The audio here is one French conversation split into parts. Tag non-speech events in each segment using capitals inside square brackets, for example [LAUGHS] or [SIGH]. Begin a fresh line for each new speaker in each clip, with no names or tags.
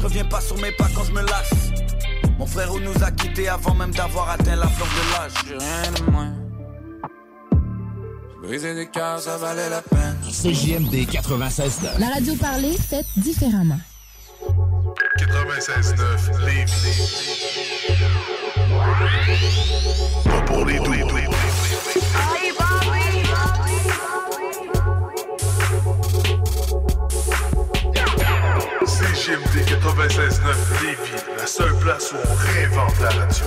Reviens pas sur mes pas quand je me lasse. Mon frère ou nous a quittés avant même d'avoir atteint la fleur de l'âge. J'ai rien de moins. Briser des cœurs, ça valait la peine.
CJMD 96 9.
La radio parlée faite différemment.
96.9 Lévis. Pas pour les doux. CGMD 96.9 Lévis, la seule place où on réinvente la radio.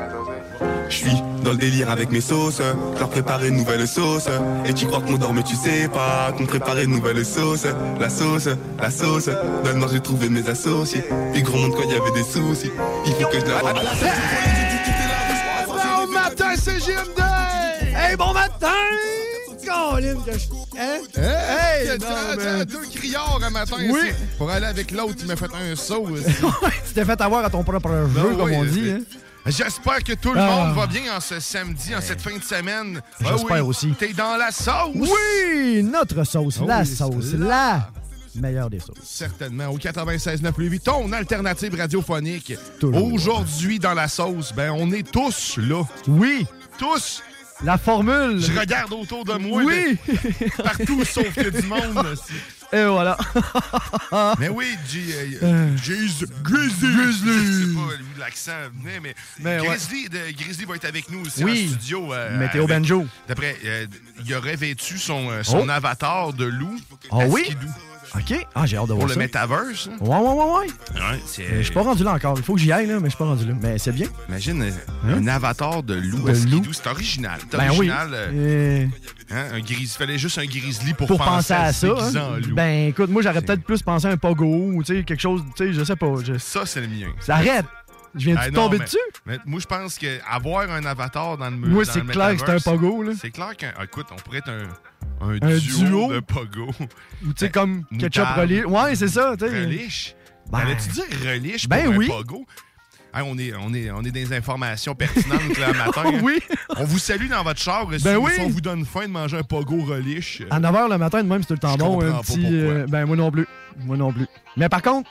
Je suis dans le délire avec mes sauces, je leur préparais une nouvelle sauce. Et tu crois qu'on dort mais tu sais pas qu'on préparait une nouvelle sauce. La sauce, la sauce, dans le noir j'ai trouvé mes associés. Puis gros monde quand il y avait des soucis, il faut que je la
Bon matin, CGMD! Hey, bon matin! Caroline, que je... Hein?
Hey, hey, non,
T'as- t'as-
mais-
t'as deux criards un matin
Oui.
ici, pour aller avec l'autre qui m'a fait un saut.
[LAUGHS]
ici.
tu t'es fait avoir à ton propre jeu,
oui,
comme on
c'est-
dit. hein.
J'espère que tout le
Ah.
monde va bien en ce samedi, en cette fin de semaine. Ah
J'espère
oui,
aussi.
T'es dans la sauce!
Oui, notre sauce,
Oh,
la
oui,
sauce,
c'est
la meilleure des sauces.
Certainement, au 96.9 Lévis, ton alternative radiophonique.
Toujours.
Aujourd'hui, dans la sauce, ben on est tous là.
Oui,
Tous!
la formule.
Je regarde autour de moi.
Oui, Eh
mais Partout sauf que
[LAUGHS]
du monde. aussi.
et voilà.
[LAUGHS] Mais oui, G- euh,
Euh.
Jay's- Grizzly. Je sais pas d'où l'accent venait, mais,
Mais ouais.
Grizzly, de- Grizzly va être avec nous aussi
Oui.
en studio. euh,
Météo
avec-
Banjo.
D'après, euh, il a revêtu son, euh, son
Oh.
avatar de loup.
Ah
à
oui?
Skidoo
OK. Ah, j'ai hâte de
Pour
voir
le
ça.
metaverse. hein.
Ouais, ouais, ouais, ouais.
Ouais, c'est-
Euh, Je suis pas rendu là encore. Il faut que j'y aille, là, mais je suis pas rendu là. Mais c'est bien.
Imagine euh, un avatar de loup
Hein? De
à Skidoo.
loup.
C'est original. C'est
Ben oui.
original. euh,
Euh,
hein, un gris, il fallait juste un grizzly pour,
pour penser à
se
ça.
déguiser
hein.
en loup.
Ben écoute, moi j'aurais peut-être plus pensé à un pogo ou tu sais, quelque chose, tu sais, je sais pas. je-
Ça, c'est le mien.
Ça arrête! Je viens de
Ah, non,
tomber
mais-
dessus?
mais moi, je pense qu'avoir un avatar dans le mur.
Moi,
dans
c'est
le
clair que c'est un
metaverse,
pogo, là.
C'est clair qu'un. ah, écoute, on pourrait être un, un,
Un
duo,
duo.
de pogo.
Ou tu sais,
ben,
comme ketchup
moutarde.
relish. Ouais, c'est ça, tu sais.
Reliche.
Ben-
T'allais-tu dire reliche
Ben
pour
oui.
un pogo? Hein, on, est, on, est, on est des informations pertinentes
[LAUGHS]
là, le matin. hein.
Oui!
On vous salue dans votre char. si,
Ben oui. Ah
si on vous donne faim de manger un pogo reliche.
À 9h le matin, de même, c'est tout le temps
Je
bon.
comprends
Un
pas
petit,
pourquoi.
euh, ben, moi non plus. Moi non plus. Mais par contre,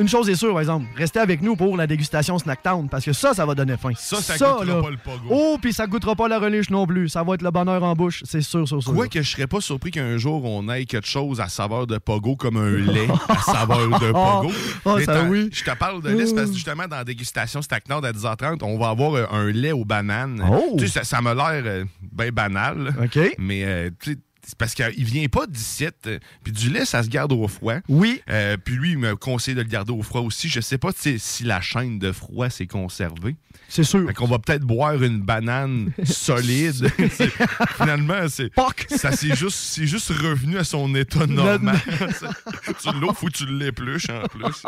une chose est sûre, par exemple, restez avec nous pour la dégustation Snacktown, parce que ça, ça va donner faim.
Ça, ça goûtera pas le pogo.
Oh, puis ça goûtera pas la relish non plus. Ça va être le bonheur en bouche, c'est sûr, sûr, sûr.
Quoi que je serais pas surpris qu'un jour on aille quelque chose à saveur de pogo comme un lait
[LAUGHS]
à saveur de pogo.
Ah,
Mais
ça
t'as-
oui.
Je te parle de lait c'est parce que justement dans la dégustation stagnante à 10h30, on va avoir euh, un lait aux bananes.
Oh!
Tu sais, ça, ça me l'air euh, bien banal.
OK.
Mais euh, tu sais, c'est parce qu'il vient pas d'ici. euh, Puis du lait, ça se garde au froid.
Oui.
Euh, puis lui, il me conseille de le garder au froid aussi. Je sais pas tu sais, si la chaîne de froid s'est conservée.
C'est sûr.
Fait qu'on va peut-être boire
[LAUGHS]
une banane solide. [LAUGHS] C'est- Finalement, c'est.
Poc!
Ça, c'est juste, c'est juste revenu à son état normal. [LAUGHS] tu l'as, faut que tu l'épluches en plus.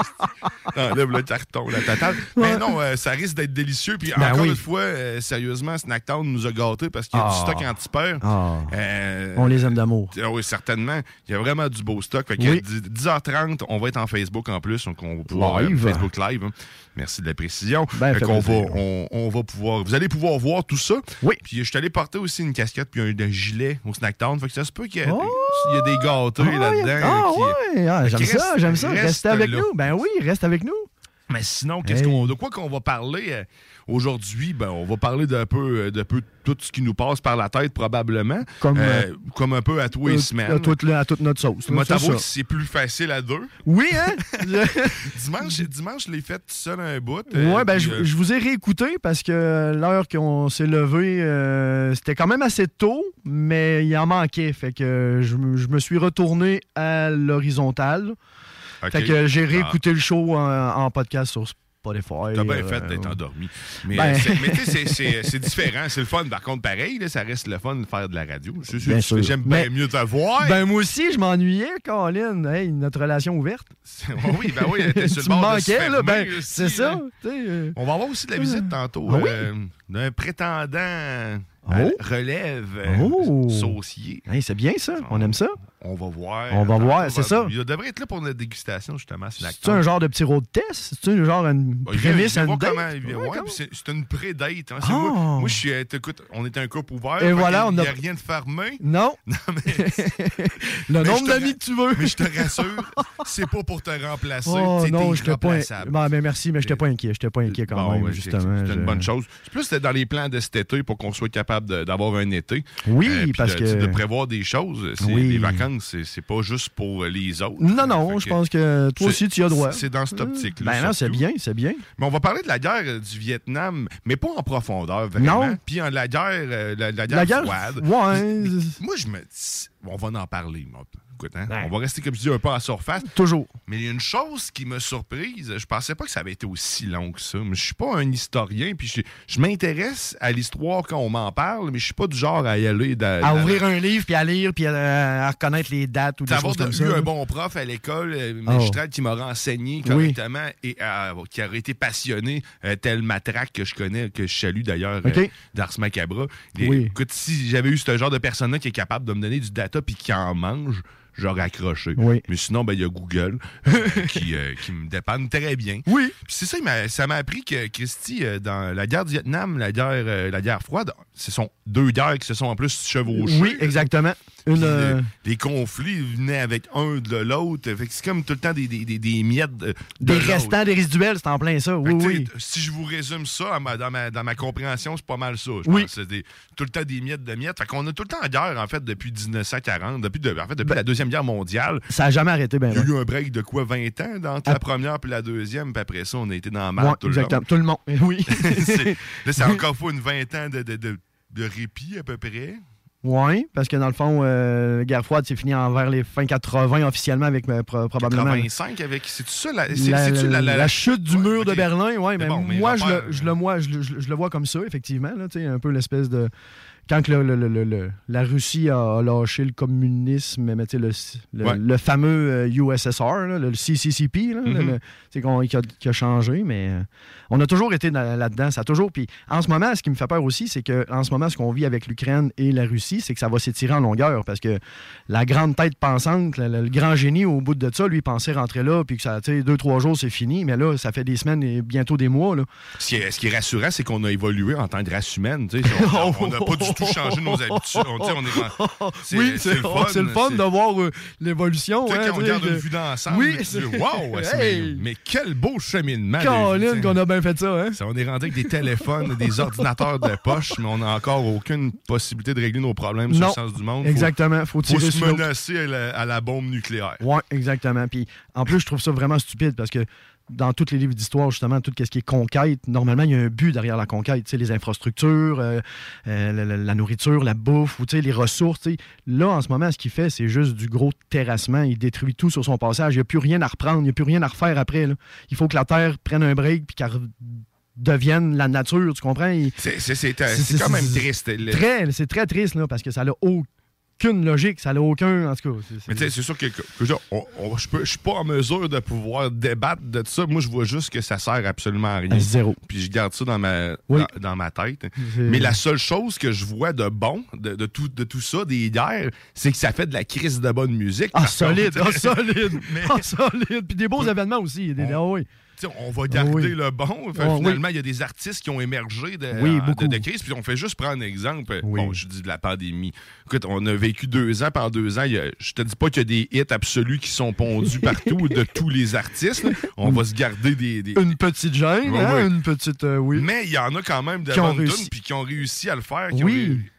T'enlèves le carton, la totale. Mais non, euh, ça risque d'être délicieux. Puis
Ben
encore
oui.
une fois, euh, sérieusement, Snacktown nous a gâtés parce qu'il y a du
Ah.
stock anti-peur. Euh,
Ah. On les aime semaine d'amour.
Ah oui, certainement. Il y a vraiment du beau stock. Fait que
Oui.
10, h 30 on va être en Facebook en plus. Donc, on va pouvoir,
Live.
euh, Facebook Live. hein. Merci de la précision.
Ben,
Fait
fait
qu'on va,
plaisir.
on, on va pouvoir. Vous allez pouvoir voir tout ça. Oui. Puis je suis allé porter aussi une casquette puis un, un gilet au Snacktown. Fait que ça se peut qu'il y, a- il y a des gâteaux
Oh! Ah,
Euh, là-dedans.
ah,
qui-
ouais, ah,
Fait
j'aime
que
ça,
reste-
j'aime ça.
reste
Restez avec
là.
nous. Ben oui, reste avec nous.
Mais sinon, qu'est-ce qu'on, de quoi qu'on va parler euh, aujourd'hui? Ben, on va parler d'un peu, euh, de peu tout ce qui nous passe par la tête, probablement.
Comme,
Euh,
euh,
comme un peu à tous les semaines.
À toute, la- à toute notre sauce.
Moi,
C'est
t'avoue
ça.
que c'est plus facile
[LAUGHS]
à deux.
Oui,
[LAUGHS]
hein?
dimanche, dimanche, je l'ai fait tout seul un bout. euh,
Ouais, ben
puis,
je,
euh,
je vous ai réécouté parce que l'heure qu'on s'est levé, euh, c'était quand même assez tôt, mais il en manquait. Fait que je, me- je me suis retourné à l'horizontale.
Ok.
Fait que j'ai
Ah.
réécouté le show en, en podcast sur Spotify.
T'as bien
euh,
fait d'être endormi. Mais,
Ben-
euh, c'est- mais tu sais, c'est- c'est c'est différent. C'est le fun. Par contre, pareil, là, ça reste le fun de faire de la radio. C'est- c'est-
Bien sûr.
J'aime bien
Mais-
mieux te voir.
Ben moi aussi, je m'ennuyais, Colin. Hey, notre relation ouverte.
oui, ben oui, t'es sur le
[LAUGHS] Tu me
bord de se
manquais, là,
fermer
ben,
aussi,
c'est ça. euh.
là. On va avoir aussi de la visite tantôt
Ah oui?
euh, d'un prétendant
Oh.
à la relève euh,
Oh.
saucier.
Hey, c'est bien ça, on aime ça.
On va voir.
On va voir, c'est ça.
Il devrait être là pour la dégustation, justement. C'est
C'est un genre de petit road test? C'est genre une
Il vient-
prémisse
il
à
vient
une
voir
date?
comment il vient.
Ouais,
Ouais,
comme-
puis c'est c'est une pré-date. hein. C'est
Ah.
Moi, moi, je suis. euh, Écoute, on est un couple ouvert.
Et
fait
voilà,
qu'il
on a-
y a rien de fermé.
Non. Le
Mais je
nombre
te
d'amis
ra-
que tu veux.
Mais je te rassure, c'est pas pour te
[LAUGHS]
remplacer.
Oh
tu sais,
non,
t'es
je t'ai pas.
irremplaçable.
Ben, ben, merci, mais je t'ai pas inquiet. Je t'ai pas inquiet quand
Bon,
même,
ouais, c'est-
justement.
C'est
je-
une bonne chose. C'est plus dans les plans de cet été pour qu'on soit capable de- d'avoir un été. Euh,
Oui,
puis
parce
de,
que-
tu sais, De prévoir des choses. C'est-
Oui.
Les vacances, c'est- c'est pas juste pour les autres.
Non, non,
Fait
je pense que Euh, toi aussi,
c'est-
tu y as droit.
C'est dans cette optique-là.
Ben non, c'est bien, c'est bien.
Mais on va parler de la guerre euh, du Vietnam, mais pas en profondeur, vraiment.
Non.
Puis en la guerre, euh, la, la guerre,
La guerre.
froide.
Ouais.
Moi, je me dis, on va en parler. moi. Écoute, hein, On va rester, comme je dis, un peu en surface.
Toujours.
Mais il y a une chose qui m'a surprise. Je pensais pas que ça avait été aussi long que ça. Mais je suis pas un historien, puis je, je m'intéresse à l'histoire quand on m'en parle, mais je suis pas du genre à y aller... dans-
À
dans-
ouvrir un livre, puis à lire, puis à, à reconnaître les dates ou des
D'avoir
choses comme
eu
ça.
un bon prof à l'école, euh,
Oh.
magistral, qui m'aurait enseigné correctement et euh, qui aurait été passionné, euh, tel matraque que je connais, que je salue d'ailleurs,
OK.
euh, d'Ars Macabra. Et,
Oui.
Écoute, si j'avais eu ce genre de personne-là qui est capable de me donner du data puis qui en mange, j'aurais accroché.
Oui.
Mais sinon, ben, il y a Google euh, [LAUGHS] qui, euh, qui me dépanne très bien.
Oui.
Puis c'est ça, il m'a- ça m'a appris que Christy, euh, dans la guerre du Vietnam, la guerre, euh, la guerre froide, ce sont deux guerres qui se sont en plus chevauchées.
Oui, exactement. Une,
Puis,
euh,
euh, les conflits venaient avec un de l'autre. Fait que c'est comme tout le temps des, des- des- des miettes. de- de
des
l'autre.
restants, des résiduels, c'est en plein ça.
Fait
Oui,
que, tu sais,
oui.
Si je vous résume ça à ma- dans, ma, dans ma compréhension, c'est pas mal ça. Je
Oui.
pense. C'est des- tout le temps des miettes de miettes. Fait qu'on est tout le temps en guerre, en fait, depuis 1940, depuis, de- en fait, depuis la Deuxième Guerre mondiale.
Ça a jamais arrêté, ben.
Il y a
là.
eu un break de quoi, 20 ans, entre la première puis la deuxième, puis après ça, on a été dans la marde
Ah. Ouais,
tout le long.
exactement. Tout le monde. [LAUGHS] Oui.
[LAUGHS] C'est-
[LAUGHS]
Là, c'est encore fois une 20 ans de, de- de- de répit, à peu près.
Oui, parce que dans le fond, euh, guerre froide, c'est fini envers les fins 80 officiellement avec euh, pro- probablement
85 avec. C'est-tu ça? la- c'est-
la,
c'est-tu la- la- la-
chute du mur de Berlin, oui, mais,
bon, mais
moi, je
l'affaire- euh,
le, je, le, moi je, le- je le- je le vois comme ça, effectivement. Là, tu sais, un peu l'espèce de. Quand que le- le- le- le- le- la Russie a lâché le communisme, mais tu sais, le, le,
Ouais.
le fameux euh, USSR, là, le CCCP, là,
Mhm.
le- le- tu sais, qu'on- qui, a, qui a changé, mais euh, on a toujours été dans- là-dedans. Ça a toujours. Puis en ce moment, ce qui me fait peur aussi, c'est que en ce moment, ce qu'on vit avec l'Ukraine et la Russie, c'est que ça va s'étirer en longueur parce que la grande tête pensante, le, le- le grand génie au bout de ça, lui, il pensait rentrer là, puis que ça, tu sais, deux, trois jours, c'est fini. Mais là, ça fait des semaines et bientôt des mois. Là.
Ce qui, est, ce qui est rassurant, c'est qu'on a évolué en tant que race humaine. tu sais.
[LAUGHS]
On n'a pas du tout changé nos habitudes. On, tu sais, on est en-
Ah, Oui, c'est le fun,
c'est-
de voir euh, l'évolution.
Tu sais,
hein,
quand on
tu sais,
regarde une
de-
vue d'ensemble,
Oui,
tu
c'est- [LAUGHS]
dis, wow, c'est-
Hey!
mais, mais quel beau cheminement. de vie,
Caroline,
tu sais.
qu'on a bien fait ça, hein?
Ça, on est rendu avec des téléphones, des ordinateurs de poche, mais on n'a encore aucune possibilité de régler nos problèmes sur
Non,
le sens du monde. Faut-
exactement, faut
faut
tirer
se
sur l'autre.
menacer à la, à la bombe nucléaire.
Ouais, exactement. Puis en plus, je trouve ça vraiment stupide parce que dans tous les livres d'histoire, justement, tout ce qui est conquête, normalement, il y a un but derrière la conquête. Tu sais, les infrastructures, euh, euh, la, la- la nourriture, la bouffe, ou tu sais, les ressources. tu sais. Là, en ce moment, ce qu'il fait, c'est juste du gros terrassement. Il détruit tout sur son passage. Il n'y a plus rien à reprendre. Il n'y a plus rien à refaire après. là. Il faut que la Terre prenne un break puis qu'elle devienne la nature. Tu comprends? Il-
C'est- C'est c'est, euh,
C'est-
c'est
c'est-
quand même
c'est-
triste. Le-
Très- C'est très triste, là, parce que ça n'a aucun aucune logique, ça n'a aucun. En tout cas, c'est- c'est-
Mais tu sais, c'est sûr que, que- que je on- on- je peux- je suis pas en mesure de pouvoir débattre de ça. Moi, je vois juste que ça sert absolument à rien.
À zéro.
Puis je garde ça dans ma,
Oui.
dans, dans ma tête.
C'est-
Mais la seule chose que je vois de bon de, de tout, de tout ça, des guerres, c'est que ça fait de la crise de bonne musique.
Ah,
par [LAUGHS]
solide,
contre.
ah, solide,
Mais-
ah, solide. Puis des beaux événements aussi. Des, ah oui.
Tu sais, on va garder
oui.
le bon. Fait,
Ah, oui.
finalement, il y a des artistes qui ont émergé de,
Oui,
en- de-
beaucoup.
de crise. Puis on fait juste prendre un exemple. Bon, je dis de la pandémie. Écoute, on a vécu deux ans. Par deux ans, il y a- je te dis pas qu'il y a des hits absolus qui
[LAUGHS]
sont pondus partout de tous les artistes. là. On va se garder des... des-
Une petite gêne,
Ouais,
hein,
ouais.
une petite. euh, oui.
Mais il y en a quand même de
Qui ont
bonnes
réussi.
tunes, puis qui ont réussi à le faire. qui ont
Oui.
ré-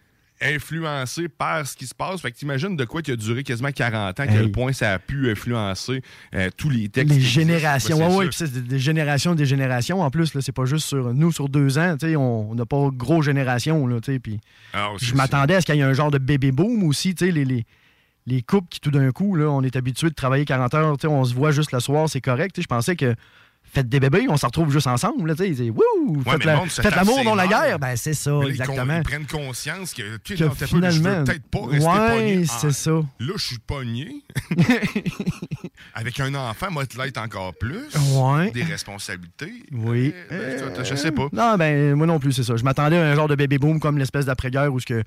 influencé par ce qui se passe. Fait que t'imagines de quoi qui a duré quasiment 40 ans, à quel point ça a pu influencer euh, tous les textes.
Les
qui existent.
générations.
Ben, c'est
ouais, ouais,
sûr.
puis c'est des, des générations, des générations. En plus, là, c'est pas juste sur nous, sur deux ans. tu sais, On on n'a pas gros génération. Là, tu sais, puis
Ah, c'est
je
ça.
m'attendais à ce qu'il y ait un genre de bébé boom aussi. tu sais, Les, les, les couples qui, tout d'un coup, là, on est habitué de travailler 40 heures. tu sais, On se voit juste le soir, c'est correct. tu sais, Je pensais que. Faites des bébés, on se retrouve juste ensemble. Là, tu sais, ils disent, Wouh!
Ouais,
faites
mais
la-
le monde se
faites
tape
l'amour,
ses
non la
nerfs.
guerre. Ben, c'est ça,
Mais là, ils con- Ils,
exactement.
prennent conscience que, tu sais,
Que
non, t'as pas- je
finalement-
veux peut-être pas rester
Ouais,
pogné.
c'est
Ah,
ça.
Là, je suis
[LAUGHS]
pogné. Avec un enfant, moi, tu l'aides encore plus.
Ouais.
Des responsabilités.
Oui.
Eh, ben, je- je sais pas.
Non, ben, moi non plus, c'est ça. Je m'attendais à un genre de bébé boom comme l'espèce d'après-guerre où ce que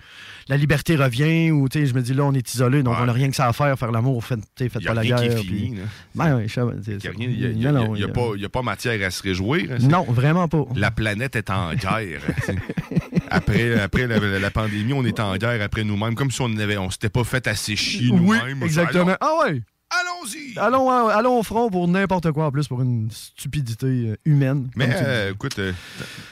la liberté revient, où tu sais, je me dis là, on est isolé, donc on n'a rien que ça à faire, faire l'amour, faites, tu sais, faites
Y a
pas la
rien
guerre.
qui est
puis-
fini, là.
Ben, oui, je sais pas, c'est ça.
Il n'y a, il y a-
Non, non,
il y a
il y a-
pas- il y a pas matière à se réjouir. hein.
Non, vraiment pas.
La planète
[LAUGHS]
est en guerre. hein, après après la, la pandémie, on est en guerre après nous-mêmes, comme si on avait, on s'était pas fait assez chier
Oui,
nous-mêmes.
exactement.
Alors,
Ah ouais.
Allons-y.
Allons, hein, allons au front pour n'importe quoi en plus, pour une stupidité euh, humaine.
Mais
comme tu dis.
euh, écoute, euh,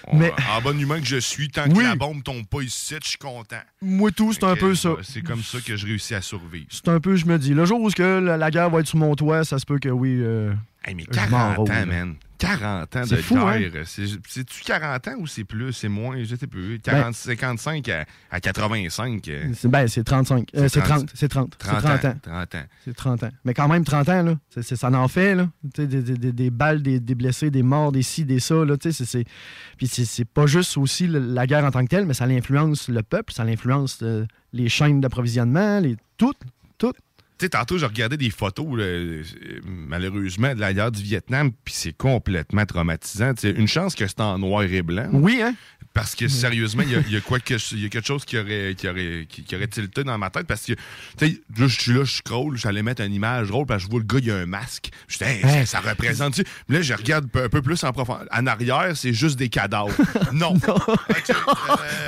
on-
Mais-
en bon humain que je suis, tant que
Oui.
la bombe tombe pas ici, je suis content.
Moi tout, c'est un
Ok,
peu ça.
bah, C'est comme ça que je réussis à survivre.
C'est un peu, je me dis, le jour où ce que la, la guerre va être sur mon toit, ça se peut que oui. euh,
Hey, mais
je m'en
40
rôde.
ans, man. 40 ans de
C'est fou, hein?
guerre. C'est- C'est-tu 40 ans ou c'est plus, c'est moins? Je sais plus. 40, 55 à, à 85. euh,
Ben- C'est ben, c'est 35. Euh, c'est 30. C'est 30. C'est
30
30 ans.
30 ans.
C'est 30 ans. Mais quand même, 30 ans, là, c'est- c'est- ça en fait, là. Tu sais, Des, des- des- des balles, des, des blessés, des morts, des ci, des ça, là. tu sais, c'est- c'est- Puis c'est- c'est pas juste aussi le- la guerre en tant que telle, mais ça l'influence le peuple, ça l'influence euh, les chaînes d'approvisionnement, les... tout, tout.
Tu sais, tantôt, je regardais des photos, là, euh, malheureusement, de la guerre du Vietnam, puis c'est complètement traumatisant. Tu sais, une chance que c'est en noir et blanc.
Oui, hein?
Parce que sérieusement, il y a- il y, a quoi que je- il y a quelque chose qui aurait, qui, aurait, qui, qui aurait tilté dans ma tête. Parce que, tu sais, là, je suis là, je scroll, j'allais mettre une image drôle, parce que je vois le gars, il a un masque. Je dis, Hey, ça, ça représente. tu sais. Mais là, je regarde un peu plus en profondeur. En arrière, c'est juste
[LAUGHS]
des cadavres. non. euh,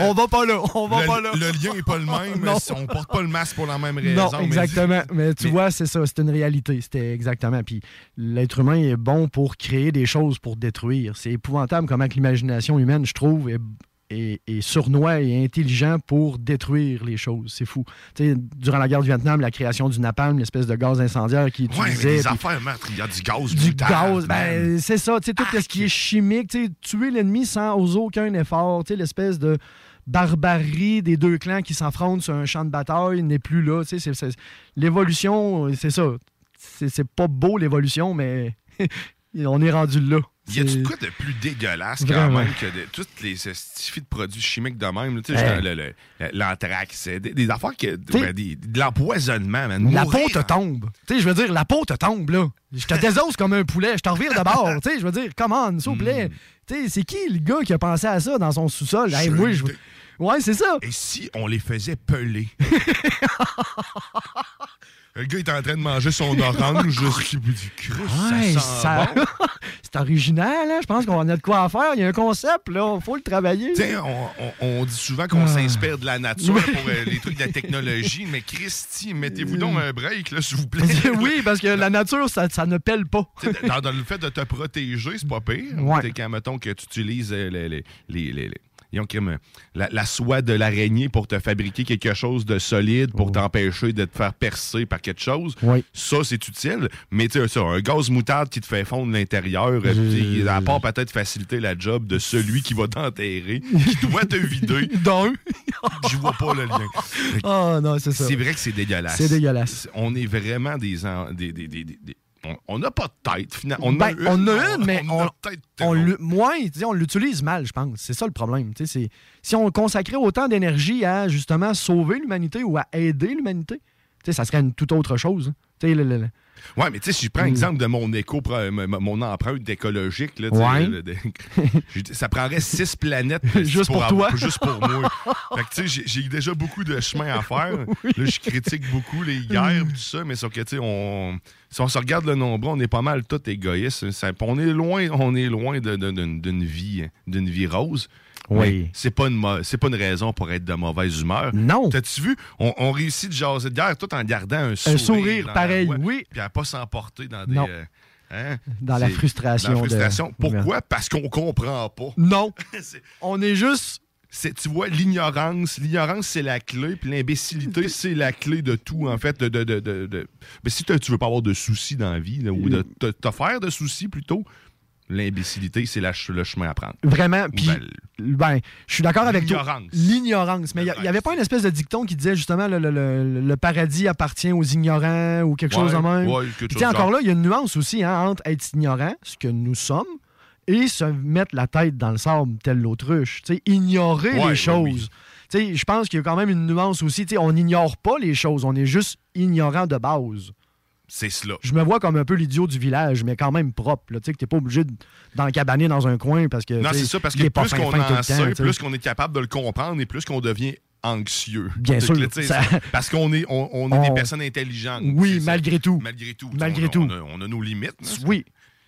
On va pas là, on va
le,
pas là.
le lien n'est
[LAUGHS]
pas le même.
Non.
On porte pas le masque pour la même raison.
Non,
mais- [LAUGHS]
exactement. Mais, tu vois, c'est ça, c'est une réalité. C'était exactement. Puis l'être humain est bon pour créer des choses pour détruire. C'est épouvantable comment que l'imagination humaine, je trouve, est, est- est sournois et intelligent pour détruire les choses. C'est fou. Tu sais, durant la guerre du Vietnam, la création du napalm, l'espèce de gaz incendiaire qui
Ouais, mais
utilisait.
les
puis-
affaires, meurtres, il y a du gaz.
du
brutal,
gaz,
man. Ah,
ben, c'est ça, tu sais, tout ce qui est chimique, tu sais, tuer l'ennemi sans oser aucun effort, tu sais, l'espèce de barbarie des deux clans qui s'affrontent sur un champ de bataille n'est plus là, tu sais, c'est- c'est- l'évolution, c'est ça, c'est c'est pas beau l'évolution, mais [LAUGHS] on est rendu là.
Il y a
C'est-
du quoi de plus dégueulasse
Vraiment.
quand même que de, toutes les certificats de produits chimiques de même. là, tu sais,
Hey.
genre le- le- le- L'anthrax, euh, des, des affaires que.
T'sais-
ben, des- de l'empoisonnement, man.
La peau
Mourir
te tombe. Tu sais, je veux dire, la peau te tombe, là. Je
[LAUGHS]
te désosse comme un poulet. Je t'en revire de bord. Tu sais, je veux dire, come on,
Hmm.
s'il vous plaît. Tu sais, c'est qui le gars qui a pensé à ça dans son sous-sol? Hey, moi, je- Ouais, c'est ça.
Et si on les
[LAUGHS]
faisait peler? Le gars il est en train de manger son orange jusqu'au bout du creux.
Ouais,
ça sent
ça-
bon.
[LAUGHS] c'est original, hein? Je pense qu'on a de quoi à faire. Il y a un concept, là. Faut le travailler.
T'sais, on, on- on dit souvent qu'on
Ah.
s'inspire de la nature
Oui.
pour euh, les trucs de la technologie, mais Christy,
Euh.
mettez-vous donc un break, là, s'il vous plaît.
[LAUGHS] oui, parce que la nature, ça, ça ne pèle pas.
T'sais, dans, dans le fait de te protéger, c'est pas pire.
Ouais.
T'sais, Quand, mettons, que tu utilises euh, les, les, les- les- les- voyons, crime, euh, la, la soie de l'araignée pour te fabriquer quelque chose de solide, pour t'empêcher de te faire percer par quelque chose,
Oui.
ça, c'est utile. Mais tu ça, un gaz moutarde qui te fait fondre l'intérieur, euh, puis à part peut-être faciliter la job de celui qui va t'enterrer, qui doit te vider.
[LAUGHS] Donc,
je vois pas le lien.
[LAUGHS] Oh non, c'est ça.
C'est vrai que c'est dégueulasse.
C'est dégueulasse.
On est vraiment des... en- des, des- des- des- des- on, on- on n'a pas de tête, finalement. On,
Ben,
a,
on
une,
a une, mais
on
on,
a peut-être
on l'u- moins, tu sais, on l'utilise mal, je pense. C'est ça le problème. tu sais, c'est- Si on consacrait autant d'énergie à justement sauver l'humanité ou à aider l'humanité, tu sais, ça serait une toute autre chose. hein. Tu sais, le- le- le-
Ouais, mais tu sais, si je prends
Mm.
l'exemple de mon éco, pro- euh, m- m- mon empreinte écologique, là, tu sais,
Ouais.
le- de- [LAUGHS] je- ça prendrait six planètes
[LAUGHS] Juste pour toi.
avoir- juste pour
[LAUGHS]
moi. Fait que, tu sais, j'ai- j'ai déjà beaucoup de chemin à faire. Là, je critique beaucoup les guerres,
Mm.
tout ça, mais sauf que, tu sais, on, si on se regarde le nombre, on est pas mal tous égoïstes. Ça- on est loin, on est loin de- de- de- d'une vie, d'une vie rose.
Oui.
Mais C'est pas une mo- c'est pas une raison pour être de mauvaise humeur. Non. T'as-tu vu? On, on réussit de jaser de guerre tout en gardant un sourire.
sourire,
dans la
pareil,
voix,
oui.
Puis à pas s'emporter dans des.
Non.
euh, hein?
Dans la
C'est-
frustration
Dans la
de-
frustration. Pourquoi? Parce qu'on comprend pas. [LAUGHS] Non.
on est juste.
C'est, tu vois, l'ignorance. L'ignorance, c'est la clé. Puis
[LAUGHS]
l'imbécilité, c'est la clé de tout, en fait. De, de- de- de- de- Mais si t'as- tu veux pas avoir de soucis dans la vie, là, ou de te, te faire de soucis plutôt, l'imbécilité, c'est la ch- le chemin à prendre.
Vraiment.
Ou
Puis,
ben,
ben, je suis d'accord avec toi.
L'ignorance.
L'ignorance. Mais il n'y avait pas une espèce de dicton qui disait justement le, le- le- le paradis appartient aux ignorants ou quelque chose de
Ouais,
même.
ouais, quelque
Puis, tu
chose
sais,
du
encore
genre.
là, il y a une nuance aussi hein, entre être ignorant, ce que nous sommes, et se mettre la tête dans le sable, telle l'autruche. Tu sais, ignorer
Ouais,
les
ouais,
choses.
oui.
Tu sais, Je pense qu'il y a quand même une nuance aussi. Tu sais, on n'ignore pas les choses, on est juste ignorant de base.
C'est cela.
Je me vois comme un peu l'idiot du village, mais quand même propre. là. Tu sais, que t'es pas obligé de- d'en cabaner dans un coin parce que.
Non,
tu sais,
c'est ça, parce
il
que
est pas
plus
fin
qu'on
fin tout le
en
temps,
sait,
tu sais.
plus qu'on est capable de le comprendre et plus qu'on devient anxieux.
Bien
C'est
sûr,
que, tu sais,
ça-
c'est- Parce qu'on est, on, on est
[LAUGHS] On-
des personnes intelligentes.
Oui, malgré tout.
Malgré tout.
Malgré
On a-
tout.
On a, on a nos limites. là.
Oui.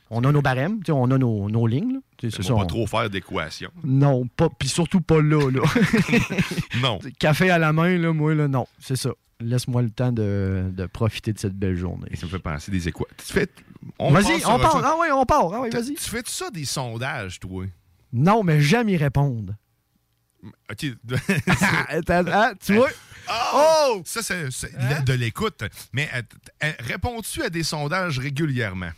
On a nos barèmes, tu sais, on a nos, nos lignes. là. Tu sais,
On
c'est
ne
ça,
va pas
on-
trop faire [LAUGHS] d'équation.
Non, pas, puis surtout pas là.
[LAUGHS]
là.
Non.
Café à la main, là, moi, là, non, c'est ça. Laisse-moi le temps de, de profiter de cette belle journée.
Ça me fait penser des équations.
Vas-y, on part. Ah oui, on part. Ah oui,
vas-y. Tu fais ça des sondages, toi?
Non, mais j'aime y répondre. [LAUGHS]
OK. [LAUGHS]
Attends, ah, tu vois?
Ah,
Hein?
Oh! Ça, c'est c'est de la- de l'écoute. Mais euh, t- euh, réponds-tu à des sondages régulièrement?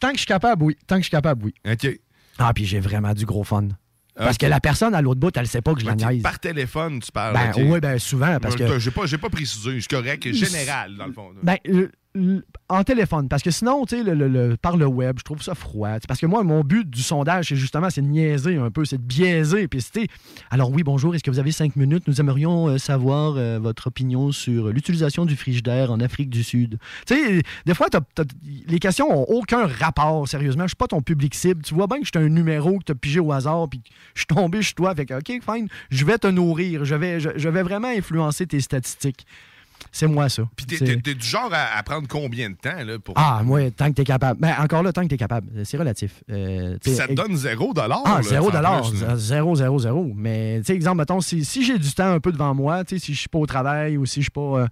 Tant que je suis capable, oui. Tant que je suis capable, oui.
OK.
Ah, puis j'ai vraiment du gros fun. Parce
Ok.
que la personne à l'autre bout, elle sait pas que je la
Ok,
niaise.
Par téléphone, tu parles.
Ben,
ok.
oui, ben souvent, parce
Moi,
que-
J'ai pas, j'ai pas précisé, c'est correct. Général, dans le fond.
Ben, le- le- en téléphone, parce que sinon, tu sais, le- le- le- par le web, je trouve ça froid. Parce que moi, mon but du sondage, c'est justement, c'est de niaiser un peu, c'est de biaiser. Puis c'était, alors oui, bonjour, est-ce que vous avez cinq minutes? Nous aimerions euh, savoir euh, votre opinion sur l'utilisation du frigidaire en Afrique du Sud. Tu sais, des fois, t'as- t'as- les questions ont aucun rapport, sérieusement. Je suis pas ton public cible. Tu vois bien que je suis un numéro que t'as pigé au hasard, puis je suis tombé chez toi. Fait que, OK, fine, je vais te nourrir. Je vais, je, je vais vraiment influencer tes statistiques. C'est moi, ça.
Puis t'es,
C'est-
t'es- t'es du genre à, à prendre combien de temps là, pour.
ah, moi, tant que t'es capable. Mais encore là, tant que t'es capable. C'est relatif. Euh,
Puis
t'sais,
ça te
ex-
donne zéro dollar.
Ah,
là,
zéro
sans
dollar.
plus, là.
z- Zéro, zéro, zéro. Mais, tu sais, exemple, mettons, si, si j'ai du temps un peu devant moi, tu sais, si je suis pas au travail ou si je suis pas euh,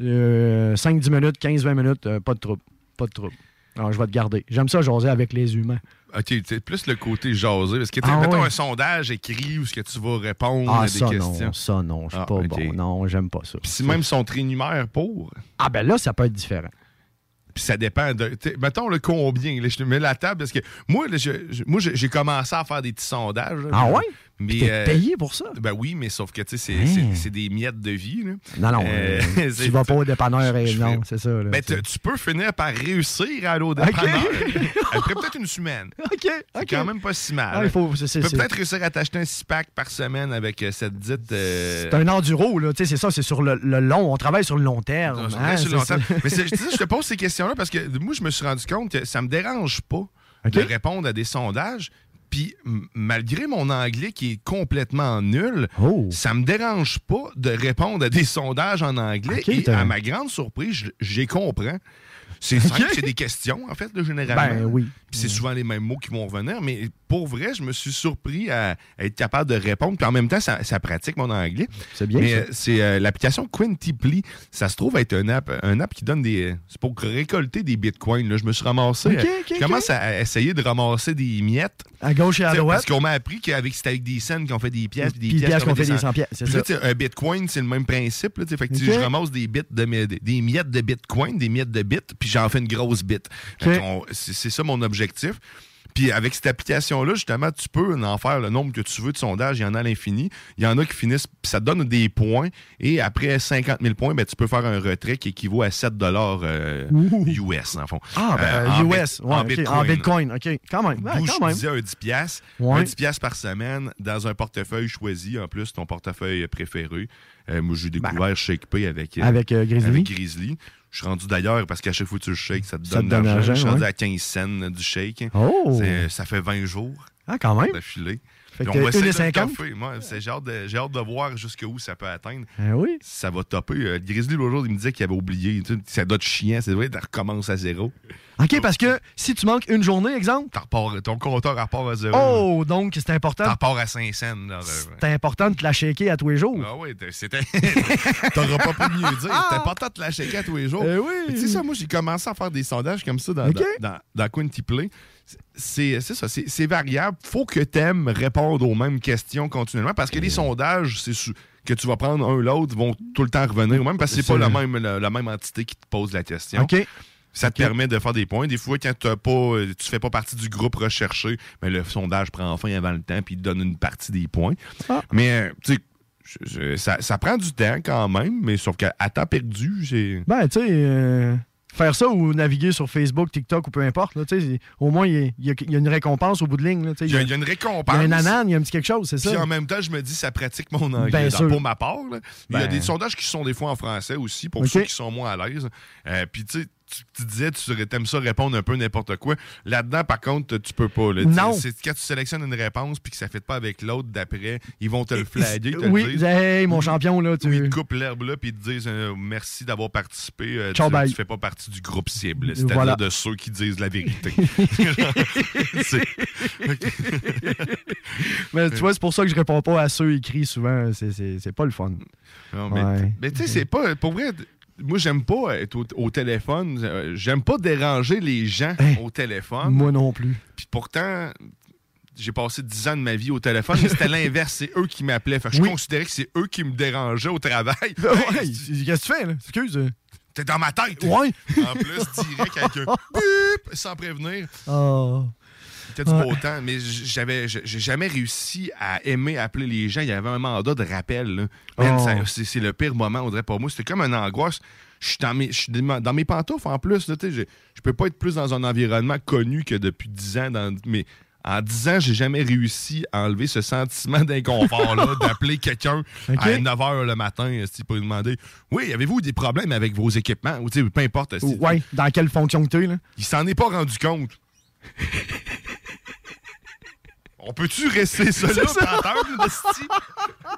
5-10 minutes, 15-20 minutes, euh, pas de trouble. Pas de trouble. Alors, je vais te garder. J'aime ça jaser avec les humains.
OK, c'est plus le côté jasé. Parce que, t'sais,
Ah,
mettons
ouais.
un sondage écrit où ce que tu vas répondre
Ah,
à des
ça
questions.
non, ça non, je suis
Ah,
pas
ok.
bon. Non, j'aime pas ça.
Puis si même sont trinumères pour.
Ah, ben là, ça peut être différent.
Puis ça dépend de. t'sais, Mettons le combien. là, je te mets la table parce que moi, là, je, je- moi j'ai j'ai commencé à faire des petits sondages. là,
Ah
mais-
ouais?
Mais,
Puis t'es
euh,
payé pour ça?
Ben oui, mais sauf que tu sais, c'est
Hein?
c'est- c'est des miettes de vie. là.
Non,
[LAUGHS]
non,
Euh,
euh,
c'est-
tu vas pas au dépanneur et non, c'est ça. là.
Ben, tu tu peux finir par réussir à aller au dépanneur.
[LAUGHS]
Après peut-être une semaine.
OK,
C'est quand même pas si mal. hein.
Ah, il faut- c'est- c'est-
tu peux
c'est-
peut-être réussir à t'acheter un six-pack par semaine avec euh, cette dite. euh,
C'est un enduro, là. Tu sais, c'est ça, c'est sur le, le long. On travaille sur le long terme.
Non, ça
hein,
reste sur
c'est
longtemps.
ça.
Mais c'est- je, te dis, je te pose ces questions-là parce que moi, je me suis rendu compte que ça me dérange pas de répondre à des sondages. Puis, m- malgré mon anglais qui est complètement nul,
Oh.
ça me dérange pas de répondre à des sondages en anglais.
Ok,
et
t'as-
à ma grande surprise, je- j'y comprends. C'est simple,
Ok.
c'est des questions, en fait, là, généralement.
Ben oui.
Puis c'est souvent les mêmes mots qui vont revenir, mais pour vrai, je me suis surpris à, à être capable de répondre. Puis en même temps, ça, ça pratique mon anglais.
C'est bien,
Mais
ça.
euh, c'est euh, l'application Quintiply. Ça se trouve être un app, un app qui donne des. euh, C'est pour récolter des bitcoins. là. Je me suis ramassé.
Ok,
euh,
ok,
je
ok.
commence à- à essayer de ramasser des miettes.
À gauche et à
T'sais,
droite.
Parce qu'on m'a appris qu'avec c'était avec des scènes qu'on fait des pièces, puis des
Puis des
pièces,
pièces qu'on fait des
cent-
100 pièces, c'est
Puis là,
ça.
t'sais, un bitcoin, c'est le même principe. Là, t'sais. fait que t'sais,
Ok.
je ramasse des bits de mes- des, des miettes de bitcoin, des miettes de bits, puis j'en fais une grosse bit. Fait qu'on- C'est c'est ça mon objectif. Puis avec cette application-là, justement, tu peux en faire le nombre que tu veux de sondages. Il y en a à l'infini. Il y en a qui finissent, puis ça te donne des points. Et après 50 000 points, ben, tu peux faire un retrait qui équivaut à 7 euh, US, en fond.
Ah, ben,
Euh, en
US,
bit-
ouais, ok, en Bitcoin, OK, quand même. ouais,
D'où
quand
je
même.
disais un 10 piastres.
Ouais.
un 10 piastres par semaine dans un portefeuille choisi, en plus, ton portefeuille préféré. Euh, moi, j'ai découvert Shake Pay avec,
Ben. Avec, euh, Grizzly.
avec Grizzly. Je suis rendu d'ailleurs, parce qu'à chaque fois que tu le shakes, ça te
Ça te
donne de
donne
l'argent.
l'argent,
Je suis rendu
ouais.
à 15 cents du shake.
Oh!
C'est- Ça fait 20 jours.
Ah, quand même.
D'affilée.
Fait
Puis
que
on va
une
essayer
et
de le
50.
topper. Moi, c'est- j'ai hâte, de- j'ai hâte de voir jusqu'où ça peut atteindre.
Ben oui.
Ça va topper. Euh, Grizzly, l'autre jour, il me disait qu'il avait oublié. Tu sais, Ça doit être chiant. C'est vrai, tu recommences à zéro.
OK, parce que si tu manques une journée, exemple.
Repart- ton compteur repart à zéro.
Oh, donc c'est important.
T'en repars à 5 cents. euh, là, là, ouais.
C'est important de te la shaker à tous les jours.
Ah oui, t'es- c'était. [LAUGHS] T'auras pas pu mieux dire. C'était important de te la checker à tous les jours.
Eh oui.
Mais Tu sais ça, moi, j'ai commencé à faire des sondages comme ça dans,
Ok.
dans, dans- dans Quinty Play. C'est c'est ça, c'est c'est variable. Faut que t'aimes répondre aux mêmes questions continuellement parce que les sondages, c'est su- que tu vas prendre un l'autre, vont tout le temps revenir au même parce que c'est pas
C'est-
la même, la, la même entité qui te pose la question.
Ok.
Ça te permet de faire des points. Des fois, quand t'as pas, euh, tu fais pas partie du groupe recherché, mais le sondage prend fin avant le temps puis il te donne une partie des points.
Ah.
Mais, euh, tu sais, je- je- ça, ça prend du temps quand même, mais sauf qu'à à temps perdu, j'ai.
Ben, tu sais, euh, faire ça ou naviguer sur Facebook, TikTok ou peu importe, là, tu sais, au moins, il y a- il y, a- il y a une récompense au bout de ligne. là, tu sais.
Il y, a- il y a une récompense.
Il y a un anan, il y a un petit quelque chose, c'est ça?
Puis en même temps, je me dis, ça pratique mon anglais.
Bien
dans-
sûr.
Pour ma part, là. il y a
Ben.
des sondages qui sont des fois en français aussi, pour
Ok.
ceux qui sont moins à l'aise. Euh, puis tu sais, tu tu disais, tu serais- t'aimes ça répondre un peu n'importe quoi. Là-dedans, par contre, tu peux pas. là. Tu sais,
Non.
C'est quand tu sélectionnes une réponse puis que ça ne fait pas avec l'autre d'après, ils vont te le flaguer, te
oui,
le
dis,
dire.
hey, mon champion, là, tu.
Ils te coupent l'herbe là puis ils te disent euh, merci d'avoir participé. euh,
Ciao,
tu,
bye.
tu fais pas partie du groupe cible, c'est-à-dire
Voilà.
de ceux qui disent la vérité.
[LAUGHS]
[LAUGHS] C'est- [LAUGHS]
Mais tu vois, c'est pour ça que je réponds pas à ceux écrits souvent. C'est- C'est c'est pas le fun.
Non, mais
Ouais.
mais tu sais, c'est pas. Pour vrai, t- moi, j'aime pas être au, au téléphone. Euh, J'aime pas déranger les gens au téléphone.
Moi non plus.
Puis pourtant, j'ai passé 10 ans de ma vie au téléphone, mais c'était l'inverse. C'est eux qui m'appelaient. Fait que je considérais que c'est eux qui me dérangeaient au travail.
[LAUGHS] Ouais, qu'est-ce que tu fais, là? Excuse.
T'es dans ma tête.
Ouais.
En plus, direct avec un bip, sans prévenir.
Oh.
C'était du
Ouais.
beau temps, mais j- j'avais, j- j'ai jamais réussi à aimer appeler les gens. Il y avait un mandat de rappel. là. Man,
Oh.
ça- c'est, c'est le pire moment, on dirait pour moi. C'était comme une angoisse. Je suis dans mes, je suis dans dans mes pantoufles en plus. là, tu sais, je, je peux pas être plus dans un environnement connu que depuis 10 ans. Dans, mais en 10 ans, j'ai jamais réussi à enlever ce
[LAUGHS]
sentiment d'inconfort-là d'appeler quelqu'un
Ok.
à 9 h le matin euh, si, pour lui demander Oui, avez-vous des problèmes avec vos équipements Ou tu sais, peu importe. si-
Ouais, dans quelle fonction que t'es, là?
il s'en est pas rendu compte. On
[LAUGHS]
peut-tu rester ça là,
C'est ça.
puis attendre, esti?
[LAUGHS]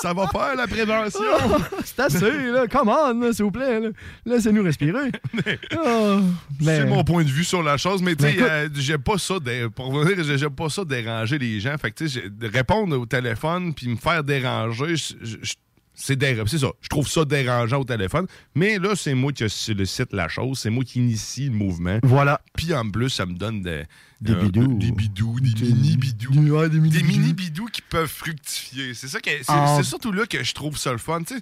Ça va faire la prévention.
Oh, c'est assez, là. Come on, là, s'il vous plaît. là. Laissez-nous
[LAUGHS]
respirer. Oh, mais-
C'est mon point de vue sur la chose, mais tu
Mais
sais,
écoute-
euh, j'aime pas ça, dé- pour revenir, j'ai- j'aime pas ça déranger les gens. Fait que tu sais, j'ai- de répondre au téléphone puis me faire déranger, je- je- je- c'est déra- c'est ça. Je trouve ça dérangeant au téléphone, mais là, c'est moi qui sollicite la chose, c'est moi qui initie le mouvement.
Voilà.
Puis en plus, ça me donne des,
Des bidous.
des bidous, des mini-bidous.
Ouais, des
des mini-bidous qui peuvent fructifier. C'est ça que c'est
Ah.
c'est surtout là que je trouve ça le fun. Tu sais,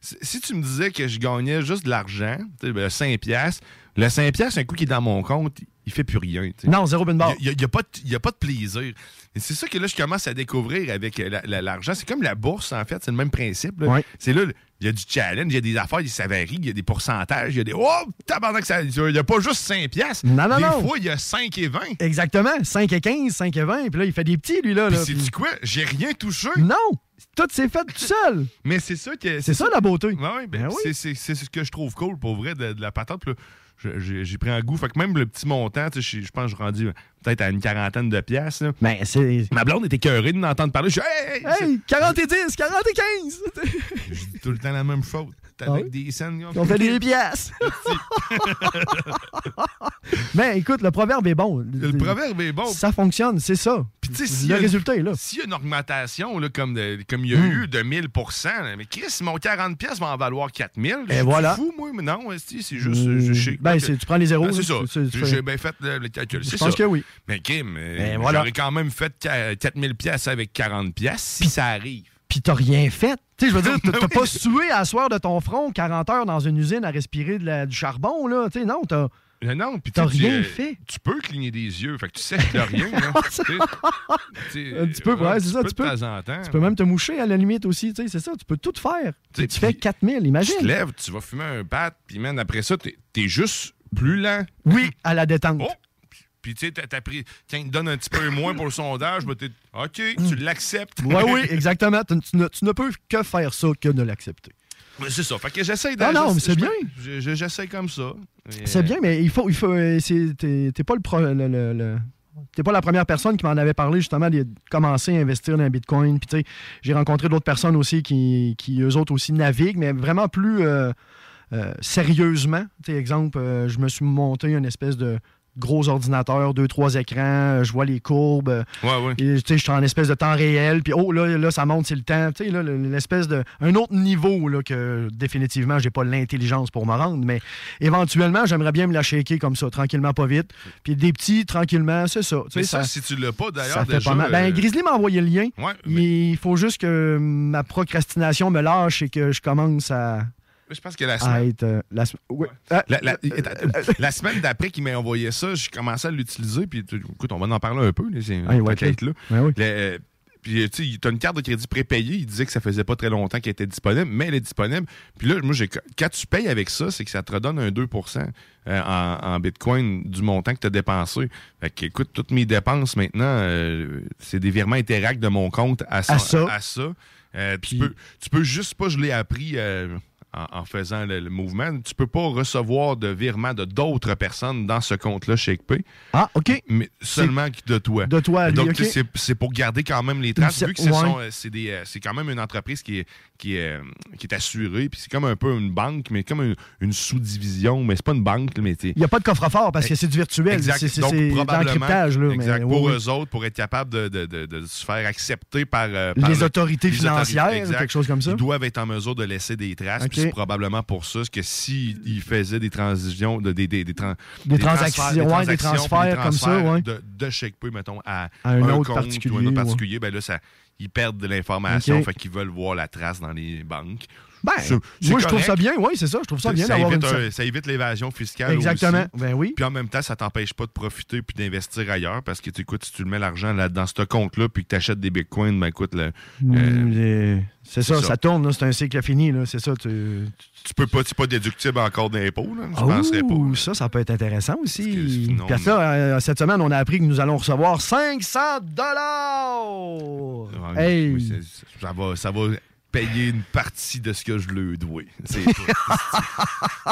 si- si tu me disais que je gagnais juste de l'argent, tu sais, ben, le 5 piastres, le 5 piastres, un coup qui est dans mon compte, il fait plus rien. tu sais.
Non, zéro bin barre.
Il n'y a, il y a pas de- il y a pas de plaisir. Et c'est ça que là, je commence à découvrir avec euh, la- la- l'argent. C'est comme la bourse, en fait. C'est le même principe. là.
Ouais.
C'est là, il y a du challenge, il y a des affaires, ça varie, il y a des pourcentages, il y a des. Oh, tabarnak, ça- il n'y a pas juste 5 piastres.
Non, non,
des
non.
fois, il y a 5 et 20.
Exactement. 5 et 15, 5 et 20. Puis là, il fait des petits, lui, là.
Puis
là,
c'est
puis-
du quoi? J'ai rien touché.
Non! Tout s'est fait tout seul.
Mais c'est ça que.
C'est ça, la beauté.
Ouais, ouais, ben,
Ben oui.
c'est- c'est- C'est ce que je trouve cool pour vrai de, de la patente. Puis là, je- J'ai j'ai pris un goût. Fait que même le petit montant, tu sais, je je pense que je suis rendu euh, peut-être à une quarantaine de pièces.
Ben, c'est.
Ma blonde était écœurée de m'entendre parler. Je dis, hey, hey, hey,
Hey, 40 et 10, 40 et
[LAUGHS]
15.
Je dis tout le temps la même faute. T'es
Ah
avec
oui?
des scènes. gars.
On fait des
[LAUGHS]
pièces. ben, écoute, le proverbe est bon.
Le proverbe est bon.
Ça fonctionne, c'est ça.
Puis tu sais, s'il y
le
a-
résultat est là.
S'il y a une augmentation, là, comme, de- comme il y a
Mm.
eu de 1000 là, mais Chris, mon 40 pièces va en valoir 4000.
Et
Je suis
voilà.
fou, moi, mais non, esti, c'est juste. euh, je sais
Ben,
que-
c'est- tu prends les zéros,
Ben, c'est
là,
ça.
tu- tu- tu fais-
J'ai bien fait le, le calcul.
Je
c'est
pense
ça.
que oui.
Mais Kim, euh,
Ben,
j'aurais
voilà.
quand même fait 4000 pièces avec 40 pièces si ça arrive.
Puis t'as rien fait. Tu sais, je veux
[LAUGHS]
dire, t'as-
Ben
t'as
oui.
pas sué à soir de ton front 40 heures dans une usine à respirer de la- du charbon, là. Tu sais, non, t'as
Mais Non, puis tu
T'as
sais, tu,
rien
euh,
fait? Ah,
Tu peux cligner des yeux, fait que tu sais que t'as rien.
[LAUGHS]
hein. Tu sais,
Un petit peu,
un
ouais, c'est
petit
ça.
peu
Tu
de
peux,
temps en temps.
tu peux même te moucher à la limite aussi, tu sais, c'est ça. Tu peux tout faire.
Tu
Tu,
sais,
fais 4000, imagine.
Tu te lèves, tu vas fumer un bat, puis man, après ça, t'es es juste plus lent. Oh!
Oui, à la détente.
Puis tu sais, t'as t'as pris. Tiens, il te donne un petit peu moins pour le sondage, mais t'es. OK, tu l'acceptes.
Oui, oui, exactement. Tu, tu ne, tu ne peux que faire ça que de l'accepter.
[LAUGHS] Mais C'est ça. Fait que j'essaie de.
Ah non, mais c'est
je-
bien.
je- je- J'essaie comme ça. Et,
C'est bien, mais il faut. Il faut euh, c'est- t'es t'es pas le. pro- le- le- le- T'es pas la première personne qui m'en avait parlé justement de commencer à investir dans le Bitcoin. Puis tu sais, j'ai rencontré d'autres personnes aussi qui, qui, eux autres aussi naviguent, mais vraiment plus euh, euh, sérieusement. Tu sais, exemple, euh, je me suis monté une espèce de gros ordinateur, deux, trois écrans, euh, je vois les courbes. euh,
Ouais, ouais.
et, tu sais, je suis en espèce de temps réel, puis oh, là, là, ça monte, c'est le temps. Tu sais, là, le- l'espèce de. Un autre niveau, là, que définitivement, j'ai pas l'intelligence pour me rendre, mais éventuellement, j'aimerais bien me la shaker comme ça, tranquillement, pas vite. Puis des petits, tranquillement, c'est ça. Tu
Mais
sais,
ça, si tu l'as pas, d'ailleurs,
ça fait
déjà,
pas mal. Ben,
euh,
Grizzly m'a envoyé le lien.
Ouais,
mais il faut juste que ma procrastination me lâche et que je commence à.
Je pense que la
à
semaine-
être, euh, la se- ouais. Ah, euh,
La, la- la semaine d'après qu'il m'a envoyé ça, je commençais à l'utiliser. Puis, tu- écoute, on va en parler un peu. là, C'est
ouais,
tant qu'à
ok.
être là. Le- euh, puis, tu sais, t'as une carte de crédit prépayée. Il disait que ça faisait pas très longtemps qu'elle était disponible, mais elle est disponible. Puis là, moi, j'ai, quand tu payes avec ça, c'est que ça te redonne un 2 euh, en, en bitcoin du montant que tu as dépensé. Fait que, écoute, toutes mes dépenses maintenant, euh, c'est des virements interact de mon compte à ça.
À ça.
à ça. Euh, tu, peux, tu peux juste pas, je l'ai appris euh, en, en faisant le, le mouvement, tu peux pas recevoir de virement de d'autres personnes dans ce compte-là chez XP.
Ah, OK.
Mais seulement de toi.
de toi à lui,
Donc,
OK.
tu sais, c'est- c'est pour garder quand même les traces,
C'est-
vu que ce
ouais.
sont, euh, c'est des, euh, c'est quand même une entreprise qui est, qui est, euh, qui est assurée, puis c'est comme un peu une banque, mais comme une, une sous-division, mais c'est pas une banque, là, mais t'es-
Il n'y a pas de coffre-fort parce que c'est du virtuel.
Eh, Exact.
C'est- C'est
Donc,
c'est
probablement,
l'encryptage. là, mais
exact.
oui,
pour
oui.
eux autres, pour être capable de, de- de- de se faire accepter par, euh,
Les
par le-
autorités financières,
exact.
quelque chose comme ça.
Ils doivent être en mesure de laisser des traces.
Ok.
puis C'est probablement pour ça que s'ils ils faisaient des transitions, de- des, des, des, trans-
Des
transferts-
transactions, ouais, des
transactions,
transferts
puis des
comme ça,
transferts
ouais.
De, de chèque peu, mettons, à,
À un autre
compte ou
particulier,
un autre
ouais.
particulier, ben là, ça, ils perdent de l'information,
Ok.
fait qu'ils veulent voir la trace dans les banques.
Ben,
C'est-
moi,
c'est
je trouve
correct.
ça bien. Oui, c'est ça. Je trouve ça bien d'avoir une.
évite un- euh, ça évite l'évasion fiscale
Exactement.
aussi.
Ben oui.
Puis en même temps, ça t'empêche pas de profiter puis d'investir ailleurs parce que, tu écoutes, si tu le mets l'argent là, dans ce compte-là puis que tu achètes des bitcoins, ben écoute, le-
Mm, les- C'est ça,
c'est
ça,
ça.
tourne. là, C'est un cycle fini. là, C'est ça. Tu...
tu peux pas, c'est pas déductible encore d'impôts. là. Je
Oh,
penserais pas.
ça, ça peut être intéressant aussi.
non,
Puis ça, euh, cette semaine, on a appris que nous allons recevoir 500 dollars.
Ouais,
Hey.
Ah oui, c'est- ça, va, ça va payer une partie de ce que je lui dois. C'est
[LAUGHS]
tout.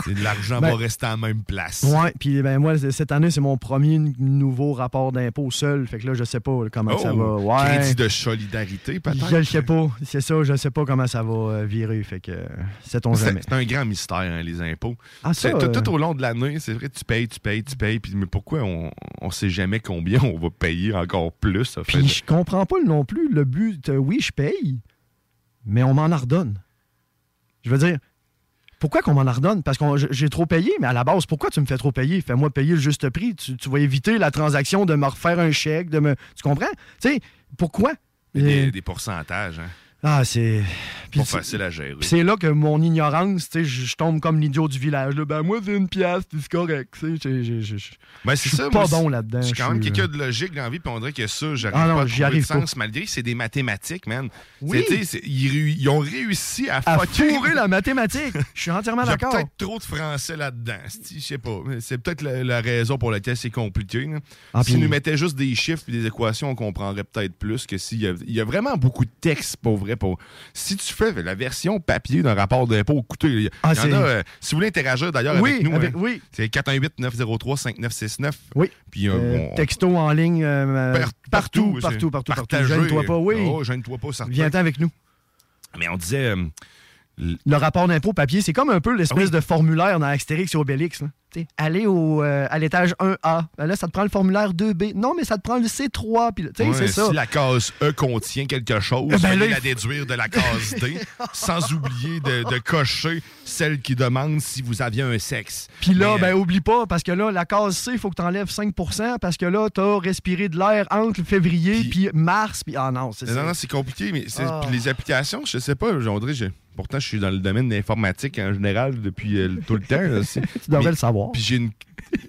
C'est- L'argent
Ben-
va rester à la même place.
Ouais, puis ben moi c- cette année c'est mon premier n- nouveau rapport d'impôt seul, fait que là je sais pas là, comment
Oh,
ça va. Ouais.
Crédit de solidarité, peut-être.
Je le sais pas, c'est ça, je sais pas comment ça va euh, virer, fait que euh, sait-on
C'est
jamais.
c'est un grand mystère, hein, les impôts.
Ah, ça,
C'est- tout,
euh,
tout au long de l'année, c'est vrai, tu payes, tu payes, tu payes. Puis, mais pourquoi on ne sait jamais combien on va payer encore plus? ça fait-
Puis je comprends pas non plus le but. euh, oui, je paye, mais on m'en ordonne. Je veux dire, pourquoi qu'on m'en ordonne? Parce que j'ai trop payé, mais à la base, pourquoi tu me fais trop payer? Fais-moi payer le juste prix. Tu, tu vas éviter la transaction de me refaire un chèque, de me. Tu comprends? Tu sais, pourquoi?
Des,
Et-
des pourcentages, hein.
Ah, c'est. Puis
Pas
tu-
facile à gérer.
Puis c'est là que mon ignorance, tu sais, je je tombe comme l'idiot du village. là. Ben, moi, c'est une pièce, puis c'est correct. tu sais, j'ai- j'ai- j'ai- Je
Ben,
je
c'est
suis
ça,
pas
moi,
bon là-dedans.
Je suis quand même
suis, euh,
quelqu'un de logique dans la vie, puis on dirait que ça, j'arrive
Ah non,
pas à
j'y
trouver
arrive
de sens, malgré que c'est des mathématiques, man.
Oui.
C'est- tu sais, c'est- ils, réu- ils ont réussi à,
euh, À
fucker-
fourrer la mathématique. Je suis entièrement
Il y a
d'accord.
peut-être trop de français là-dedans. sti, Je sais pas. C'est peut-être la, la raison pour laquelle c'est compliqué. là.
Ah,
S'ils
puis-
nous mettaient juste des chiffres et des équations, on comprendrait peut-être plus que s'il y a, il y a vraiment beaucoup de textes pour vrai. Pour... Si tu fais la version papier d'un rapport d'impôt, écoutez, il y,
Ah,
il y en
c'est-
a. euh, si vous voulez interagir d'ailleurs
Oui,
avec nous,
avec-
hein,
oui.
c'est 418-903-5969.
Oui.
Puis euh,
Euh,
on-
texto en ligne, euh,
par-
partout,
c'est-
partout, partout, partout.
partager.
Gêne-toi pas, oui.
Oh, gêne-toi pas, certain.
Viens-t'en avec nous.
Mais on disait. euh, l-
Le rapport d'impôt papier, c'est comme un peu l'espèce
Ah oui.
de formulaire dans Astérix et Obélix. là. Tu sais, Aller au, euh, à l'étage 1A, Ben là, ça te prend le formulaire 2B. Non, mais ça te prend le C3. Puis, là, tu sais,
Ouais,
c'est ça.
Si la case E contient quelque chose,
Eh ben
fallait
là, il
la
faut-
déduire de la case
[LAUGHS]
D, sans oublier de, de cocher celle qui demande si vous aviez un sexe.
Puis là,
Mais, euh,
ben, oublie pas, parce que là, la case C, il faut que t'enlèves 5 parce que là, t'as respiré de l'air entre février puis mars. Puis, ah non, c'est
euh, Non,
ça.
non, c'est compliqué, mais c'est-
Ah.
puis les applications, je sais pas, j'en dirais, j'ai- pourtant je suis dans le domaine de l'informatique en général depuis euh, tout le temps. là, c'est-
[LAUGHS] Tu devrais
mais-
le savoir.
Puis j'ai une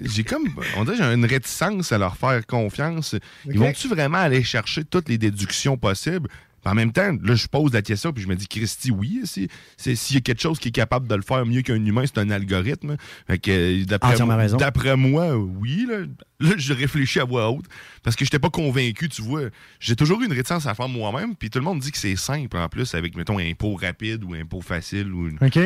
j'ai comme. On dirait que j'ai une réticence à leur faire confiance. Ils vont-tu vraiment aller chercher toutes les déductions possibles? Puis En même temps, là, je pose la question, puis je me dis, Christy, oui, si- c'est- s'il y a quelque chose qui est capable de le faire mieux qu'un humain, c'est un algorithme. Fait que, euh, d'après,
Entièrement raison.
d'après moi, oui. Là, là je réfléchis à voix haute, parce que je n'étais pas convaincu, tu vois. J'ai toujours eu une réticence à faire moi-même, puis tout le monde dit que c'est simple, en plus, avec, mettons, un pot rapide ou un pot facile. Ou une-
OK.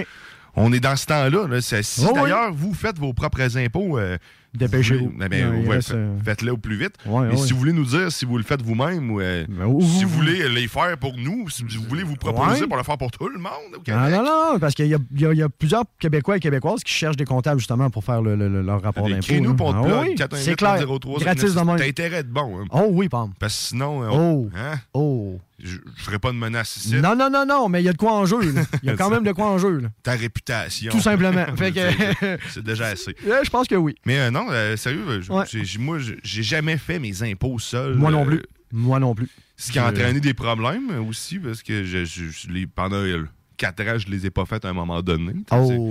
on est dans ce temps-là. là. Ça- Si
Oh oui.
d'ailleurs vous faites vos propres impôts, euh,
Dépêchez-vous.
vous voulez- eh ben,
Ouais, il
ouais,
reste,
fa-
euh,
faites-le au plus vite.
Ouais,
Et
ouais. Ben,
si vous voulez nous dire si vous le faites vous-même ou euh, si vous voulez les faire pour nous, si vous voulez vous proposer
Ouais.
pour le faire pour tout le monde. au
Ah
Québec.
non, non, non, parce qu'il y a, il y a- il y a plusieurs Québécois et Québécoises qui cherchent des comptables justement pour faire le- le- le- leur rapport d'impôt.
Écris-nous
là.
pour
Ah
te plug,
oui,
418
C'est clair.
003
Gratis de
59.
même.
T'as intérêt à être bon. hein.
Oh oui, Pam.
Parce que sinon, euh,
Oh.
hein,
Oh.
je je ferais pas de menace ici.
Non, non, non, non, mais il y a de quoi en jeu. là.
[LAUGHS]
Il y a quand même de quoi en jeu. là.
Ta réputation.
Tout
[LAUGHS]
simplement. Fait que-
C'est déjà
[LAUGHS]
assez.
Euh, Je pense que oui.
Mais euh, non, euh, sérieux, euh, j-
Ouais.
j'ai- j'ai- moi, j'ai- j'ai jamais fait mes impôts seul.
Moi non
euh,
plus. Moi non plus.
Ce qui a entraîné des problèmes euh, aussi, parce que je, je- je les- pendant euh, quatre ans, je les ai pas faites à un moment donné.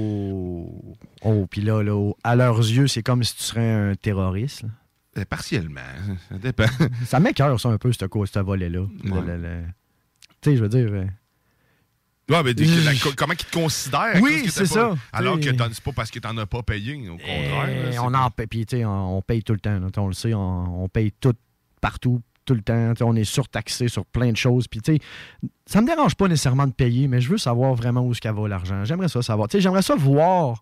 Oh. Oh, puis là, là, oh, à leurs yeux, c'est comme si tu serais un terroriste. là.
Euh, Partiellement, ça dépend.
Ça m'écœure, ça, un peu, ce, co- ce volet-là. Le- le- le- Tu sais, je veux dire. euh,
Ouais, mais des- que la
Je-
co- comment ils te considèrent? à
Mmh. Oui,
cause que t'as
c'est
pas-
ça.
Alors que
T'sais.
t'en- c'est pas parce que t'en as pas payé, au contraire. là,
Eh,
c'est-
on en paye, puis, tu sais, on, on paye tout le temps. là. on le sait, on, on paye tout, partout, tout le temps. Tu sais, on est surtaxé sur plein de choses. Puis, tu sais, ça me dérange pas nécessairement de payer, mais je veux savoir vraiment où ce qu'elle va l'argent. J'aimerais ça savoir. Tu sais, j'aimerais ça voir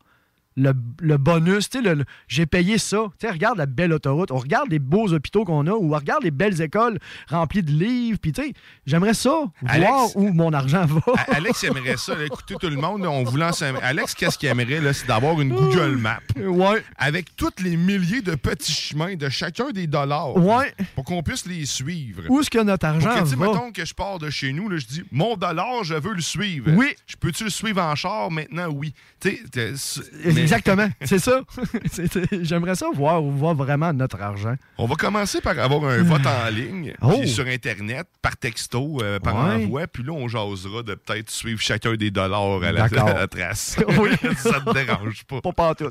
le, le bonus. Tu sais, le- le- j'ai payé ça. Tu sais, regarde la belle autoroute. On regarde les beaux hôpitaux qu'on a ou on regarde les belles écoles remplies de livres. Puis, tu sais, j'aimerais ça
Alex-
voir où mon argent va.
A- Alex aimerait ça. là, écoutez tout le monde, là, on vous lance un- Alex, qu'est-ce qu'il aimerait, là, c'est d'avoir une Google Map.
[LAUGHS] Ouais.
Avec tous les milliers de petits chemins de chacun des dollars.
Ouais.
Pour qu'on puisse les suivre.
Où est-ce que notre
Pour
argent
que, tu sais,
va?
mettons que je pars de chez nous, là, je dis mon dollar, je veux le suivre.
Oui.
Je peux-tu le suivre en char maintenant? Oui. Tu sais, t'es- s- mais- [LAUGHS]
Exactement, c'est ça. [LAUGHS] C'est- c'est- J'aimerais ça voir où va vraiment notre argent.
On va commencer par avoir un vote en ligne,
[SIGHS] Oh.
puis sur Internet, par texto, euh, par
Ouais.
envoi, puis là, on jasera de peut-être suivre chacun des dollars à la,
D'accord.
à la [LAUGHS] trace.
[LAUGHS] Oui.
ça te dérange pas.
Pas partout.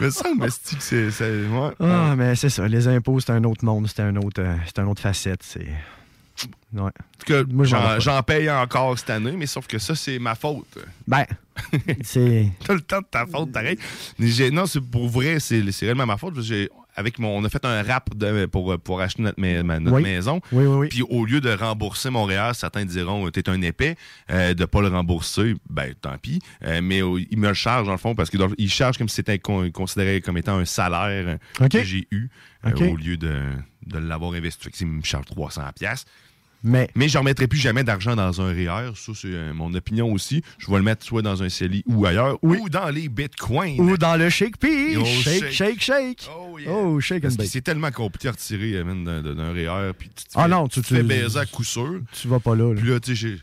Mais ça, mais c'est- c'est. c'est- ouais.
Ah, mais c'est ça. Les impôts, c'est un autre monde, c'est un autre, euh, c'est un autre facette. C'est. Ouais.
En tout cas,
Moi, je m'en vais
j'en-
pas.
j'en paye encore cette année, mais sauf que ça, c'est ma faute.
Ben,
[LAUGHS]
c'est.
T'as le temps de ta faute, pareil. Mais j'ai- Non, c'est pour vrai, c'est c'est réellement ma faute. parce que j'ai- Avec mon, on a fait un rap de- pour, euh, pour acheter notre, mais- ma- notre
Oui.
maison.
Oui, oui, oui.
Puis au lieu de rembourser Montréal, certains diront t'es un épais euh, de pas le rembourser, ben tant pis. Euh, mais euh, ils me le chargent dans le fond parce que dans- ils chargent comme si c'était con- considéré comme étant un salaire euh,
OK.
que j'ai eu euh,
OK.
au lieu de, de l'avoir investi. Fait que, ils me chargent 300 pièces.
Mais.
Mais je remettrai plus jamais d'argent dans un REER. Ça, c'est euh, mon opinion aussi. Je vais le mettre soit dans un CELI ou ailleurs, ou dans les bitcoins.
Ou dans le shake pee
Yo,
Shake,
shake.
shake, shake.
Oh,
Oh,
yeah.
shake and
Parce que
bake.
c'est tellement compliqué à retirer euh, man, d'un d'un REER. Puis tu te
Ah
fais-
non, tu-
te fais
tu-
baiser à coup sûr.
Tu vas pas là. là.
Puis là, tu sais, j'ai.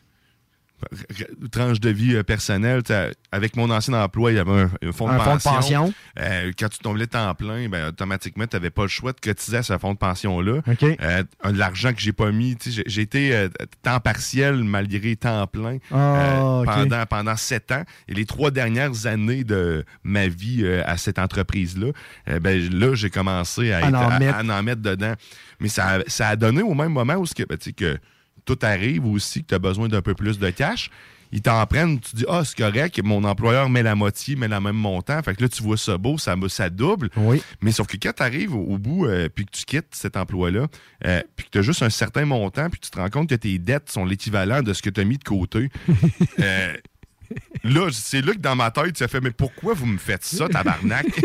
r- r- Tranche de vie euh, personnelle. tu sais, Avec mon ancien emploi, il y avait un, un fonds,
Un
de
fonds
pension.
de pension.
Euh, quand tu tombais temps plein, ben, automatiquement, tu n'avais pas le choix de cotiser à ce fonds de pension-là.
OK.
Euh, un- de L'argent que j'ai pas mis, tu sais, j'ai j'ai été euh, temps partiel malgré temps plein euh,
Ah, OK.
pendant, pendant sept ans. Et les trois dernières années de ma vie euh, à cette entreprise-là, euh, ben, là, j'ai commencé à,
À
être-
en
à-
mettre.
à en mettre dedans. Mais ça, ça a donné au même moment où ce que, ben, tu sais, que tout arrive aussi, que tu as besoin d'un peu plus de cash. Ils t'en prennent, tu dis, ah, c'est correct, mon employeur met la moitié, met la même montant. Fait que là, tu vois ça beau, ça, me- ça double.
Oui.
Mais sauf que quand tu arrives au, au bout, euh, puis que tu quittes cet emploi-là, euh, puis que tu as juste un certain montant, puis que tu te rends compte que tes dettes sont l'équivalent de ce que tu as mis
[LAUGHS]
de côté. euh, Là, c'est là que dans ma tête, ça fait Mais pourquoi vous me faites ça, tabarnak? [LAUGHS]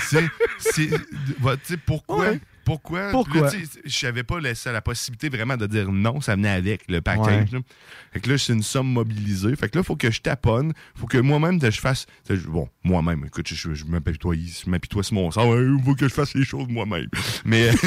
c'est. c'est- bah, tu sais, pourquoi?
Ouais.
Pourquoi?
Pourquoi?
Là, tu sais, Je n'avais pas laissé la possibilité vraiment de dire non, ça venait avec le package. là. Fait que là, c'est une somme mobilisée. Fait que là, il faut que je taponne. faut que moi-même, que je fasse. tu sais, je- Bon, moi-même, écoute, je, je, je m'apitoie je m'apitoie sur mon [LAUGHS] sang. Il faut que je fasse les choses moi-même. Mais. [LAUGHS]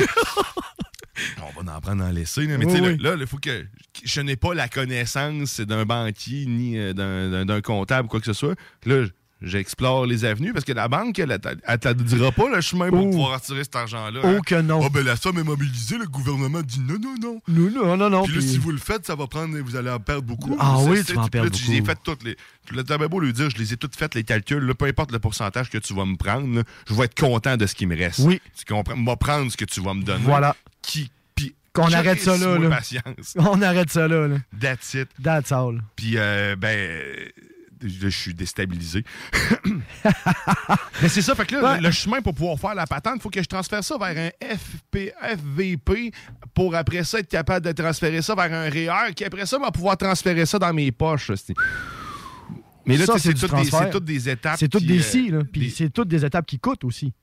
On va en prendre en laisser. là. Mais
Oui,
tu sais,
oui.
là, il faut que je n'ai pas la connaissance d'un banquier ni euh, d'un- d'un d'un comptable, quoi que ce soit. Là, J'explore les avenues parce que la banque, elle ne te dira pas le chemin pour
Oh.
pouvoir retirer cet argent-là.
Oh que non.
Ah ben la somme est mobilisée, le gouvernement dit non, non, non.
Non, non, non, non.
Ah, ben, Puis là,
puis-
si vous le faites, ça va prendre, vous allez en perdre beaucoup.
Ah
C'est-
oui,
c'est-
tu vas en
puis
perdre
là, Je les ai
beaucoup.
faites toutes. Les, le t'avais beau lui dire, je les ai toutes faites, les calculs. là, peu importe le pourcentage que tu vas me prendre, là, je vais être content de ce qui me reste.
Oui.
Tu comprends? Moi, prendre ce que tu vas me donner.
Voilà.
Qui, puis,
Qu'on arrête ça là.
crisse-moi
là. [LAUGHS]
patience.
On arrête ça là. là.
That's it.
That's all.
Puis, euh, ben, euh, je je suis déstabilisé. [COUGHS] Mais c'est ça, fait que là,
Ouais.
le chemin pour pouvoir faire la patente, il faut que je transfère ça vers un FP, FVP pour après ça être capable de transférer ça vers un REER qui après ça va pouvoir transférer ça dans mes poches. c'est- Mais là,
Ça,
tu sais, c'est
du
toutes, des-
transfert.
c'est toutes des étapes.
C'est toutes
qui,
des
euh,
si, là. Puis c'est toutes des étapes qui coûtent aussi.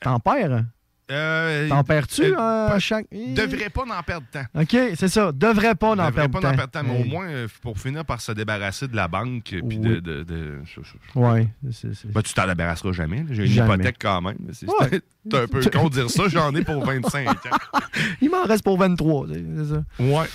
T'en perds. hein?
euh,
T'en perds-tu
euh,
hein,
pas-
à chaque.
Devrais pas en perdre tant.
OK, c'est ça. Devrait pas en
Devrait
perdre
pas
tant.
en perdre tant, mais au
Hey.
moins euh, pour finir par se débarrasser de la banque. Puis de, de- de- je- je-
Ouais. c'est- c'est-
Ben, tu t'en débarrasseras jamais. là. J'ai une
Jamais.
hypothèque quand même. mais C'est [LAUGHS]
Ouais.
t'es un peu
[LAUGHS]
con de dire ça. J'en ai pour 25 ans.
Il m'en reste pour 23. c'est- C'est ça.
Ouais.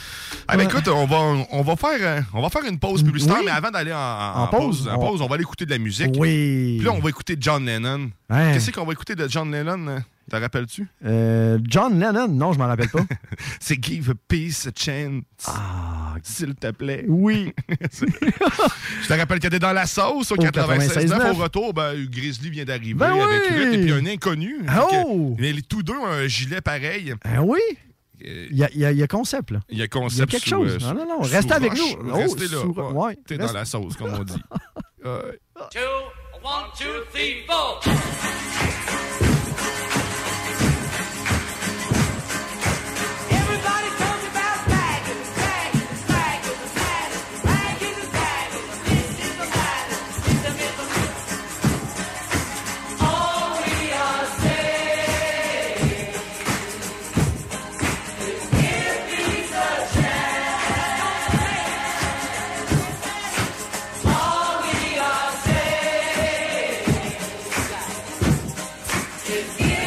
Ah, ben, écoute, on va, on, va faire, euh, on va faire une pause publicitaire,
Oui.
mais avant d'aller en, en-
En
en pause,
pause,
en
on-
pause, on va aller écouter de la musique.
Oui.
Puis là, on va écouter John Lennon.
Hein.
Qu'est-ce qu'on va écouter de John Lennon? hein? T'en rappelles-tu?
Euh, John Lennon, non, je m'en rappelle pas.
[LAUGHS] C'est Give a Peace a Chance. S'il te plaît.
Ah. Oui.
[LAUGHS] C'est- Je te rappelle qu'elle était dans la sauce au
Au
96
96.9.
Au retour, ben, Grizzly vient d'arriver
Ben
avec
oui!
Lutte et puis un inconnu.
Oh!
Mais les tous deux ont un gilet pareil.
Ah oui?
Euh,
Il y, a- il y a- il y a concept, là.
Il
Il
y a
y a
concept
quelque
sous,
chose.
euh,
non, non, non.
sous
Restez avec
roche.
nous. Oh,
Restez là.
sous-
ouais.
ouais,
T'es
reste-
dans la sauce, comme
[LAUGHS]
on dit. Ouais.
Two, one, two, three, four. Everybody talks about baggage, baggage, baggage, baggage, baggage, baggage. This is the baggage, this is the myth. All we are saying is give peace a chance. All we are saying.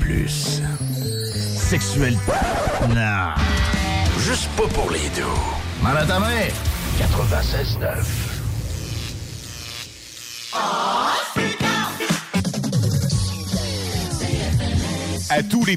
plus. Sexuel. Non. Juste pas pour les deux. Mal à ta main. 96.9.
À tous les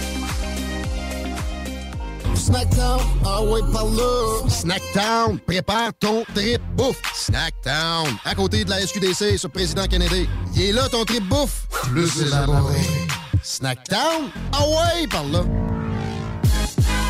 Snackdown, ah ouais, par là. Snackdown, prépare ton trip bouffe. Snackdown, à côté de la SQDC sur Président Kennedy. Il est là ton trip bouffe. Plus élaboré. Snackdown, ah ouais, par là.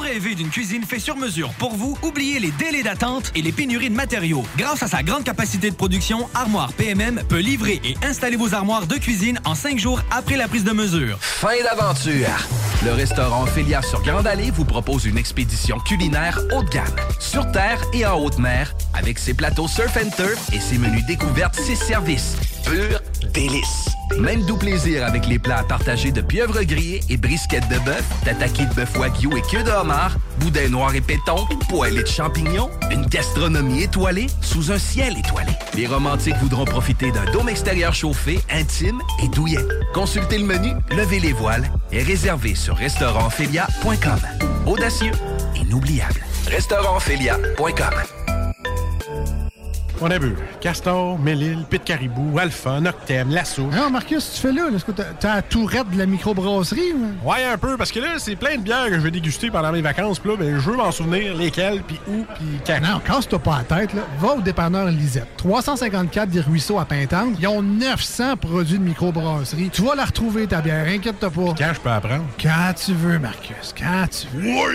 rêvez d'une cuisine faite sur mesure pour vous? Oubliez les délais d'attente et les pénuries de matériaux. Grâce à sa grande capacité de production, Armoire PMM peut livrer et installer vos armoires de cuisine en cinq jours après la prise de mesure.
Fin d'aventure! Le restaurant Félia sur Grande Allée vous propose une expédition culinaire haut de gamme, sur terre et en haute mer, avec ses plateaux surf and turf et ses menus découvertes, ses services. Pur délice! Même doux plaisir avec les plats partagés de pieuvres grillées et brisquettes de bœuf, tataki de bœuf wagyu et queue de homard, boudin noir et péton, poêlée de champignons, une gastronomie étoilée sous un ciel étoilé. Les romantiques voudront profiter d'un dôme extérieur chauffé, intime et douillet. Consultez le menu, levez les voiles et réservez sur restaurantphilia.com. Audacieux, inoubliable. Restaurantphilia.com.
On a bu Castor, Mélile, Pit Caribou, Alpha, Noctem, La Souche.
Non, Marcus, tu fais là. là, Est-ce que t'as t'as la tourette de la microbrasserie? hein?
Ouais, un peu, parce que là, c'est plein de bières que je vais déguster pendant mes vacances. Puis là, ben, je veux m'en souvenir lesquelles, puis où, puis quand.
Non, casse-toi pas la tête. Là. Va au dépanneur Lisette. 354 des Ruisseaux à Pintante. Ils ont 900 produits de microbrasserie. Tu vas la retrouver, ta bière. Inquiète-toi pas.
Quand je peux apprendre?
Quand tu veux, Marcus. Quand tu veux.
Oui!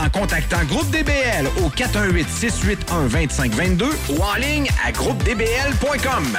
en contactant Groupe DBL au 418-681-2522 ou en ligne à groupedbl.com.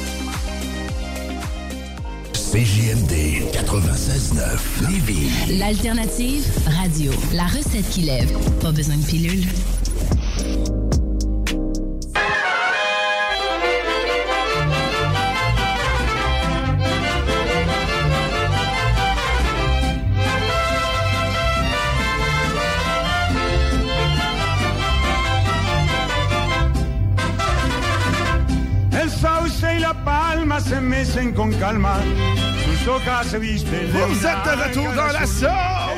CJMD 96.9 Lévis.
L'alternative radio. La recette qui lève. Pas besoin de pilule.
El sauce y la palma se mecen con calma. Sus hojas se visten. de
Vous êtes de
blanca
retour dans la
azul.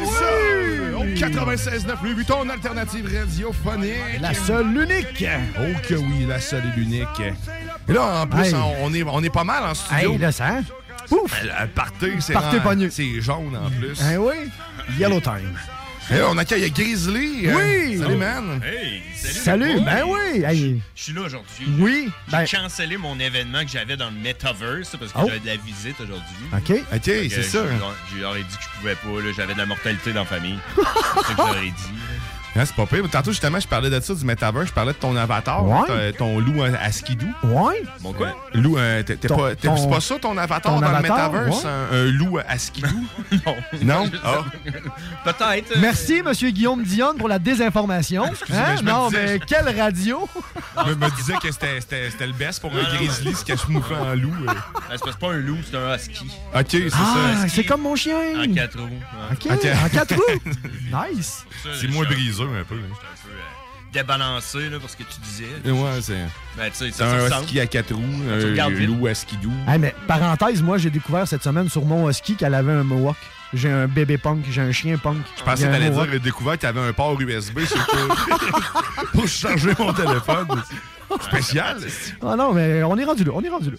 sauce!
El
Au 96.9 Louis Vuitton, alternative radiophonique.
Ah, La seule, l'unique.
Oh que oui, la seule et l'unique. Et là, en plus,
Hey.
on, on est, on est pas mal en studio. Euh,
Hey, là, ça. hein? Ouf!
Le party, c'est
Partez
en-
pas nu.
C'est jaune en plus.
Hein, oui? Yellow Time.
Et là, Eh, on accueille Grizzly. hein.
Oui!
Salut, man.
Hey, salut.
Salut!
les boys.
Ben oui! Hey.
Je suis là aujourd'hui.
Oui,
J'ai
ben-
cancellé mon événement que j'avais dans le Metaverse parce que
Oh.
j'avais de la visite aujourd'hui.
OK. OK,
Fait que
c'est ça.
j'ai- J'aurais dit que je pouvais pas, là, j'avais de la mortalité dans la famille. c'est ça que
[LAUGHS]
j'aurais dit.
Hein, c'est pas pire. Tantôt, justement, je parlais de ça, du metaverse. Je parlais de ton avatar,
Ouais.
hein, ton- ton loup à, à skidou.
Ouais.
Mon quoi?
Loup, euh, t'es- t'es
Ton-
pas- t'es-
ton-
c'est pas ça ton avatar
ton
dans
avatar,
le metaverse?
ouais.
Un, un loup
[LAUGHS]
à skidou? non. Non? Ah.
Peut-être. euh,
Merci, Monsieur Guillaume Dionne, pour la désinformation.
Excusez,
Hein?
mais je me
Non,
disais-
mais quelle radio!
me, me disais que c'était- c'était c'était le best pour un grizzly se cache mouffant en loup. euh.
Ben, c'est parce que c'est pas un loup, c'est un husky.
OK, c'est
Ah,
ça.
c'est comme mon chien!
En quatre roues.
OK, en quatre roues!
[LAUGHS]
Nice!
C'est moins briseux un peu. hein.
un peu euh, débalancé là, pour ce que tu disais.
Ouais, c'est.
Ben, tu sais,
C'est
ça se
un
ressemble.
husky à quatre roues,
Tu
un
regardes vite.
loup à skidou.
Hey, mais parenthèse, moi, j'ai découvert cette semaine sur mon husky qu'elle avait un mohawk. J'ai un bébé punk, j'ai un chien punk.
Je pensais
Il y a
que
un hein.
t'allais dire
mohawk.
j'ai découvert que t'avais un port USB
[LAUGHS]
sur pour- pour charger mon téléphone. Spécial.
Ah non, mais on est rendu là, on est rendu
[LAUGHS]
là.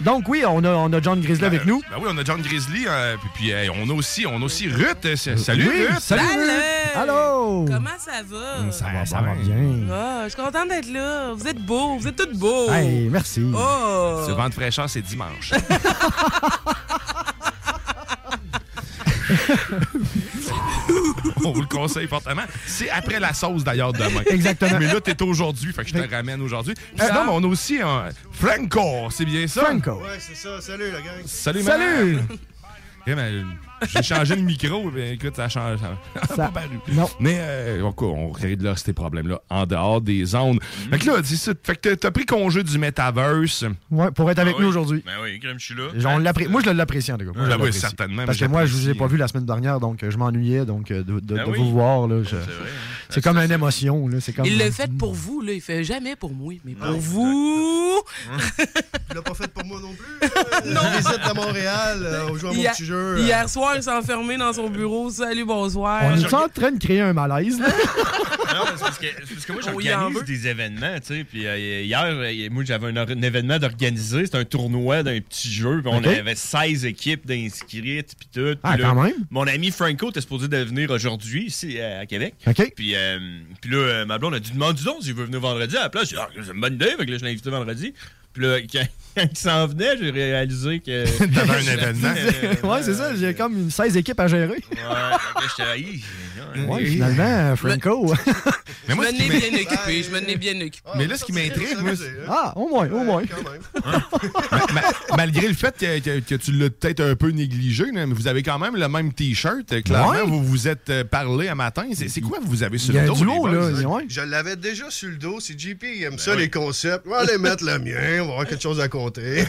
Donc oui, on a, on a John Grizzly avec nous.
Ben oui, on a John Grizzly, euh, puis, puis, euh, on a aussi, on a aussi Ruth. euh, c'est- Salut
Oui,
Ruth.
salut, Salut. Ruth. Allô.
Comment ça va?
Ben, Ça
Ah,
va
ça
bien.
va bien.
Ah, je suis contente d'être là. Vous êtes beaux, vous êtes toutes beaux.
Hey, merci.
Oh.
Ce vent de fraîcheur, c'est dimanche. On vous le conseille fortement. C'est après la sauce, d'ailleurs, demain.
Exactement.
Mais là, t'es aujourd'hui, fait que je te ramène aujourd'hui. Puis
Euh,
Sinon, ben, on a aussi un Franco, c'est bien ça?
Franco.
Ouais, c'est ça. Salut, la gang.
Salut,
Salut!
man. Eh ben, J'ai changé le micro, mais écoute, ça change. Ça... a [LAUGHS] pas paru. Mais euh, on- quoi, on règle là ces problèmes-là en dehors des ondes. Fait que là, dis ça. Fait que t'as- t'as pris congé du metaverse.
Ouais, pour être avec
Ah oui.
nous aujourd'hui.
Ben oui, crème, je suis là.
On l'appré- Moi, je l'apprécie, en tout cas. Moi, je
Euh, Ah oui,
l'apprécie.
certainement,
Parce que
mais
moi, je vous ai pas vu la semaine dernière, donc euh, je m'ennuyais donc euh, de, de-
Ben
Ah
de
oui.
vous voir. là, je-
hein.
C'est comme une émotion. là, C'est comme...
Il l'a fait pour vous, là. Il fait jamais pour moi, mais pour vous. [LAUGHS]
Il l'a pas fait pour moi non plus. non. Visite à Montréal, euh, on joue à mon
Hier,
petit jeu.
hier soir, il s'est enfermé dans son bureau. Salut, bonsoir.
On est en train de créer un malaise. là?
Ah,
Non, mais c'est parce que, c'est parce que moi,
Oh,
Oui, Oh, il en veut.
j'organise des événements, tu sais. Puis euh, hier, euh, moi, j'avais un, or- un événement d'organiser. C'était un tournoi d'un petit jeu. Puis on
Ok.
avait 16 équipes d'inscrites, puis tout. Puis
Ah,
là,
quand même.
Mon ami Franco était supposé de venir aujourd'hui, ici, à à Québec.
OK.
Puis, euh, puis là, euh, ma blonde a dit demande donc s'il veut venir vendredi. À la place, j'ai dit, Ah, c'est une bonne idée. Fait que là, je l'ai invité vendredi. Puis là, quand, [LAUGHS] quand il s'en venait, j'ai réalisé
[LAUGHS]
que.
T'avais [LAUGHS]
[LAUGHS]
un événement.
ouais, [LAUGHS] c'est ça. J'ai comme une 16 équipes à gérer.
Ouais, fait que là, j'étais, Aïe,
[LAUGHS] Ouais, finalement, euh, Franco.
Mais moi, ce
je
qui
me l'ai
m'in- Ah,
bien occupé, je me l'ai bien occupé.
Mais là, ce qui m'intrigue, moi, c'est-
Ah, au moins, au moins.
[LAUGHS] Ma- malgré le fait que, que- que tu l'as peut-être un peu négligé, là, mais vous avez quand même le même T-shirt. Euh, Clairement,
Ouais.
vous vous êtes euh, parlé à matin. C'est c'est quoi que vous avez sur le dos? les boys?
Je l'avais déjà sur le dos. C'est JP, il
Ben
aime ça, les concepts. On va aller mettre le mien, on va avoir quelque chose à
[LAUGHS]
[LAUGHS]
compter.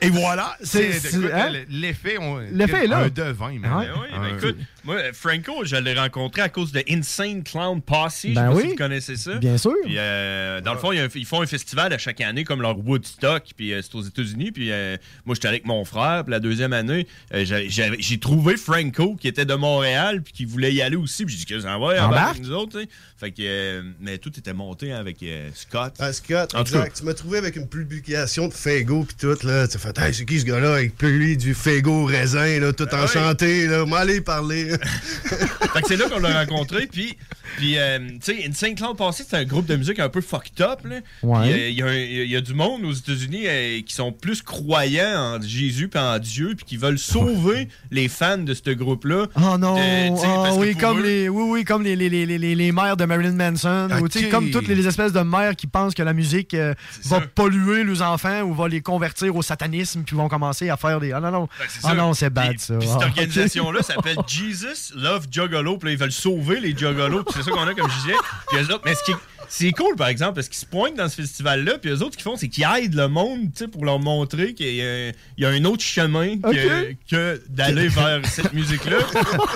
Et voilà,
C'est-
c'est
c'est-
écoute,
hein?
le- l'effet. on-
L'effet est là.
Un devin, man.
Ouais.
Ben oui,
Un-
ben écoute, moi, Franco, je l'ai rencontré à cause de Insane Clown Posse. je sais
Ben
pas
oui.
si vous connaissez ça.
Bien sûr.
Puis, euh, dans le fond, il y a un- ils font un festival à chaque année, comme leur Woodstock, puis euh, c'est aux États-Unis. Puis euh, moi, j'étais avec mon frère, puis la deuxième année, euh, j'avais- j'avais- j'ai trouvé Franco, qui était de Montréal, puis qui voulait y aller aussi. Puis j'ai dit, qu'est-ce qu'on va,
Embarque.
avec nous autres, tu sais. Fait que, euh, mais tout était monté hein, avec euh, Scott.
Ah, Scott,
En tout
exact. Tu m'as trouvé avec une publication de Fago pis tout, là. Tu as fait, hey, c'est qui ce gars-là avec lui du Fago raisin, là,
Ben
tout enchanté, là. M'en aller parler. [LAUGHS]
Fait que c'est là qu'on l'a rencontré. Puis, puis euh, tu sais, Insane Clown Passé, c'est un groupe de musique un peu fucked up. là. Puis,
Ouais.
euh, Il y, a un- il y a du monde aux États-Unis euh, qui sont plus croyants en Jésus puis en Dieu, puis qui
[LAUGHS]
veulent sauver les fans de ce groupe-là.
Oh non,
Euh, tu sais,
ah
parce que
oui,
pour
comme
eux-
les, oui, oui, comme les, les, les, les- les- les maires de Marilyn Manson, ou, tu sais,
Ok.
comme toutes les, les espèces de maires qui pensent que la musique euh, va polluer leurs enfants ou va les convertir au satanisme, puis vont commencer à faire des... Ah non, non,
Ben, c'est
ah,
ça.
non c'est bad, ça.
Puis
Ah,
cette
ok.
organisation-là s'appelle Jesus Love Juggalo. Puis là, ils veulent sauver les Juggalos. Puis c'est ça qu'on a, comme je disais. Puis eux autres, mais ce qui est- c'est cool, par exemple, parce qu'ils se pointent dans ce festival-là. Puis eux autres, ce qu'ils font, c'est qu'ils aident le monde, tu sais, pour leur montrer qu'il y, a- il y a un autre chemin que,
Ok.
que d'aller vers cette musique-là.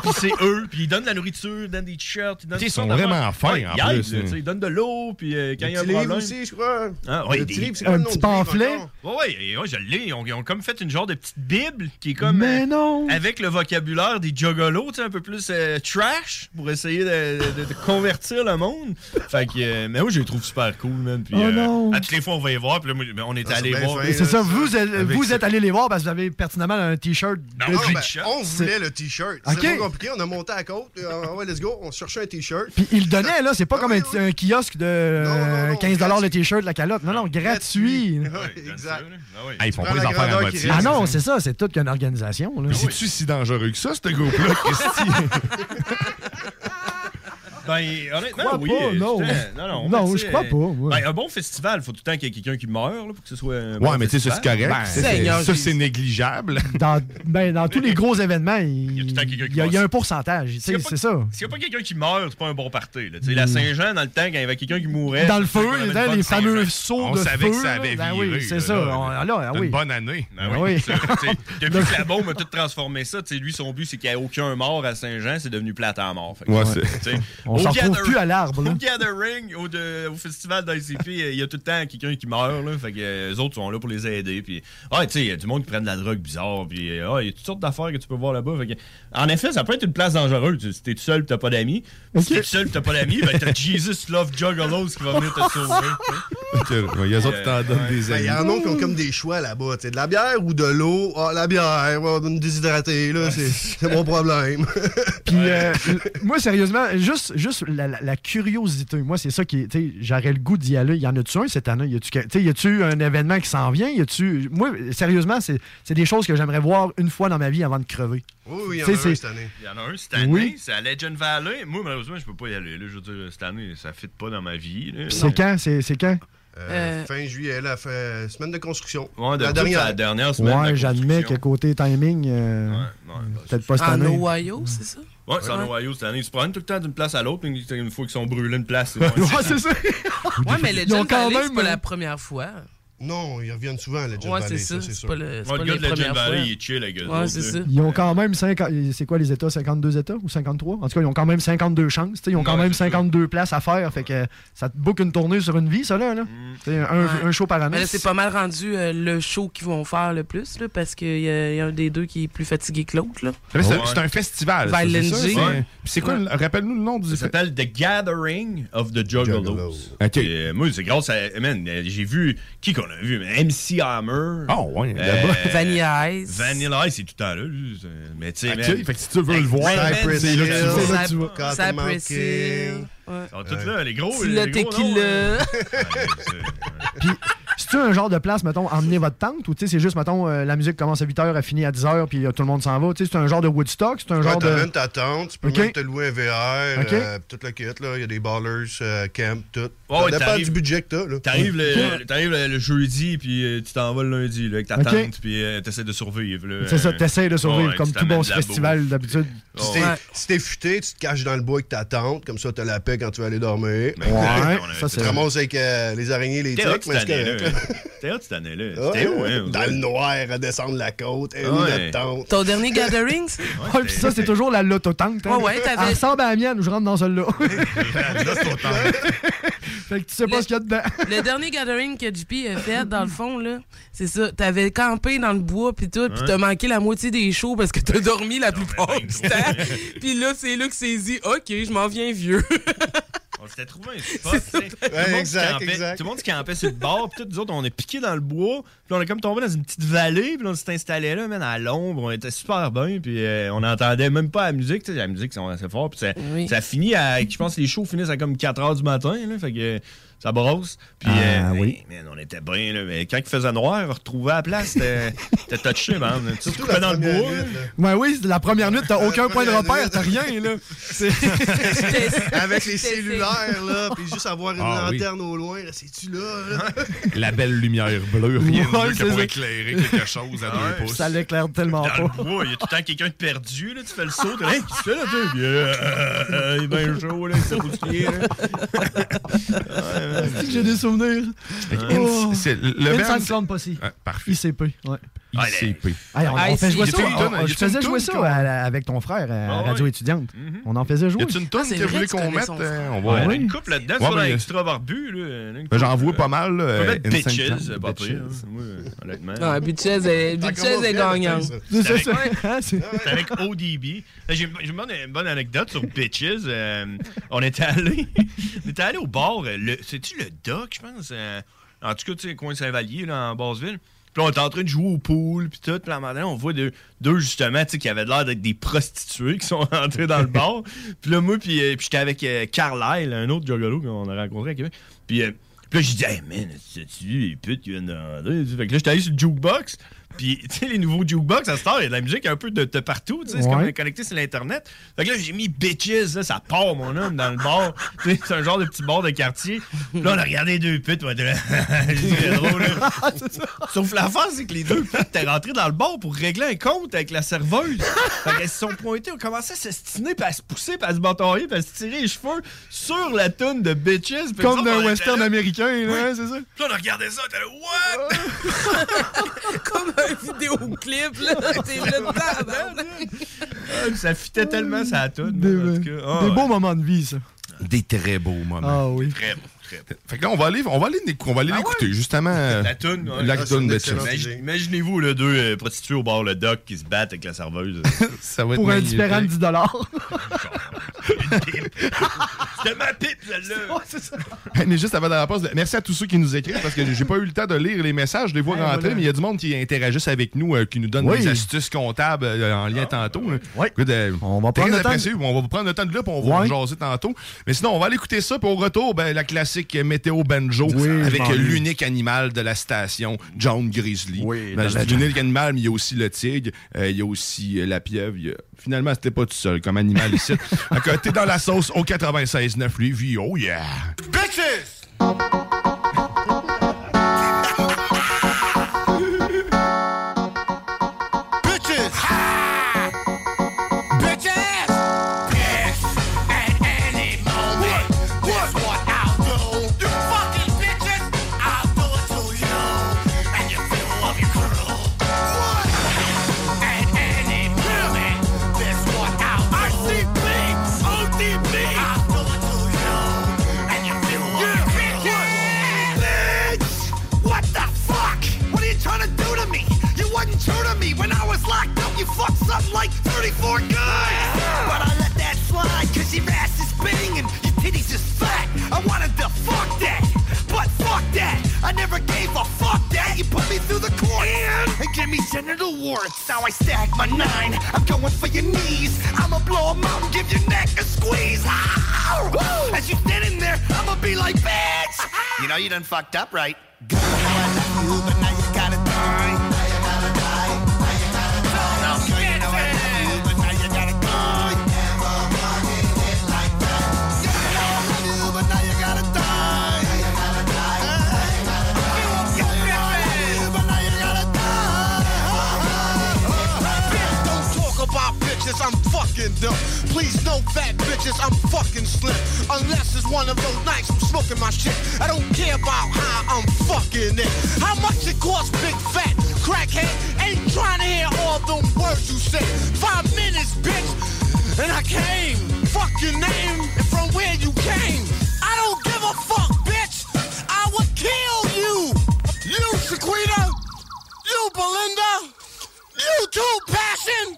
puis c'est eux. Puis ils donnent de la nourriture, ils donnent des t-shirts. Ils, donnent
Ils
toutes
sont
sortes
vraiment
d'affaires.
fins,
Ouais,
en
ils aident,
plus,
là,
hein.
tu sais, Ils donnent de l'eau. Puis euh, quand il y a un
petit livre
problème.
aussi, je crois.
Ah, ouais,
Le
des-
petit livre, c'est quoi le nom du livre encore?
oui, ouais, ouais, je l'ai. Ils ont, ils ont comme fait une genre de petite Bible qui est comme.
Mais
euh,
non!
Avec le vocabulaire des juggalos, tu sais, un peu plus euh, trash pour essayer de, de- de convertir le monde. Fait que. euh, mais oui, je les trouve super cool, man. Puis,
Oh
euh,
non!
À toutes les fois, on va les voir. Puis là, moi, ben,
Ah,
on est allé voir.
Mais C'est ça, vous, êtes- vous êtes allé les voir parce que vous avez pertinemment un T-shirt
Non,
de-
non,
du-
Ben, on voulait
C'est-
le t-shirt.
Ok.
C'est pas compliqué. On a monté à la côte. puis, ah ouais, let's go. On cherchait un t-shirt.
Puis il le donnait, là,
Ah
c'est pas comme un, un kiosque de euh, 15 le T-shirt, la calotte. Non, non, gratuit.
[LAUGHS] exact.
Ah, ils font
Tu prends
pas les
la
affaires à
grandeur
moitié.
Ah non, c'est ça, c'est toute qu'une organisation.
Ah
là.
C'est-tu si dangereux que ça, ce
[LAUGHS]
groupe-là, Christy?
Ben, honnêtement,
crois
oui.
pas,
euh,
non.
putain, non, non,
Non,
mais tu
je
sais,
crois pas, ouais.
Ben, un bon festival, faut tout le temps qu'il y ait quelqu'un qui meure là, pour que ce soit. un
ouais,
bon
mais tu sais, ça, c'est
festival.
Ben,
correct. Ça, c'est- ça,
[LAUGHS]
c'est négligeable.
Dans, ben, dans tous les gros événements, il
tout le temps quelqu'un qui
il y, a- il y a
passe.
un pourcentage, tu sais,
S'il y a pas-
c'est ça. Mm.
S'il n'y a pas quelqu'un qui meurt, c'est pas un bon party. Là. Tu sais, La Saint-Jean, dans le temps, quand il y avait quelqu'un qui mourait.
Dans le
c'était
feu, les-
quand même une bonne
les fameux
Saint-Jean.
sauts On de savait que feu, ça là. avait Ben oui, viré, c'est là, ça. là. On- là, ah
C'était
oui.
Une bonne année.
Ben oui, c'est ça.
[LAUGHS]
Tu sais, Depuis que la bombe a tout transformé ça, tu sais, lui, son but, c'est qu'il n'y ait aucun mort à Saint-Jean, c'est devenu plate à mort. Fait que,
Ouais,
tu
c'est-
sais,
On
au
s'en retrouve
gather-
plus à l'arbre. là.
Au Gathering, au, de- au festival d'ICP, euh, il y a tout le temps quelqu'un qui meurt. Là, fait que euh, les autres sont là pour les aider. Puis, ah, tu sais, il y a du monde qui prennent de la drogue bizarre. Puis, euh, ah, il y a toutes sortes d'affaires que tu peux voir là-bas. Fait que, en effet, ça peut être une place dangereuse. Tu- Si t'es tout seul, pis t'as pas d'amis. Si t'es tout seul, pis t'as pas d'amis, ben t'as Jesus Love Juggalos qui va venir te sauver.
[LAUGHS] Ok, ouais, les autres,
Euh,
t'en donnent
ouais.
des
Ben, Il y en a qui ont comme des choix là-bas. tu sais, De la bière ou de l'eau. Ah, la bière, on va me déshydrater. là, c'est- C'est mon problème.
[LAUGHS] Puis euh, l- moi, sérieusement, juste, juste la, la- la curiosité. Moi, c'est ça qui. est- tu sais, J'aurais le goût d'y aller. Y en a-tu un cette année? Y a-tu que- tu sais, y a-tu un événement qui s'en vient? Y a-tu. Moi, sérieusement, c'est c'est des choses que j'aimerais voir une fois dans ma vie avant de crever.
Oui, oui, il y en
Tu
a
sais,
un
c'est-
cette année.
Il y en a un cette année,
Oui.
c'est à Legend Valley. Moi, malheureusement, je peux pas y aller. Là, je veux dire, cette année, ça fit pas dans ma vie. là.
C'est quand? C'est c'est quand?
Euh, Fin juillet, la fin- semaine de construction.
Ouais, de
la
toute
dernière.
la dernière semaine. de la
Ouais, j'admets que côté timing, euh,
bah,
peut-être pas cette
En
année.
Ohio,
c'est ça?
Ouais, c'est en
Ouais.
Ohio cette année. Ils se prennent tout le temps d'une place à l'autre, puis une fois qu'ils sont brûlés
[LAUGHS]
une
[LAUGHS]
place.
Ouais, c'est ça.
[LAUGHS] Ouais, mais les
Ils ont
gens
quand
Valley, c'est
même,
pas
hein.
la première fois.
Non, ils reviennent souvent à Legend
Ouais,
Valley.
c'est ça, c'est
sûr.
pas le- c'est
Ouais,
pas
le gars
les
de Legend
premières
Valley,
fois.
il est chill avec eux
Ouais,
autres,
c'est
là.
ça.
Ils ont quand même 50, c'est quoi les États? 52 États ou 53? En tout cas, ils ont quand même 52 chances. tu sais, Ils ont quand même 52 places à faire. Fait que ça te boucle une tournée sur une vie, ça là. là.
Mm.
Tu sais, Un, un show par année.
Mais là, c'est pas mal rendu euh, le show qu'ils vont faire le plus, là, parce qu'il y, a- y a un des deux qui est plus fatigué que l'autre. là.
Mais C'est c'est un festival. ça, c'est ça?
Violent J.
C'est-
Ouais.
Puis c'est quoi? le- Rappelle-nous le nom du
Ça s'appelle The Gathering of the Juggalos. Euh,
OK.
moi, c'est grâce à. Man, euh, j'ai vu. Qui qu'on a vu? mais MC Hammer. Euh,
Oh, ouais, là-bas.
[LAUGHS]
Vanilla Ice.
Vanilla Ice, c'est tout le temps là. lui, c'est- Mais
Ah,
tu sais.
OK,
man-
fait que si tu veux le voir,
Man,
Cypress
c'est là que
Hill,
tu le vois.
Cypress-
Cypress Hill.
Ils sont tous là, les gros.
Petit
[LAUGHS]
[LAUGHS]
les gros noms,
tequila.
hein.
Puis, C'est-tu un genre de place, mettons, emmener votre tente ou tu sais, c'est juste, mettons, euh, la musique commence à 8h, elle finit à 10h, puis euh, tout le monde s'en va? Tu sais, c'est un genre de Woodstock, c'est un genre
t'amènes
de.
ta tente, tu peux
Ok.
même te louer un VR,
Ok.
euh, toute la quête, là. Il y a des ballers, euh, camp, tout.
Ouais, ouais,
ça dépend
t'arrives-
du budget que t'as, là.
T'arrives le, t'arrives le, le jeudi, puis euh, tu t'en vas le lundi là, avec ta
Ok.
tente, puis euh, t'essaies de survivre. là.
C'est ça,
Euh,
t'essayes de survivre
ouais,
comme
tu
tout
t'amènes
bon
de la
festival d'habitude.
Si t'es, si t'es futé, tu te caches dans le bois avec ta tente, comme ça t'as la paix quand tu vas aller dormir.
Ben,
[LAUGHS]
Ouais, on avait ça,
Tu
c'est
te ramasses avec euh, les araignées, les
T'es où
trucs, mais c'est
cette année-là?
correct. là.
T'es où cette année-là?
Ouais,
T'es où, hein?
Dans le noir, à descendre la côte, et
Ouais.
notre tente.
Ton dernier
[LAUGHS]
gathering, c'est-
Ouais, puis ça, c'est toujours la lototante. Hein?
Ouais, ouais, t'avais-
Elle ressemble à la mienne, je rentre
[LAUGHS]
dans celle-là. fait que tu sais pas ce qu'il y a dedans.
[LAUGHS] le dernier gathering que JP a fait, dans le fond, là, c'est ça. T'avais campé dans le bois, puis tout, puis
Ouais.
t'as manqué la moitié des shows parce que t'as dormi la plupart du temps. Puis là, c'est là que c'est dit, OK, je m'en viens vieux. [LAUGHS]
On s'était trouvé un spot, tu sais. Tout le monde se
exact,
campait-
exact.
Tout le monde se campait sur le bord, puis tout, nous autres, on est piqué dans le bois, puis on est comme tombé dans une petite vallée, puis là, on s'est installé là, man, à l'ombre, on était super bien, puis euh, on n'entendait même pas la musique, tu sais, la musique, c'est assez fort, puis ça, ça finit à, je pense, que les shows finissent à comme 4 h du matin, là, fait que euh, ça brosse, puis
Ah,
euh, man, man, on était bien, là, mais quand il faisait noir, retrouver à la place, c'était c'était
[LAUGHS]
touché, man, tu te coupais dans le bois,
Ben oui, la première nuit, t'as aucun point de repère, t'as rien, là.
[LAUGHS]
C'est-
Avec les cellulaires, là, puis juste avoir une
Ah, oui.
lanterne au loin, là, c'est-tu là?
[LAUGHS]
là?
La belle lumière bleue, rien de
Ouais,
mieux que
c'est
pour
ça.
éclairer quelque chose
Ah
à deux pouces.
Ça l'éclaire tellement
Ah,
Dans le
pas.
bois, il y a tout le temps quelqu'un de perdu, là, tu fais le saut, t'es là, Hey, qu'est-ce que tu fais là, tu Puis, euh, euh, il
[LAUGHS]
est bien chaud, là, il s'est bousqué, là.
C'est que J'ai des souvenirs. Oh.
Fait que Ins- c'est- le
Inside
band, c'est-
Clown Posse.
Ouais, parfait.
ICP, ouais.
ICP.
Hey, on, on fait jouer ça.
Y a-t-il une
on-
toune-
on-
y a-t-il
je
une
faisais
toune
jouer ça
qu'on-
à la- avec ton frère à
ouais.
Radio Étudiante. On en faisait jouer.
Y a-t-il une toune que vous voulez qu'on mette euh,
Ah
On
Ouais,
va.
il y en a une couple là-dedans,
Ouais,
tu vois,
mais-
dans l'extra barbu, là. une
Ben, J'en
couple,
vois
euh,
pas mal.
on peut
euh,
mettre
Insane
Bitches,
Clown.
pas pire.
Bitches.
hein. Moi, honnêtement.
Non, Butchez Ah, est, Butchez est gagnant.
C'est ça, ça. [LAUGHS] Hein, c'est-
C'est avec ODB. Là, J'ai j'ai une bonne- une bonne anecdote sur Bitches. Euh, on était allé [LAUGHS] on était allé au bar. euh, le- C'est-tu le Doc, je pense? euh, en tout cas, tu sais, coin Saint-Vallier, là, en Basseville. Puis là, on était en train de jouer au pool, puis tout. Puis là, à un moment donné, on voit deux, deux justement, tu sais, qui avaient l'air d'être des prostituées qui sont [LAUGHS] rentrés dans le bar. Puis là, moi, puis, euh, puis j'étais avec euh, Carlyle, un autre juggalo qu'on a rencontré à Québec. Puis... euh, puis là, j'ai dit, hey man, c'est-tu les putes qui viennent de rentrer? Tu sais, Fait que là, j'étais allé sur le jukebox. Puis, [LAUGHS] tu sais, les nouveaux jukebox, à ce temps, il y a de la musique un peu de, de partout. Tu sais, c'est
Ouais.
comme connecté sur l'Internet. Fait que là, j'ai mis bitches, là, ça part, mon homme, dans le bar. [LAUGHS] Tu sais, c'est un genre de petit bar de quartier. Puis là, on a regardé les deux putes. On était là, [LAUGHS]
[LAUGHS]
c'est drôle, là.
Ah,
Sauf l'affaire, c'est que les deux putes étaient rentrées dans le bar pour régler un compte avec la serveuse. Fait qu'elles se sont pointées, ont commencé à s'estiner, puis à se pousser, puis à se batailler, puis à se tirer les cheveux sur la toune de bitches. Puis
Comme
nous autres,
d'un
on était
western
là.
américain, là,
Oui.
hein, c'est ça?
Puis là, on a regardé ça, on
[LAUGHS]
était là, what?
Comme un vidéoclip, là. T'es hein. là dedans,
Ça fitait tellement ça toune.
Des,
man, en tout
des
cas. Ah, ouais.
beaux moments de vie, ça.
Des très beaux moments.
Ah oui.
Très beau, très beau.
Fait que là, on va aller, on va aller, l'éc- on va aller l'écouter, justement. euh, ben,
La toune, ouais.
La
Ah, c'est
toune
une
Bitches.
excellente idée. Imaginez-vous, là, deux euh, prostituées au bord, le doc qui se battent avec la serveuse.
[LAUGHS] Ça va
Pour un différent de 10
C'était ma pipe, celle-là.
[LAUGHS] Mais juste avant d'aller à la pause, merci à tous ceux qui nous écrivent parce que j'ai pas eu le temps de lire les messages, de les voir
Ouais,
rentrer,
voilà.
mais il y a du monde qui interagissent avec nous, euh, qui nous donne
Oui.
des astuces comptables euh, en
Ah,
lien tantôt. on va
prendre le temps de-
On va prendre le temps de là, puis on va
Ouais.
jaser tantôt. Mais sinon, on va aller écouter ça, puis au retour, ben, la classique euh, météo banjo avec
je m'en
euh,
vais.
l'unique animal de la station, John Grizzly.
dans
Ben, je
la
[LAUGHS]
dis l'unique animal, mais il y a aussi le tigre, euh, il y a aussi euh, la pieuvre. il y a- Finalement, c'était pas tout seul comme
[LAUGHS]
animal ici. Fait que T'es dans la sauce au 96.9, lui, vie, oh yeah!
Bitches! Bitches! Ha! Bitches! Yes! At any moment. That's what I'll do. You fucking bitches! I'll do it to you. And you feel of your crew. What? At any moment. That's what I'll do. RCP! ODB! I'll do it to you. And you feel of your crew. Bitch! What the fuck? What are you trying to do to me? You wasn't true to me when I was locked up. You fucked something like 34 guys. But I let that slide, cause your ass is banging. Your titties is fat. I wanted to fuck that. But fuck that. I never gave a fuck that. You put me through the court and, and give me genital warts. Now I stack my nine. I'm going for your knees. I'ma blow 'em out and give your neck a squeeze. Ow! As you stand in there, I'ma be like, bitch! You know you done fucked up, right? what to do, but now you gotta die. Now you gotta die. Now you gotta die. Girl, you know what to do, but now you gotta die. Never wanted it like that. You know what to do, but now you gotta die. Now you gotta die. Now you gotta die. You know what to do, but now you gotta die.
Bitch, Don't talk about bitches, I'm fucking them. Please know that bitches, I'm fucking slim. Unless it's one of those nights I'm smoking my shit. I don't care about how I'm fucking it. How much it costs, big fat crackhead? Ain't trying to hear all them words you say. Five minutes, bitch, and I came. Fuck your name and from where you came. I don't give a fuck, bitch. I would kill you. You, Shaquita. You, Belinda.
You too, passion,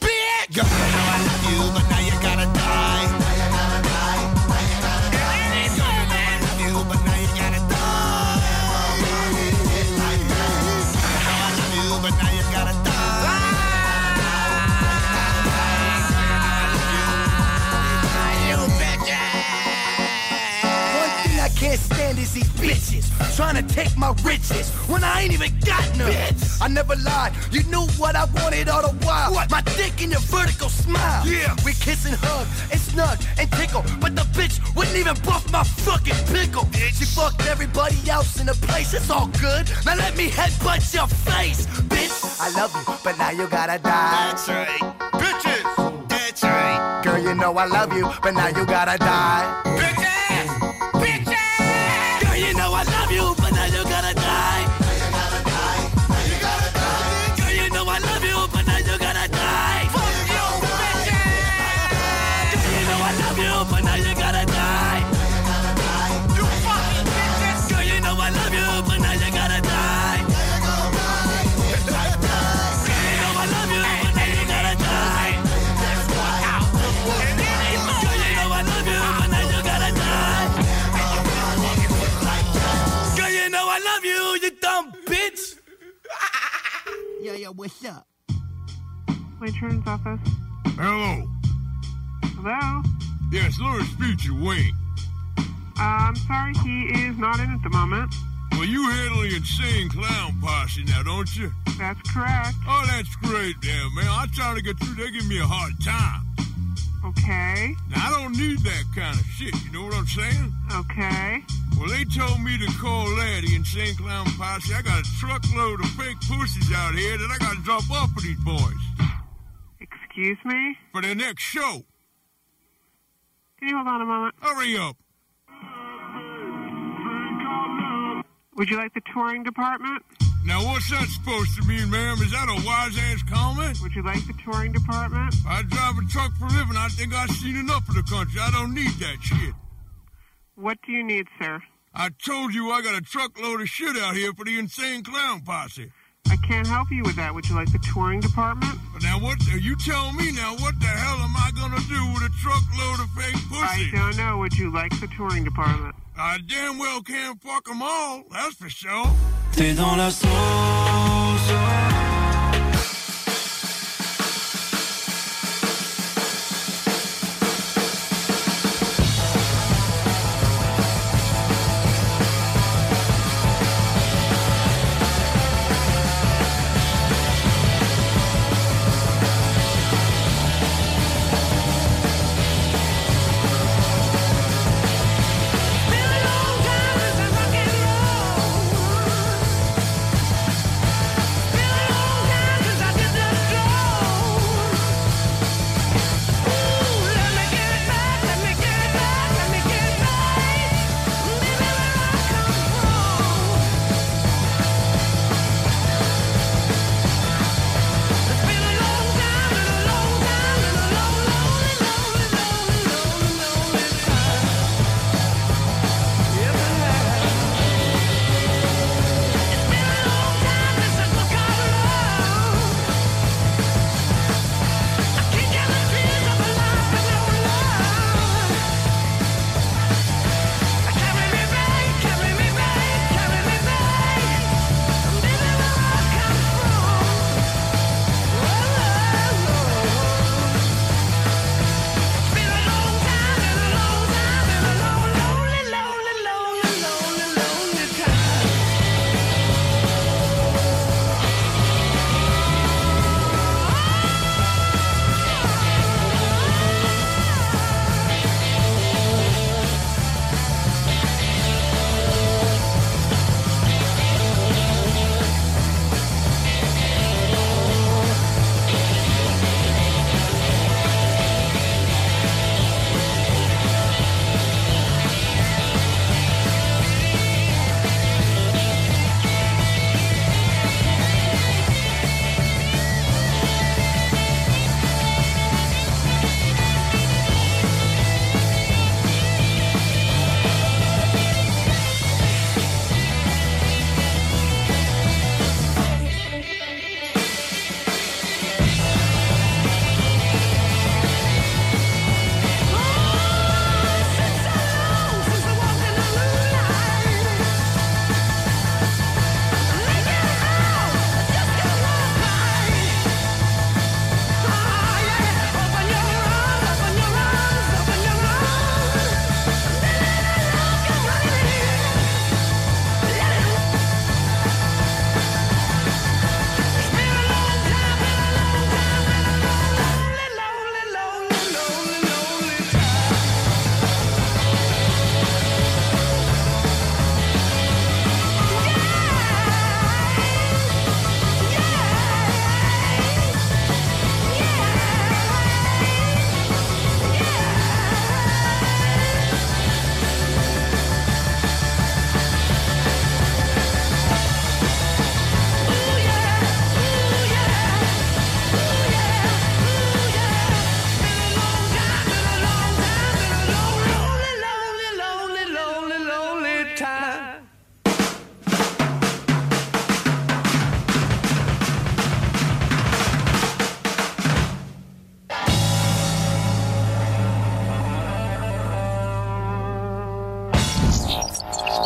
bitch. Girl, I know I love you, but now you gotta die. Now you gotta die. Now you gotta die. Girl, I know I love you, but now you gotta die. Never wanted it like that. Girl, I know I love you, but now you gotta die. You
One thing I can't stand is these bitches trying to take my riches when I ain't even got none. I never lied. You knew what I wanted all the while. My dick in your vertical smile. Yeah. We kiss and hug and snug and tickle, but the bitch wouldn't even buff my fucking pickle. She fucked everybody else in the place. It's all good. Now let me headbutt your face, bitch. I love you, but now you gotta die. That's right, bitches. That's right. Girl, you know I love you, but now you gotta die.
Girl, you know I love you, but now you gotta die. Now you gotta die. Now you gotta die. Girl, you know I love you, but now you gotta die. Fuck you, bitches. Girl, you know I love you, but now you gotta die. Now you gotta die. You fucking bitches. Girl, you know I love you, but now you gotta die. Now you gotta die. You gotta die. Girl, you know I love you, but now you gotta die. That's why I'm the one. Girl, you know I love you, but now you gotta die. Girl, you know I love you, you dumb bitch.
Yo, yo, what's up?
Returns office.
Hello.
Hello?
Yes, Lawrence Future Wayne.
Uh, I'm sorry, he is not in at the moment.
Well, you handle the insane clown posse now, don't you?
That's correct.
Oh, that's great, damn man. I try to get through. They give me a hard time.
Okay.
Now I don't need that kind of shit. You know what I'm saying?
Oh, Okay.
Well, they told me to call Laddie and St. Clown Posse. I got a truckload of fake pussies out here that I got to drop off for these boys.
Excuse me?
For their next show.
Can you hold on a moment?
Hurry up.
Would you like the touring department?
Now, what's that supposed to mean, ma'am? Is that a wise ass comment?
Would you like the touring department?
I drive a truck for a living. I think I've seen enough of the country. I don't need that shit.
What do you need, sir?
I told you I got a truckload of shit out here for the insane clown posse.
I can't help you with that. Would you like the touring department?
But now what? uh, You tell me now. What the hell am I gonna do with a truckload of fake
I
pussy?
don't know. Would you like the touring department?
I damn well can't fuck 'em all. That's for sure.
T'es dans la sauce. Been a long time since rock and roll. Been a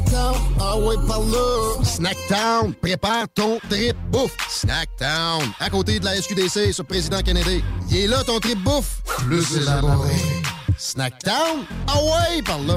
Snackdown, ah ouais, par là. Snackdown, prépare ton trip bouffe. Snackdown, à côté de la SQDC, sur Président Kennedy. Il est là ton trip bouffe, plus élaboré. Snackdown, ah ouais, par là.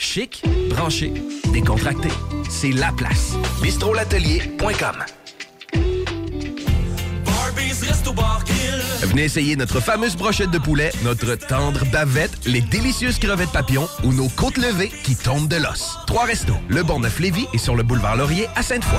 Chic, branché, décontracté. C'est la place. Bistrolatelier.com. Venez essayer notre fameuse brochette de poulet, notre tendre bavette, les délicieuses crevettes papillons ou nos côtes levées qui tombent de l'os. Trois restos, le Bonneuf Lévis et sur le boulevard Laurier à Sainte-Foy.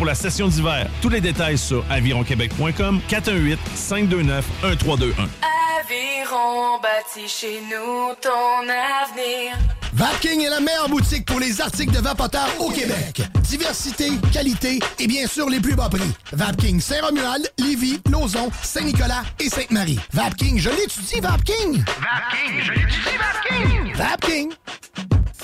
la session d'hiver. Tous les détails sur avironquebec.com 418 529 1321.
Aviron bâti chez nous ton avenir.
Vapking est la meilleure boutique pour les articles de vapoteurs au Québec. Diversité, qualité et bien sûr les plus bas prix. Vapking Saint-Romuald, Lévis, Lauson, Saint-Nicolas et Sainte-Marie. Vapking, je l'étudie, Vapking!
Vapking, je l'étudie, Vapking.
Vapking!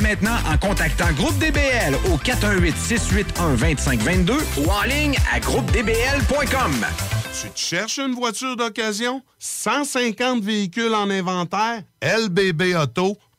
maintenant en contactant Groupe DBL au 418-681-2522 ou en ligne à groupedbl.com.
Tu te cherches une voiture d'occasion? 150 véhicules en inventaire? LBBauto.com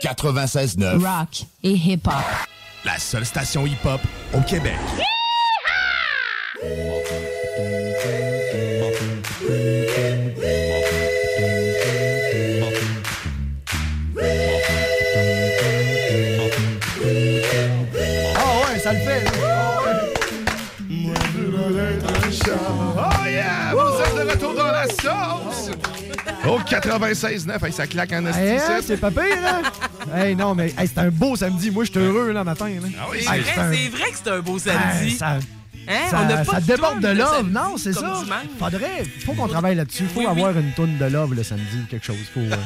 96.9.
Rock et hip-hop.
La seule station hip-hop au Québec.
Oh
Ah
ouais, ça le fait.
Oh yeah! Vous êtes de retour dans la sauce! Oh, 96.9, hey, ça claque en esti,
Hey, hein,
ça.
c'est pas pire, là! hey, non, mais hey, c'est un beau samedi. Moi, je suis heureux, là, matin. Là.
Ah
C'est
Hey,
vrai,
c'est un-
c'est vrai que c'est un beau samedi.
Hey, ça-
Hein?
ça,
On a pas
ça
de
déborde
tourne
de
le
love,
samedi
non, c'est
comme
ça.
dimanche.
Faudrait, faut qu'on travaille là-dessus. Faut
Oui, oui.
avoir une toune de love le samedi, quelque chose. Faut, euh,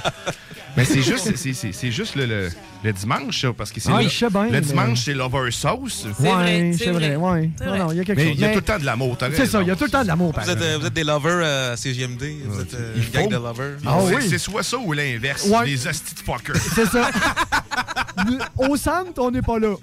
Mais c'est juste, c'est- c'est- c'est- c'est juste le, le- le dimanche, ça, parce que c'est
Ah,
le,
je sais bien,
le
mais-
dimanche, c'est Lover Sauce.
Ouais, c'est vrai. ouais.
C'est
Non,
vrai.
non, il y a quelque
Mais
chose.
il y a tout le temps de l'amour, t'as
C'est
raison.
ça, il y a tout le temps de l'amour, par
Vous êtes,
exemple.
euh, vous êtes des lovers euh, à CGMD. Vous êtes euh, une gang de lovers.
Ah, c'est, c'est soit ça ou l'inverse.
Ouais.
Les hosties de fucker. [LAUGHS]
C'est ça. Le- Au centre, on n'est pas là.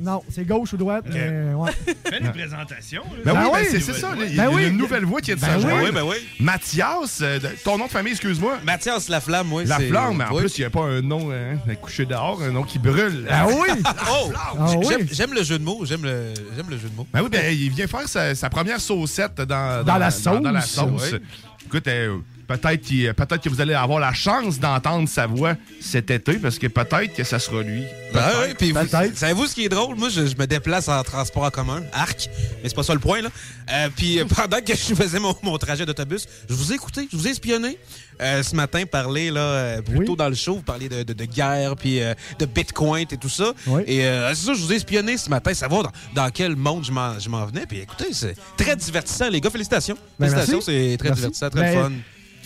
Non, c'est gauche ou droite. mais ouais.
Fais une présentation.
Ben,
là.
oui,
Fais
ben
une
c'est,
nouvelle
c'est ça.
voix.
là, Il y a une nouvelle voix qui est de
Ben
sa
oui.
Ah
joie.
Oui, ben oui.
Mathias, euh, de- ton nom de famille, excuse-moi.
Mathias Laflamme, oui.
La
c'est-
flamme, mais en
oui.
plus, il n'y a pas un nom hein, couché dehors, un nom qui brûle.
Ah
oui?
[LAUGHS]
[LAUGHS]
Oh!
Ah
J'aime-
oui.
j'aime- J'aime le jeu de mots. J'aime le, j'aime le jeu de mots.
Ben oui, ben, il vient faire sa, sa première saucette dans,
Dans la
Dans, dans la
sauce.
sauce.
Oui.
Écoute, euh, peut-être, qu'il- peut-être que vous allez avoir la chance d'entendre sa voix cet été, parce que peut-être que ça sera lui.
Ben oui, puis vous- savez-vous ce qui est drôle? Moi, je, je me déplace en transport en commun, arc, mais c'est pas ça le point, là. Euh, puis euh, pendant que je faisais mon, mon trajet d'autobus, je vous ai écouté, je vous ai espionné. Euh, ce matin, parler, là, euh, plus tôt dans le show, vous parliez de, de- de guerre, puis euh, de bitcoin et tout ça. Et euh, c'est ça, je vous ai espionné ce matin, savoir dans, dans quel monde je m'en, je m'en venais. Puis écoutez, c'est très divertissant, les gars, félicitations.
Ben,
félicitations,
merci.
c'est très
Merci.
divertissant, très
Ben,
fun.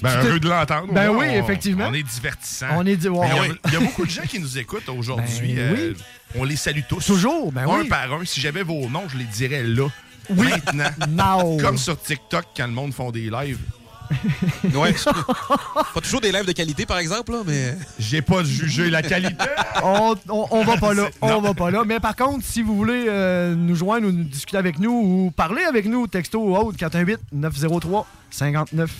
Ben,
Tu
heureux
te-
de l'entendre.
Ben
Au moins,
oui,
on-
effectivement.
On est divertissant.
On est di- ouais,
Ah. Mais il y a-
ouais.
Il y a beaucoup de gens qui nous écoutent aujourd'hui.
Ben
euh, On les salue tous.
Toujours, ben
Un
oui.
par un. Si j'avais vos noms, je les dirais là.
Oui.
Maintenant.
[LAUGHS] Non.
Comme sur TikTok, quand le monde font des
[LAUGHS]
lives.
Ouais. Pas toujours des lives de qualité, par exemple, là, mais.
J'ai pas jugé
[LAUGHS]
la qualité.
on, on, on va pas
[LAUGHS]
là.
C'est-
On
non.
va pas là. Mais par contre, si vous voulez euh, nous joindre ou nous discuter avec nous ou parler avec nous, texto ou autre, 418 903 59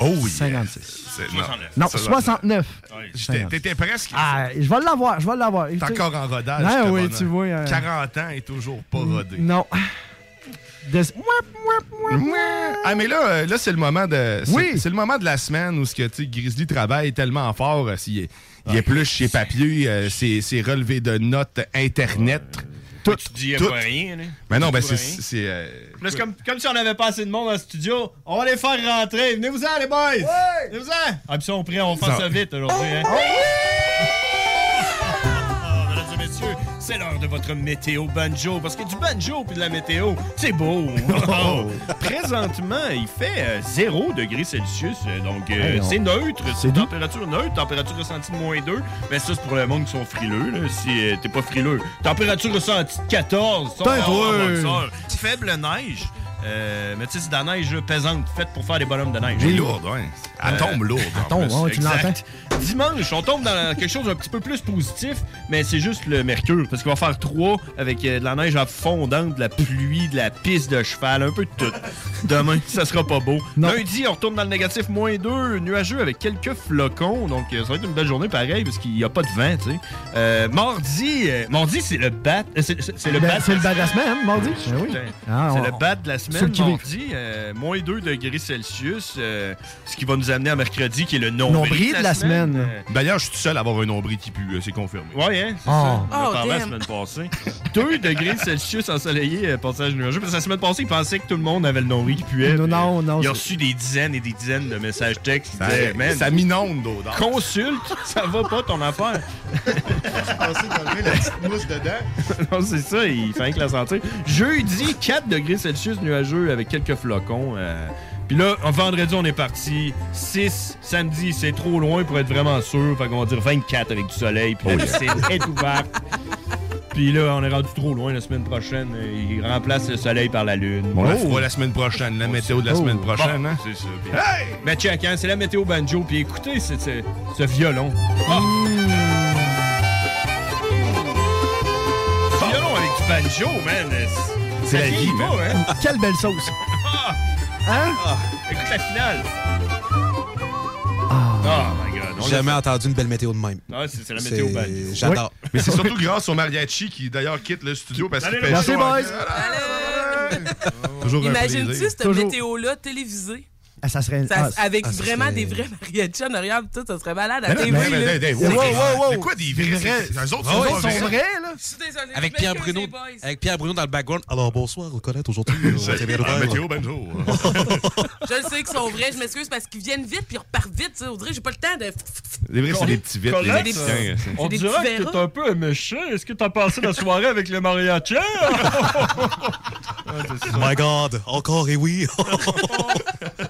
oh,
56.
C'est- non.
Non,
Ça va-
69.
J'étais- T'étais presque.
Ah, je vais l'avoir, je vais l'avoir.
T'es encore en rodage.
Ah
ce
oui,
bonhomme.
tu vois, euh,
40 ans et toujours pas rodé.
Non. Des-
Ah, mais là, euh, là c'est le moment de. c'est- C'est le moment de la semaine où ce que, tu sais, Grizzly travaille tellement fort. euh, s'il est- il
Ah.
épluche ses papiers, euh, ses, ses relevés de notes Internet. Tout.
Tu dis
tout.
pas rien. là.
Mais non,
Tu
ben
dis
c'est.
pas rien.
c'est, euh,
Là, c'est comme, comme si on avait pas assez de monde en studio. On va les faire rentrer. Venez-vous-en, les boys! Venez-vous-en! Ah, puis ils sont prêts, on fait Ça- ça vite aujourd'hui. Hein? Oh, mesdames et messieurs, c'est l'heure de votre météo banjo. Parce que du banjo puis de la météo, c'est beau.
[LAUGHS] Oh.
Présentement, il fait euh, 0 degrés Celsius. euh, Donc, euh,
Hey, non.
c'est neutre. C'est température neutre. Température ressentie de moins 2. Mais ça, c'est pour le monde qui sont frileux. Là, si euh, t'es pas frileux. Température ressentie de 14.
Putain,
Oh,
toi.
bonne soeur. Faible neige. Euh, mais tu sais, c'est de la neige euh, pesante, faite pour faire des bonhommes de neige. Euh,
Elle est lourde, ouais. Elle tombe lourde, en Elle tombe, plus. ouais, tu
Exact. Dimanche, on tombe dans quelque chose d'un petit peu plus positif, mais c'est juste le mercure, parce qu'il va faire 3 avec euh, de la neige en fondante, de la pluie, de la piste de cheval, un peu de tout. Demain, ça sera pas beau. Lundi, on retourne dans le négatif moins 2, nuageux avec quelques flocons, donc euh, ça va être une belle journée pareil, parce qu'il n'y a pas de vent, tu sais. Euh, mardi, euh, mardi c'est le bat. euh, c'est- c'est c'est le bat.
Ben, C'est le bas de la semaine, mardi. Ben oui. Ah,
C'est
on-
le bat de la
Sur le
semaine,
qui-vive.
mardi, euh, moins 2 degrés Celsius, euh, ce qui va nous amener à mercredi, qui est le nombril,
Nombril de la semaine.
D'ailleurs, je suis tout seul à avoir un nombril qui pue, euh, c'est confirmé.
Euh, Ouais, hein,
Oh.
c'est
Ah.
ça. On en
Oh,
parlait la
damn.
semaine passée. 2 degrés Celsius ensoleillé, euh, passage nuageux. Parce que la semaine passée, ils pensaient que tout le monde avait le nombril qui puait.
Non,
puis,
non, non,
Ils
c'est-
ont reçu des dizaines et des dizaines de messages textes. qui
Ça-
disaient, Man,
ça m'inonde d'odeur.
Consulte, [LAUGHS] ça va pas ton affaire.
la petite mousse dedans.
[LAUGHS] non, c'est ça, il fallait que la sentir. Jeudi, 4 degrés Celsius nuageux avec quelques flocons. euh, Puis là, en vendredi, on est parti. 6, samedi, c'est trop loin pour être vraiment sûr. Fait qu'on va dire 24 avec du soleil. Puis la
Oh yeah.
piscine est ouverte. Puis là, on est rendu trop loin la semaine prochaine. euh, Il remplace le soleil par la lune.
On la
Oh.
fera la semaine prochaine, la météo de
oh.
la semaine prochaine.
Bon,
hein?
C'est ça. puis- Ben check, hein, c'est la météo banjo. Puis écoutez c'est- c'est- ce violon. Violon avec du banjo, man.
C'est
ça
la
vieillit
vie, man.
pas, hein? Ah,
Quelle belle sauce. Hein? Ah.
Écoute la finale. Oh, my god. On
l'a
jamais
fait.
entendu une belle météo de même.
Ah,
Ouais, c'est c'est la météo bad.
J'adore.
Ouais. Mais c'est surtout grâce au mariachi qui d'ailleurs quitte le studio parce qu'il
Allez,
fait
merci,
chaud. Ah,
boys.
Toujours un
Imagine-tu
plaisir.
cette
Toujours.
météo-là télévisée?
Ah, ça serait.
Ça-
ah, ça-
avec
ah, ça
vraiment
serait-
des [LAUGHS] vrais mariachis en arrière, pis tout, ça serait malade à
Mais non,
TV.
mais-
là.
mais- mais-
Ça
wow,
serait-
wow, wow.
C'est quoi des vrais?
Vrai.
Les autres
Ah
sont
ouais,
pas
ils sont vrais,
là?
Je suis désolée,
Avec
je
Pierre
m'excuse,
Bruno,
les boys.
avec Pierre Bruno dans le background. Alors bonsoir, Colette, aujourd'hui. euh,
C'est-
c'est bien
Ah,
drôle.
météo, bonjour.
Je le sais qu'ils sont vrais, je m'excuse parce qu'ils viennent vite puis ils repartent vite. tu sais. On dirait que j'ai pas le temps de.
Les vrais, c'est des petits vites, les
Colette,
Mexicains.
euh,
c'est-
On
des
dirait
petits
que t'es
verras.
un peu un méchant. Est-ce que t'as passé la soirée avec
[LAUGHS]
les mariachis?
My God, encore
[LAUGHS]
et oui.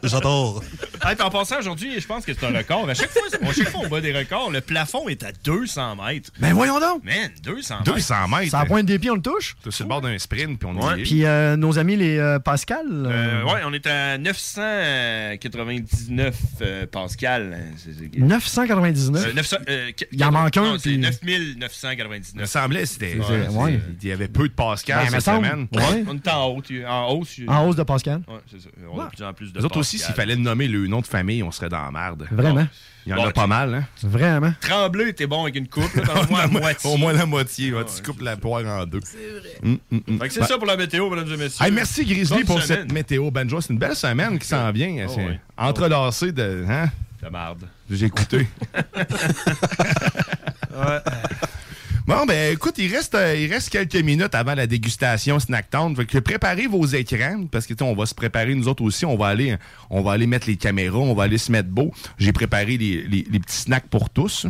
J'adore.
Hey, puis en passant, aujourd'hui, je pense que c'est un record. À chaque fois, à chaque fois, on bat des records. Le plafond est à 200 mètres.
Ben voyons donc!
Man, 200 mètres.
200 mètres.
Ça pointe des pieds, on le touche.
T'es sur le bord d'un sprint, puis on
Ouais.
est.
Puis euh, nos amis, les euh, Pascal. euh,
Euh, ouais, on est à 999 euh, Pascal. C'est- c'est-
999.
Euh, 900, euh,
Il en manque un,
non, c'est
puis-
9999.
Il me semblait c'était. euh,
C'est- c'est- ouais.
Il y avait peu de Pascal
Ben, me
cette
semble.
semaine.
Ouais.
On est en haute. En hausse.
En hausse de Pascal.
Ouais, c'est ça. On a de plus en plus de
Les autres aussi, s'il
Pascal.
fallait nommer le nom de famille, on serait dans la merde.
Vraiment.
Il y en
Bon,
a pas mal, hein?
Vraiment.
Tremblay était bon avec une
[LAUGHS]
coupe, [LAUGHS] là, dans le moins à moitié.
Au moins la moitié. ouais, tu coupes la poire en deux. Mm, C'est vrai.
Fait que c'est ça pour la météo, mesdames et messieurs.
Hey, merci Grizzly
Bonne
pour
semaine. Oh,
cette météo banjo. C'est une belle semaine qui s'en vient. C'est Entrelacé de. Hein?
La marde.
J'ai
[LAUGHS]
écouté. Bon, ben écoute, il reste, euh, il reste quelques minutes avant la dégustation snack town. Fait que préparez vos écrans, parce que tu sais, on va se préparer nous autres aussi. On va aller, on va aller mettre les caméras, on va aller se mettre beau. J'ai préparé les, les- les petits snacks pour tous.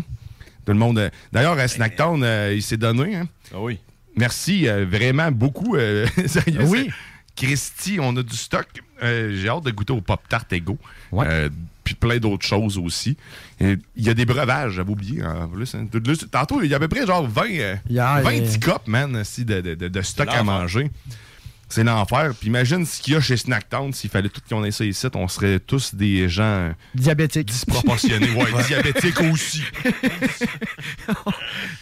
Tout le monde. euh, D'ailleurs, à Snack Town, euh, il s'est donné. hein.
Ben, Ah oui.
Merci euh, vraiment beaucoup. euh, [LAUGHS] sérieux,
Oui.
c'est- Christy, on a du stock. Euh, J'ai hâte de goûter au Pop Tart Ego. Euh, puis plein d'autres choses aussi. Et Il y a des breuvages, j'avais oublié. hein, en plus, hein. Tout le- Tantôt, il y avait à peu près genre 20, euh,
Yeah,
20
yeah.
petits cups, man, aussi, de, de- de- de stock à
l'enfer.
manger. C'est l'enfer. Puis imagine ce qu'il y a chez Snacktown. S'il fallait tout qu'on ait ça ici, on serait tous des gens euh,
Diabétique. [LAUGHS]
disproportionnés. Ouais, diabétiques aussi.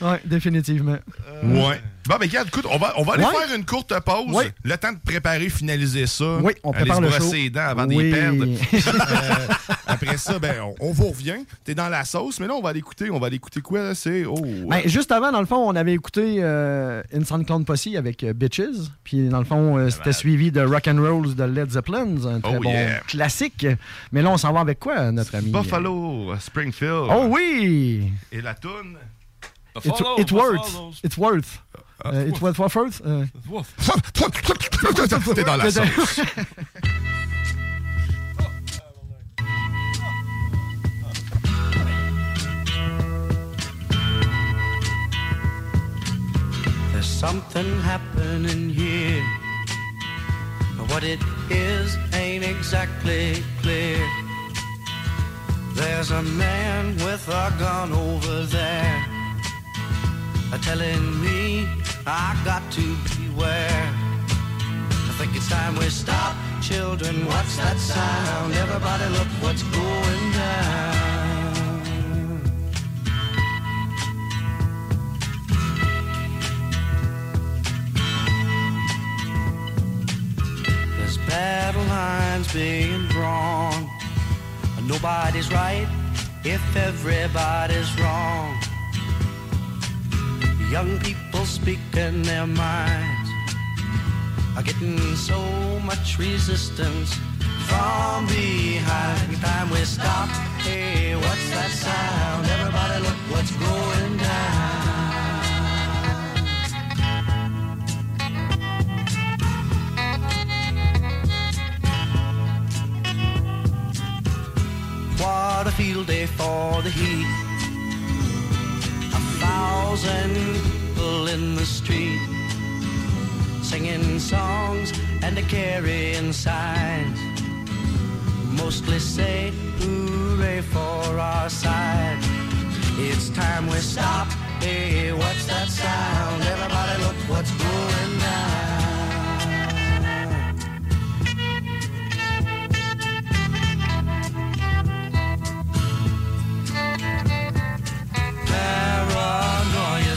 Ouais, définitivement.
Ouais. Bon, mais regarde, écoute, on va, on va aller
Euh, Ouais.
faire une courte pause.
Ouais.
Le temps de préparer, finaliser ça.
Oui, on
Aller
prépare
se
le
brosser
show.
les dents avant
Oui. [LAUGHS]
d'y perdre. Euh, après ça, ben, on, on vous revient. T'es dans la sauce, mais là, on va l'écouter. On va l'écouter quoi, là? C'est. Oh.
Ben, juste avant, dans le fond, on avait écouté euh, Insane Clown Posse avec euh, Bitches. Puis, dans le fond, euh, c'était suivi de Rock and Rolls de Led Zeppelin, un très
Oh,
bon
yeah.
classique. Mais là, on s'en va avec quoi, notre ami?
Buffalo, Springfield.
Oh oui!
Et la toune.
It, it worth. It worth.
Ah,
Euh, it worth. worth, euh.
T'es dans la sauce.
There's something happening here. What it is ain't exactly clear. There's a man with a gun over there uh, telling me I got to beware. I think it's time we stop, children. What's that sound? Everybody, look what's going down. There's battle lines being drawn. Nobody's right if everybody's wrong. Young people speaking their minds are getting so much resistance from behind. Time we stop. Hey, what's that sound? Everybody, look what's going down. What a field day for the heat. A thousand people in the street singing songs and a carrying signs. Mostly say hooray for our side. It's time we stop. Hey, what's that sound? Everybody look what's going down. Paranoia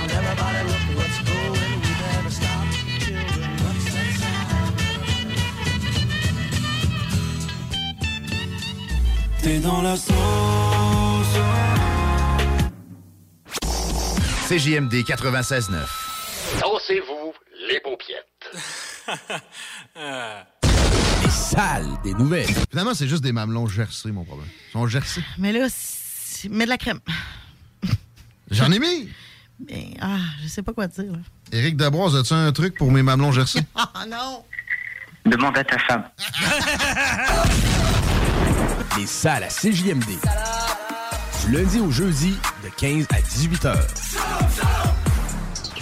dans la sauce.
CJMD 96.9.
Dansez-vous les paupiètes.
Les salles des nouvelles. Finalement, c'est juste des mamelons gercés, mon problème. Ils sont gercés.
Mais là, c'est- mets de la crème.
J'en ai mis.
Mais, ah, je sais pas quoi dire. là.
Éric Dabroise, as-tu un truc pour mes mamelons gercés?
Ah non!
Demande à ta femme.
Les salles à CJMD. Du lundi au jeudi, de 15 à 18 heures.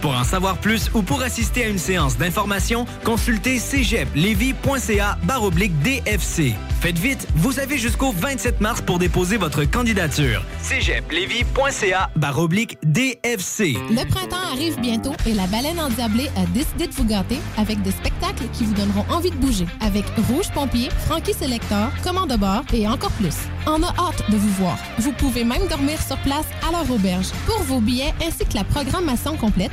Pour en savoir plus ou pour assister à une séance d'information, consultez cégeplevy.ca baroblique DFC. Faites vite, vous avez jusqu'au 27 mars pour déposer votre candidature. cégeplevy.ca baroblique DFC.
Le printemps arrive bientôt et la baleine endiablée a décidé de vous gâter avec des spectacles qui vous donneront envie de bouger. Avec Rouge Pompier, Frankie Selector, Commande à bord et encore plus. On a hâte de vous voir. Vous pouvez même dormir sur place à leur auberge. Pour vos billets ainsi que la programmation complète,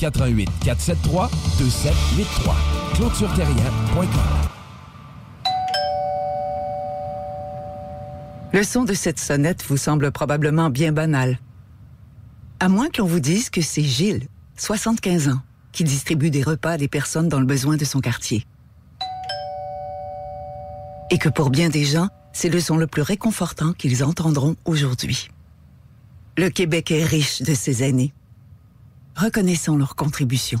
88 473 2783. clôtureterrien.com
Le son de cette sonnette vous semble probablement bien banal. À moins que l'on vous dise que c'est Gilles, 75 ans, qui distribue des repas à des personnes dans le besoin de son quartier. Et que pour bien des gens, c'est le son le plus réconfortant qu'ils entendront aujourd'hui. Le Québec est riche de ses aînés. Reconnaissons leur contribution.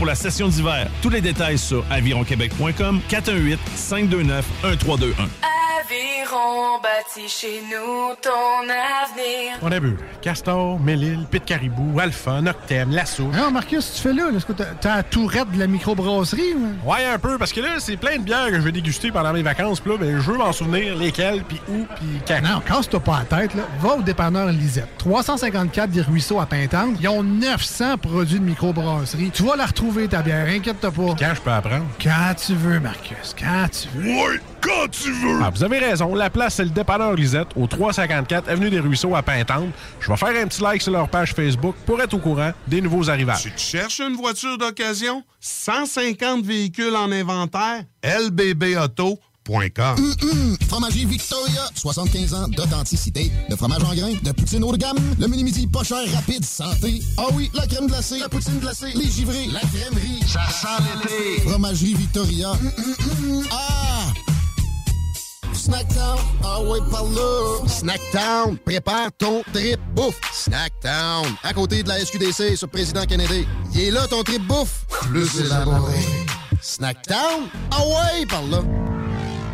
pour la session d'hiver. Tous les détails sur avironquebec.com 418 529 1321.
Aviron bâtit chez nous ton avenir.
On a bu. Castor, Mélile, Pit Caribou, Alpha, Noctem, Lasso.
Non, Marcus, tu fais là. là. Est-ce que t'as t'as la tourette de la microbrasserie? là?
Ouais, un peu, parce que là, c'est plein de bières que je vais déguster pendant mes vacances. Puis là, ben, je veux m'en souvenir lesquelles, puis où, puis quand.
Non, casse-toi pas la tête. Là. Va au dépanneur Lisette. 354 des Ruisseaux à Pintante. Ils ont 900 produits de microbrasserie. Tu vas la retrouver, ta bière. Inquiète-toi pas.
Quand je peux apprendre?
Quand tu veux, Marcus. Quand tu veux.
Ouais, quand tu veux! Ah, vous avez raison. La place, c'est le dépanneur Lisette, au 354 Avenue des Ruisseaux à Pintante. Je vais faire un petit like sur leur page Facebook pour être au courant des nouveaux arrivages.
Cherche une voiture d'occasion? 150 véhicules en inventaire? lbbauto.com
Hum, hum. Fromagerie Victoria, 75 ans d'authenticité, de fromage en grains, de poutine haut de gamme, le menu midi pas cher, rapide, santé. Ah oui, la crème glacée, la poutine glacée, les givrés, la crèmerie, ça sent l'été. Fromagerie Victoria. Hum, hum, hum. Ah! Snackdown, ah ouais, par là. Snackdown, prépare ton trip bouffe. Snackdown, à côté de la SQDC sur Président Kennedy. Il est là ton trip bouffe. Plus élaboré. Snackdown, ah ouais, par là.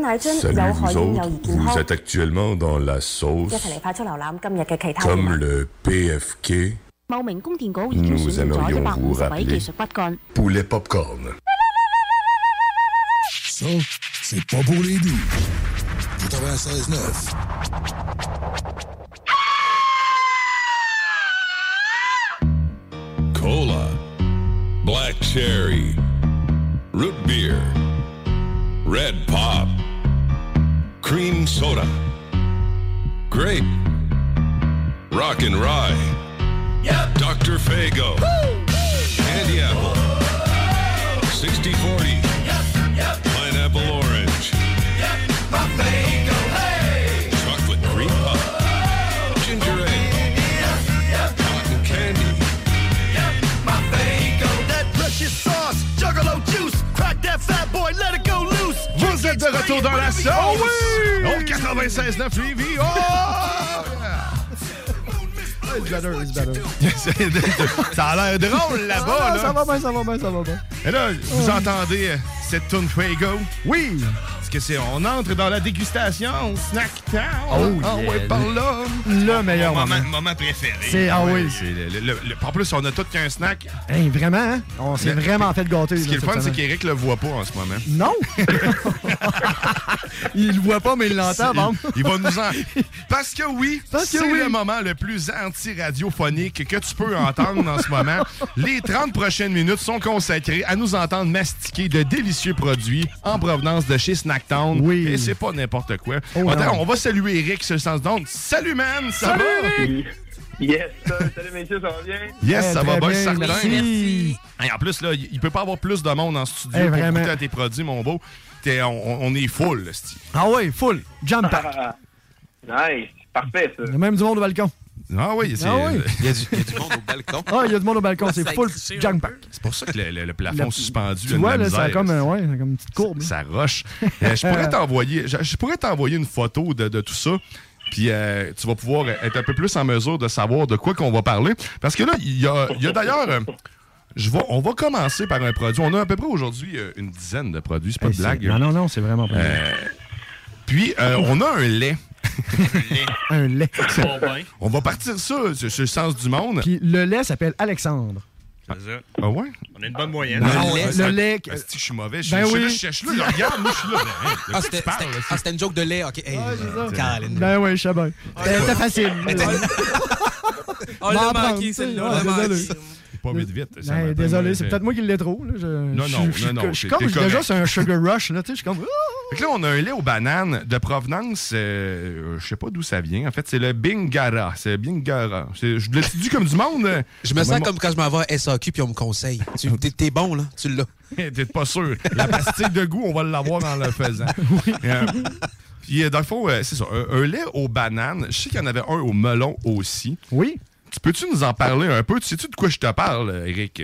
奶樽
Salut
有害
vous
於有
autres,
益健康
vous。êtes actuellement dans la
一齊
sauce
嚟快速瀏覽今日嘅其他內
comme
容。
le PFK,
茂名供電局已經
nous
選用咗一
aimerions
百
vous
五十位技
rappeler
術骨幹。
poulet popcorn.
Ça, c'est pas pour les doux. 96.9.
Cola, Black Cherry, Root Beer, Red Pop, Cream Soda, Grape, Rock and Rye, Dr. Fago, Candy Apple, 6040, Pineapple Orange, Chocolate Cream Pop, Ginger Ale, Cotton Candy.
Vous êtes de retour dans la sauce!
Ah
Oh oui! Au 96.9 Lévis! Oh! [LAUGHS]
It's better, it's better.
Ça a l'air drôle
Ah,
là-bas,
Ça
là!
va bien, ça va bien, ça va bien.
Et là, vous entendez euh, cette tune Fuego? Oui! Parce que c'est... On entre dans la dégustation, snack town!
Oh,
Ah
yeah.
ouais, par là!
Le meilleur
Mon
moment.
moment, moment préféré.
C'est- ah oui.
C'est le- le- le- en plus, on a tout qu'un snack.
Hey, vraiment, hein? On s'est
Le-
vraiment fait gâter.
Ce qui est le
là,
fun,
cette
c'est
semaine.
qu'Éric le voit pas en ce moment. [LAUGHS]
Non! il le voit pas, mais il l'entend,
C'est-
bon.
Il va nous en. Parce que oui,
Parce que
c'est
oui.
le moment le plus anti-radiophonique que tu peux entendre en ce moment. Les 30 prochaines minutes sont consacrées à nous entendre mastiquer de délicieux produits en provenance de chez Snacktown. Oui. Et c'est pas n'importe quoi.
non.
Attends, on va saluer Eric ce sens donc. Salut, man! Ça
Salut,
va?
Eric! Yes, sir. salut messieurs, ça va bien?
Yes, ça va Eh, bien, certain.
Merci.
Et en plus, là, il peut pas avoir plus de monde en studio
Eh,
pour
vraiment.
goûter à tes produits, mon beau. T'es- on, on est full, là, c'ti.
Ah oui, full. Jam pack.
[LAUGHS] Nice, parfait ça.
Il y a même du monde au balcon.
Ah oui, c'est-
Ah oui.
il y a du- il y a du
monde au balcon.
Ah, il y a du monde au balcon,
Ça,
c'est
ça
full
existe,
jam pack.
C'est pour ça que le, le- le plafond
La-
suspendu a
Tu
de
vois,
la
là, ça a
misère.
comme, euh, ouais, ça a comme une petite courbe.
Ça roche. Euh, je
[LAUGHS]
pourrais t'envoyer, je, je pourrais t'envoyer une photo de, de tout ça. Puis euh, tu vas pouvoir être un peu plus en mesure de savoir de quoi qu'on va parler. Parce que là, il y a, il y a d'ailleurs. euh, je vais- on va commencer par un produit. On a à peu près aujourd'hui euh, une dizaine de produits. C'est pas
Hey,
de
Eh, c'est-
blague. hein.
Non, non, non, c'est vraiment pas.
Euh, puis euh, on a un lait.
Un
[LAUGHS]
lait.
on va partir ça, c'est c'est le sens du monde.
Puis le lait s'appelle Alexandre.
Ah ouais?
On a une bonne moyenne.
Non, Le- le lait-
Ah, c'est-tu, Je suis mauvais. Je,
Ben
je-
oui.
je cherche là. Regarde, moi, je suis là. Hein, de quoi
Ah,
tu
c'était-
parles,
c'était-
là?
ah, c'était une joke de lait, ok. Hey,
ça.
Caroline. Ah,
Ben ouais, je sais bien. C'était c'était facile.
Ah,
On l'a
M'en prendre,
manqué,
tu sais.
celle-là, on
Ouais,
l'a manqué.
Ah, désolé.
Pas vite, vite. ça
Hey,
m'appelle,
désolé,
mais-
c'est peut-être moi qui l'ai trop. là. Je-
non,
je-
non,
je-
non,
Je suis
t'es-
comme
t'es
déjà
correct.
c'est un sugar rush là, tu sais, je suis comme
Fait que là, on a un lait aux bananes de provenance, euh, je sais pas d'où ça vient. En fait, c'est le Bingara. C'est Bingara. C'est- Je l'ai dit comme du monde. euh,
Je me sens
mon-
comme quand je m'en vais à SAQ puis on me conseille. Tu- T'es t'es bon, là. Tu l'as.
T'es pas sûr. La pastille de goût, on va l'avoir en le faisant. Euh, Puis, euh, dans le fond, euh, c'est ça, un, un lait aux bananes. Je sais qu'il y en avait un au melon aussi.
Oui.
Tu peux-tu nous en parler un peu? Tu sais-tu de quoi je te parle, Eric?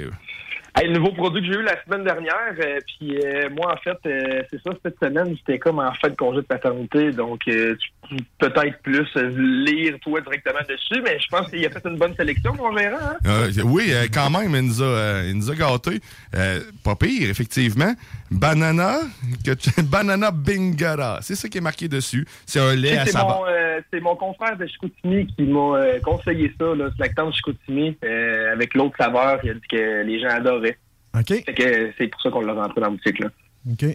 Hey, le nouveau produit que j'ai eu la semaine dernière, euh, puis euh, moi, en fait, euh, c'est ça, cette semaine, j'étais comme en fait congé de paternité, donc euh, tu peux peut-être plus euh, lire toi directement dessus, mais je pense qu'il a fait une bonne sélection, mon gérant. hein?
Euh, oui, euh, quand même, il nous a, euh, il nous a gâtés. Euh, pas pire, effectivement. Banana, que tu- [LAUGHS] banana bingara. C'est ça qui est marqué dessus. C'est un
Tu
lait
sais,
à
C'est
saveur.
mon, euh, c'est mon confrère de Chicoutimi qui m'a euh, conseillé ça, là, ce lactante Chicoutimi, euh, avec l'autre saveur, il a dit que les gens adoraient.
OK.
Fait que c'est pour ça qu'on l'a rentré dans la boutique, là.
OK.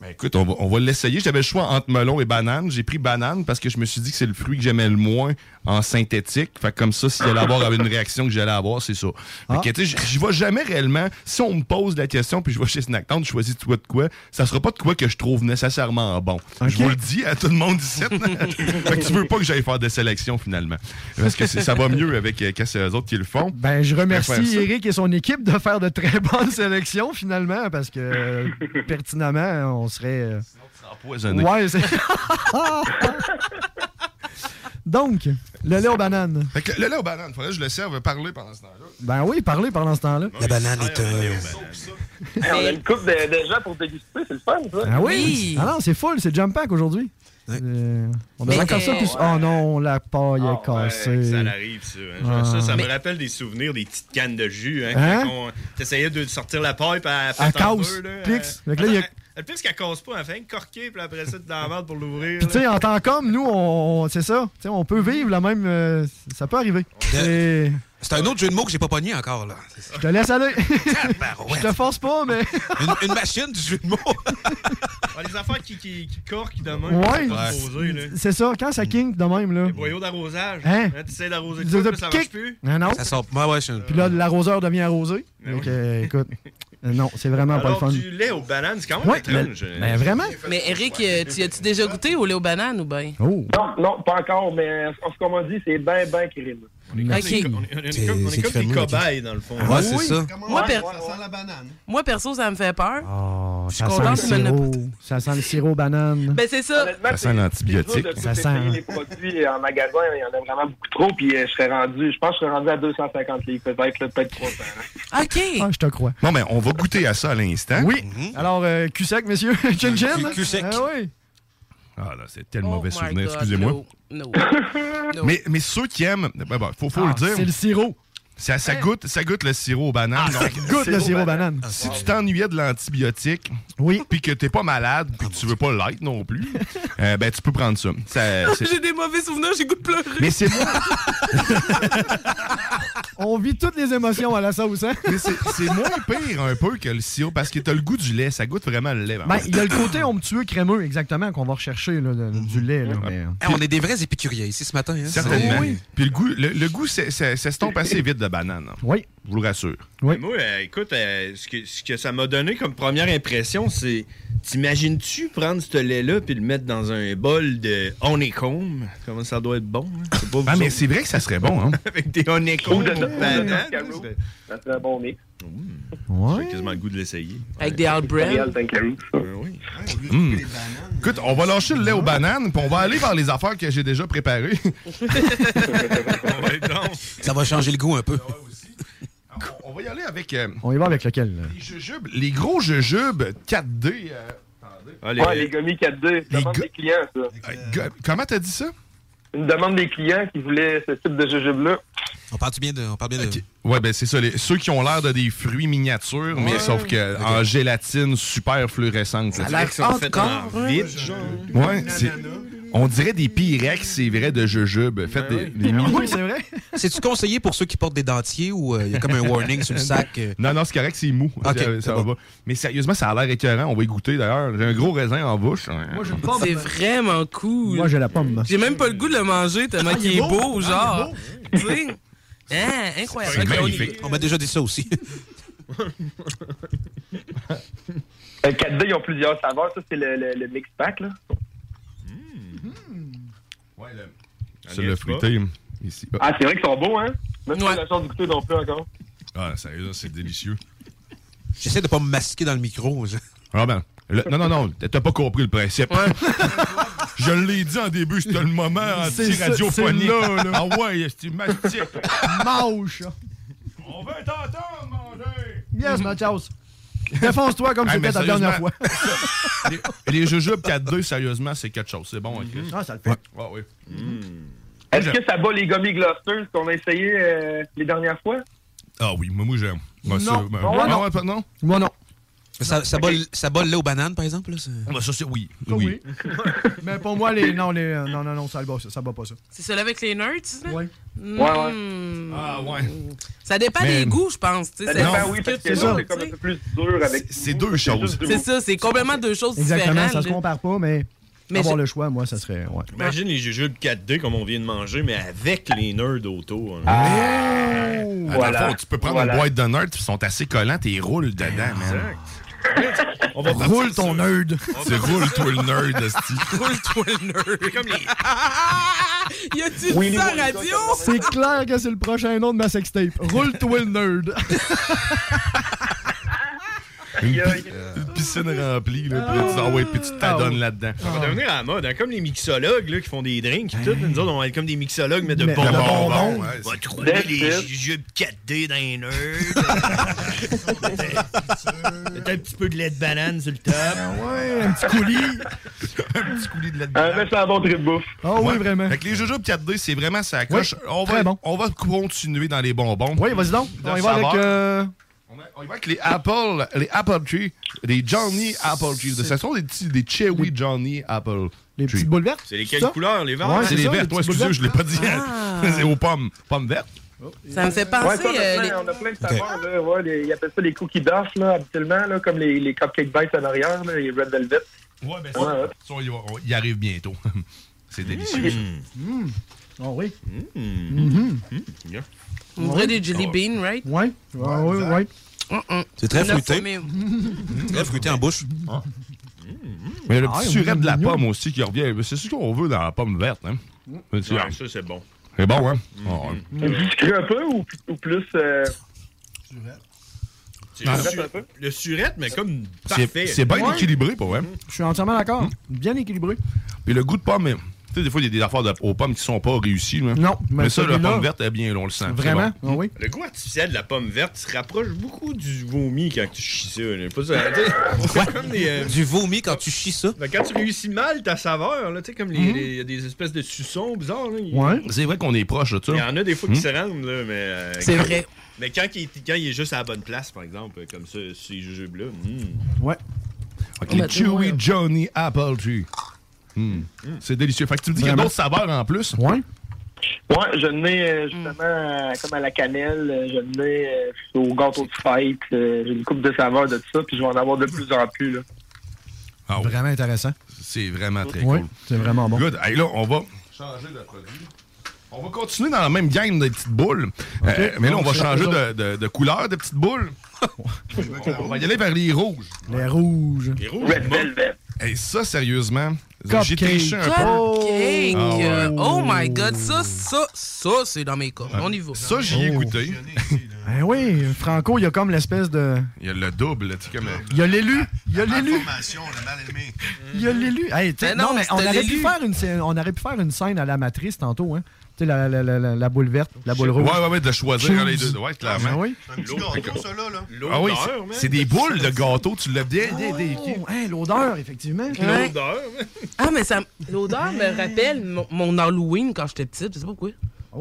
Ben, écoute, on va, on va l'essayer. J'avais le choix entre melon et banane. J'ai pris banane parce que je me suis dit que c'est le fruit que j'aimais le moins en synthétique. Fait que comme ça, si j'allais avoir une réaction que j'allais avoir, c'est ça. Fait
Ah.
que, tu sais, j- j'y vais jamais réellement. Si on me pose la question puis je vais chez Snacktown, je choisis tout de quoi, ça sera pas de quoi que je trouve nécessairement bon. Je vous le dis à tout le monde ici. [LAUGHS] fait que tu veux pas que j'aille faire des sélections finalement. Parce que c'est- ça va mieux avec euh, qu'est-ce que les autres qui le font.
Ben, je
Faire
remercie
ça.
Eric et son équipe de faire de très bonnes sélections, finalement, parce que euh,
[LAUGHS]
pertinemment, on serait. euh,
empoisonné.
Ouais, c'est- [LAUGHS] Ah, Donc, le lait aux bananes.
Fait que le lait aux bananes, faudrait que je le serve parler pendant ce temps-là.
Ben oui, parlez pendant ce temps-là.
La banane est un-
Hey, on a une coupe de, de gens pour déguster, c'est le fun, ça.
Ah oui? Ah non, c'est full, c'est jump pack aujourd'hui. Euh, on a
Mais,
encore ça.
euh,
Plus... Oh non, la paille est
Ah Ouais,
cassée.
ça arrive, ça. hein. Genre, Ça, ça
Ah.
me rappelle des souvenirs des petites cannes de jus. Hein,
Hein?
Quand on- t'essayais de sortir la pipe à hein.
Elle casse. Plix. Fait que là, il y a-
Le plus euh, qu'elle casse pas, elle fait un corqué, puis après ça, tu dans la merde pour l'ouvrir.
Puis tu sais,
là.
en tant qu'homme, nous, on, on- c'est ça. Tu sais, on peut vivre la même. euh, ça peut arriver. Et
C'est un autre jeu de mots que j'ai pas pogné encore, là.
je te laisse aller.
[LAUGHS]
je te force pas, mais.
Une, une machine du jeu de mots.
Ah, les affaires qui, qui, qui corquent de même, qui
ouais.
sont pas arrosées, là.
C'est ça, quand ça kink de même, là.
Les boyaux d'arrosage.
Hein?
Tu essaies d'arroser
Ils
tout,
ont
mais ça
kick.
marche plus.
Non, non.
Ça sort. Ouais, ouais, je...
Puis là, l'arroseur devient arrosé. Donc, euh, écoute, euh, non, c'est vraiment
Alors,
pas le fun.
du lait aux bananes, c'est quand même
Ouais,
étrange.
mais- mais vraiment?
Mais Eric, euh, tu as-tu déjà goûté au lait aux bananes ou bien?
Oh.
Non, non, pas encore, mais euh, ce qu'on m'a dit, c'est ben, ben crime.
Merci.
On est, on est comme, on est
C'est
comme des
crémeux, ok.
cobayes, dans le fond.
Ah
Ah
Ouais, c'est ça. Moi, per-
la banane.
Moi, perso, ça me fait peur.
Oh, ça
suis
sent le
contente, mais
sirop. Ça sent le sirop banane.
Ben, c'est ça.
Ça sent l'antibiotique. Ça
Ça
sent-
Les produits en magasin, il y en a vraiment beaucoup trop, puis euh, je serais rendu, je pense que je serais rendu à 250 livres, peut-être, là, peut-être 300.
OK.
Ah, je te crois.
Bon, ben, on va goûter à ça à l'instant. Mhm.
Oui. Alors, euh, cul sec, messieurs. [LAUGHS] Chin chin.
Cul- cul sec.
Ah oui.
Ah là, c'est tel
Oh
mauvais
my
souvenir,
God,
excusez-moi.
no, [LAUGHS] No.
Mais, mais ceux qui aiment, ben, ben, faut, faut
Ah,
le dire.
c'est le sirop.
Ça, ça, goûte, ça goûte le sirop aux bananes.
Ah, ça
donc-
goûte le sirop banane.
Si tu t'ennuyais de l'antibiotique,
oui.
puis que t'es pas malade, puis que tu veux pas l'être
[LAUGHS]
non plus, euh, ben tu peux prendre ça.
Ah, euh,
Ça, c'est-
J'ai des mauvais souvenirs, j'ai goût de pleurer.
Mais c'est moi.
On vit toutes les émotions à la sauce, hein?
Mais c'est c'est moins pire un peu que le sirop parce que t'as le goût du lait, ça goûte vraiment le lait.
Ben, il y a le côté onctueux crémeux, exactement, qu'on va rechercher, là, de- du lait. Là, mais...
Hey, Eh, on est des vrais épicuriers ici ce matin. Hein,
Certainement. Puis le goût, le, le goût c'est- c'est- s'estompe assez vite de banane. hein.
Oui.
Je vous le rassure.
Oui.
Moi, euh, écoute, euh, ce, que, ce que ça m'a donné comme première impression, c'est t'imagines-tu prendre ce lait-là puis le mettre dans un bol de honeycomb Comment ça doit être bon hein? C'est pas
Ah,
vous
mais
autres.
c'est vrai que ça serait bon, hein?
[LAUGHS] Avec des honeycombs de
[LAUGHS]
bananes.
Ça serait un bon mix.
Ouais.
J'ai quasiment le goût de l'essayer.
Avec des hard-bread.
Ben Hmm. Écoute, on va lâcher le lait aux bananes, puis on va aller vers les affaires que j'ai déjà préparées.
Ça va changer le goût un peu.
Ah, on va y aller avec euh,
On y va avec lequel? là?
les jujubes, les gros jujubes 4D. euh,
les... Ouais, les gommis 4D, c'est une demande des clients, ça.
go- comment t'as dit ça?
Une demande des clients qui voulaient ce type de jujube-là.
On parle-tu bien de. On parle bien de...
Ouais, ben c'est ça, les- ceux qui ont l'air de des fruits miniatures, mais sauf que en gélatine super fluorescente.
Ça a
là.
l'air qu'ils sont faits en vide, genre.
Ouais, c'est- on dirait des pyrex, c'est vrai, de jujubes.
Ben
Faites des, des-
c'est vrai.
[LAUGHS] C'est-tu conseillé pour ceux qui portent des dentiers ou euh, il y a comme un
[LAUGHS]
warning sur le sac? euh?
Non, non, c'est correct, c'est mou. Euh,
Ok,
Ça-
c'est
ça
bon.
va. Mais sérieusement, ça a l'air écœurant. On va y goûter d'ailleurs. J'ai un gros raisin en bouche.
C'est vraiment cool.
Moi, j'ai la pomme.
J'ai même pas le goût de le manger tellement
Ah, il
qu'il
est beau.
est beau,
Ah,
genre. Tu sais? Hein, incroyable. Ok, on y va.
On m'a déjà dit ça aussi. [LAUGHS]
Euh, 4D, ils ont plusieurs saveurs, ça, c'est le, le, le mix pack, là.
Ouais, le... C'est le fruité. Ici.
Ah, c'est vrai qu'ils sont beaux, hein? Même si on a la chance de goûter non plus encore.
Ah, sérieux, c'est délicieux.
J'essaie de pas me masquer dans le micro.
Ah ben, le- non, non, non, t'as pas compris le principe. [LAUGHS] Je l'ai dit en début, c'était le moment
C'est ça,
anti-radiophonie.
c'est là, là.
Ah ouais, c'est mastique.
Mauche!
On veut t'entendre, manger!
Yes, Mathias! Défonce-toi comme
Hey,
c'était
mais
ta dernière
sérieusement,
fois.
les, les jujubes 4-2, sérieusement, c'est quelque chose. C'est bon, hein, Chris?
Ah, ça le fait.
Ah, oui.
Est-ce que ça bat les gummy glosters qu'on a essayé euh, les dernières fois?
Ah oui, moi, moi j'aime. Moi, ça,
Non.
ben,
Moi,
ah,
non.
ouais, pas- non.
Moi, non.
Ça, ça, bat, le- ça bat le lait aux bananes, par exemple? Là,
Bah, ça, c'est oui.
Oui. Mais pour moi, les. Non, les... euh, non, non, non, ça le bat, ça, ça bat pas ça.
C'est celui avec les nerds, là?
Ouais.
Ouais,
Ah,
ouais.
Ça dépend
Mais-
des goûts, je pense. tu sais,
Ça
ça
dépend,
discute
oui, parce que
tout,
là, c'est
tu
comme
sais.
un peu plus dur avec- C'est- c'est deux C'est choses. juste du
C'est
goût.
ça, c'est complètement deux choses
Exactement,
différentes.
ça se
là.
compare pas, mais.
Mais
avoir
je-
le choix, moi, ça serait. Ouais.
Imagine les jujubes 4-2 comme on vient de manger, mais avec les nerds autour. hein.
Ah,
Voilà.
Dans le fond, tu peux prendre
Voilà.
une boîte de nerds, puis ils sont assez collants, et ils roulent dedans, man.
On va
Roule ton nerd.
Tu roules, toi, le nerd,
[LAUGHS]
esti.
Roule-toi le nerd. Comme les... [LAUGHS] y a-tu
Oui,
dit
les
ça
Wally
à radio? [LAUGHS]
C'est clair que c'est le prochain nom de ma sextape. Roule-toi le nerd.
Une, pi- une piscine remplie, là, puis là, tu dis, ah ouais, puis tu t'adonnes là-dedans.
Ça
Ah.
va devenir à la mode, hein, comme les mixologues là, qui font des drinks. et Tout, nous autres, on va être comme des mixologues, mais de
Mais-
bonbons.
de bonbons, ouais,
on va
c'est-
trouver
That's
les
it.
jujubes 4D dans
[LAUGHS]
les nerds. Peut-être un petit peu de lait de banane sur le top.
Ah
ouais, un petit
[LAUGHS]
coulis.
un petit coulis de lait de
Un mets ça en bon trip bouffe.
Ah
Ouais. Fait que les jujubes 4D, c'est vraiment ça coche. on, va, on va continuer dans les bonbons.
Oui, vas-y donc. On y va avec. euh,
On y va avec les Apple, les Apple Tree, les Johnny Apple Tree. Ce sont des, petits, des Cherry Johnny Apple Les petites
boules vertes?
C'est les quelles couleurs, les vertes?
Ouais, c'est
C'est
les
ça, les
vertes.
petites
Ouais, excusez,
boules
je l'ai pas dit. hein.
Ah.
[LAUGHS] c'est aux pommes. Pommes vertes.
Ça me fait penser...
Ouais, ça, on, a
euh,
plein,
les-
on a plein de saveurs. Là, ouais, les- ils appellent ça les cookies d'os, là, habituellement, là, comme les, les cupcake bites en arrière, là, les red velvet.
Ouais, ben ça, ça, on y, va- on y arrive bientôt. [LAUGHS] c'est délicieux.
Mmh.
hmm. Oh oui. Mm-hmm.
Yeah.
On dirait des jelly
Ah.
beans, right? Mm,
Ouais. Ouais, ouais, ouais.
C'est très
On a
[LAUGHS]
fruité.
fumé.
Très fruité en bouche.
Mmh. Ah. Mais il y a le
Ah,
petit
oui,
suret de la
mignon.
pomme aussi qui revient. C'est ce qu'on veut dans la pomme verte. Hein?
Ouais,
C'est-
ça, c'est bon.
C'est bon, hein? Ah, ouais.
Mmh. Tu un peu ou, ou plus. euh,
C'est
Ah.
le, su- le surette, mais comme
C'est
parfait.
c'est bien
Ouais.
équilibré, pas ouais.
Je suis entièrement d'accord. Bien équilibré.
Puis le goût de pomme, hein. tu sais, des fois, il y a des affaires de- aux pommes qui sont pas réussies. là.
Non,
mais,
mais
ça, la
celui-là-
pomme verte, est bien, là, on le sent. C'est
Vraiment?
bon.
Ah oui.
Le goût artificiel de la pomme verte se rapproche beaucoup du vomi quand tu chies ça. là. Pas ça hein, tu sais, c'est comme des, euh,
Du vomi quand tu chies ça. Hmm.
Ben, quand tu réussis mal ta saveur, là, tu sais, comme les, les- y a des espèces de suçons bizarres. Là, il-
C'est vrai qu'on est proche de ça.
Il y en a des fois
Hmm.
qui se rendent, là, mais. euh,
C'est
quand-
vrai.
Mais quand il, quand il est juste à la bonne place, par exemple, euh, comme ça, ces jujubes-là. hmm.
Ouais.
Avec les Chewy Johnny Apple Tree. Hmm. C'est délicieux. Fait que tu me dis qu'il y a
Vraiment.
d'autres saveurs en plus.
Ouais.
Ouais, je n'ai euh, justement euh, comme à la cannelle, euh, je n'ai euh, au gâteau de fête, euh, j'ai une coupe de saveurs de tout ça, puis je vais en avoir de plus en plus. Là.
Vraiment intéressant.
Ah C'est vraiment très
Ouais,
cool.
c'est vraiment bon.
Good. Hey, là, on va changer de produit. On va continuer dans la même gang des petites boules. Euh, mais là, on va
Donc, c'est
changer
ça.
de, de- de couleur de
[LAUGHS]
petites boules. on va y aller vers les rouges.
Les rouges.
Les rouges. Et ça, sérieusement, j'ai
Cupcake.
triché un peu.
Cupcake.
Ah ouais.
Euh, Oh my god, ça, ça, ça, c'est dans mes cordes. On y va.
Ça, j'y ai goûté.
Ben oui, Franco, il y a comme l'espèce de.
Il y a le double, tu sais, comme... euh,
Il y a l'élu. Il y a l'élu. Il y a l'élu. Hey, tu sais,
Mais
non,
Ah, ben non,
mais on
c'était
aurait, pu
l'élu.
faire une, scène- on aurait pu faire une scène à la matrice tantôt, hein. Tu sais, la, la, la, la, la boule verte, la boule rouge.
Ouais, ouais, ouais, de choisir
Choose.
les deux. Ouais, clairement.
Ah oui.
Ah oui, c'est- c'est des boules de gâteau, tu l'as bien.
Oh, hein, L'odeur, effectivement.
Ouais. Ah, mais ça, l'odeur me rappelle mon, mon Halloween quand j'étais petite. Je sais pas pourquoi.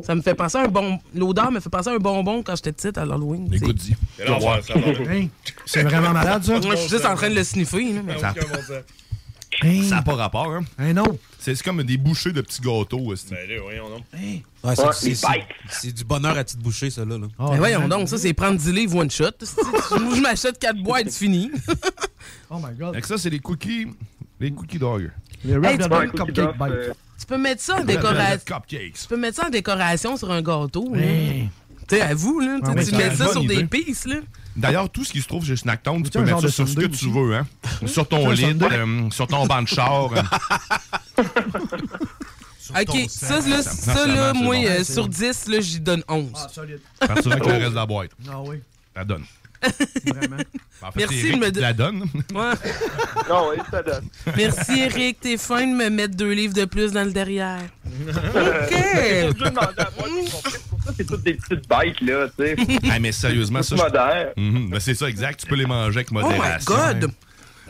Ça me fait penser à un bon. L'odeur me fait penser à un bonbon quand j'étais petite à l'Halloween. tu sais.
Écoute-y.
Hein, C'est vraiment malade, ça.
Moi, je suis juste en train de le sniffer. là, mais-
Ça-
[LAUGHS]
Ça n'a pas rapport, hein?
non.
C'est c'est comme des bouchées de petits gâteaux. aussi.
Ouais, c'est-
Ouais,
c'est-
les
c'est-
bites.
C'est du bonheur à petite bouchée, ça, là. là.
Ah,
Ben voyons donc, ça, c'est prendre 10 livres one shot. Moi, je m'achète 4 boîtes, c'est fini.
oh my god.
Fait que ça, c'est les cookies. Les cookies dog.
Les
Hey, tu, peux... tu peux mettre ça en décoration.
Cupcakes.
Tu peux mettre ça en décoration sur un gâteau. là. Tu sais, à vous, là.
Ouais,
tu sais,
mais
tu
c'est
mets
une
ça
bonne
sur des
idée.
pistes, là.
D'ailleurs, tout ce qui se trouve chez Snacktown, tu
un
peux mettre
genre
ça
de
sur ce que
sundae
tu veux, hein? Sur ton
Un
lit,
sundae.
euh, sur ton banc de char. euh.
[LAUGHS] Ok, ça,
Ça-
là, ça,
ça,
là,
c'est
moi,
bon.
euh, sur 10, là, j'y donne Oh. 11.
Ah, solide.
Partir avec le reste de la boîte.
Ah oui.
Ça donne.
Vraiment.
Ben, [LAUGHS] en fait, c'est
Merci
Eric
de me
qui te la donne. [LAUGHS]
Ouais.
Non, oui, ça
[LAUGHS]
donne.
Merci Eric, t'es fin de me mettre deux livres de plus dans le derrière.
Euh,
OK.
je demandais à moi, c'est pour ça, c'est toutes des petites bikes, là, tu sais.
[LAUGHS] Ah, mais sérieusement, ça.
Tout
je-
moderne.
[LAUGHS] Mhm, ben c'est ça, exact. Tu peux les manger avec modération.
God!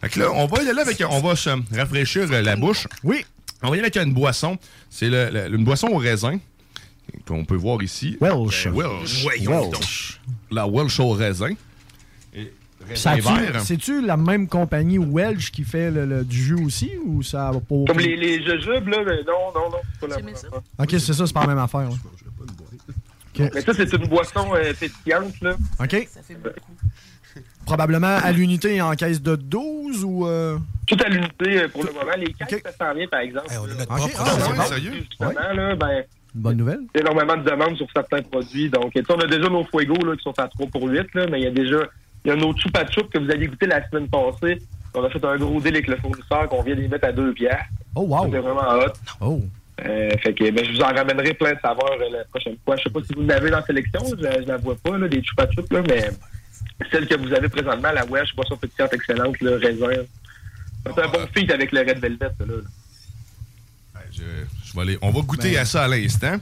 Fait que là, on va y aller avec. On va se rafraîchir euh, la bouche. Oui. On va y aller avec une boisson. C'est le- le- une boisson au raisin qu'on peut voir ici. Welsh. Welsh. Voyons donc. La Welsh au raisin. Et
Ça
raisin
a-tu-
vert.
C'est-tu la même compagnie Welch qui fait le, le- du jus aussi ou ça va pas.
Comme les, les jujubes, là, mais non, non, non, c'est pas la même affaire.
Ok, c'est ça, c'est pas la même affaire. hein. ouais. Ok.
Mais ça, c'est une boisson euh, pétillante, là.
OK. Probablement à l'unité en caisse de 12 ou. euh,
Tout à l'unité euh, pour le moment. Les caisses, ça s'en vient, par exemple. on
notre Ok, propre ah,
ouais,
bon.
sérieux?
Justement, là, ben,
Une bonne nouvelle.
il y a énormément de demandes sur certains produits. Donc, tu sais, on a déjà nos fuego, là, qui sont à 3 pour 8, là, mais il y a déjà, il y a nos chupa chups que vous avez goûté la semaine passée. On a fait un gros deal avec le fournisseur qu'on vient de les mettre à 2 bières.
Oh, wow!
C'était vraiment hot.
Oh.
Euh, fait que ben, je vous en ramènerai plein de saveurs euh, la prochaine fois. Je sais pas si vous en avez dans la sélection, je, je la vois pas, là, des chupa chups, là, mais celle que vous avez présentement, la Wesh, boisson pétillante excellente, le raisin. C'est un bon feat avec le Red Velvet, ça, là.
Ben, Je, je vais aller- on va goûter
Ben.
à ça à l'instant.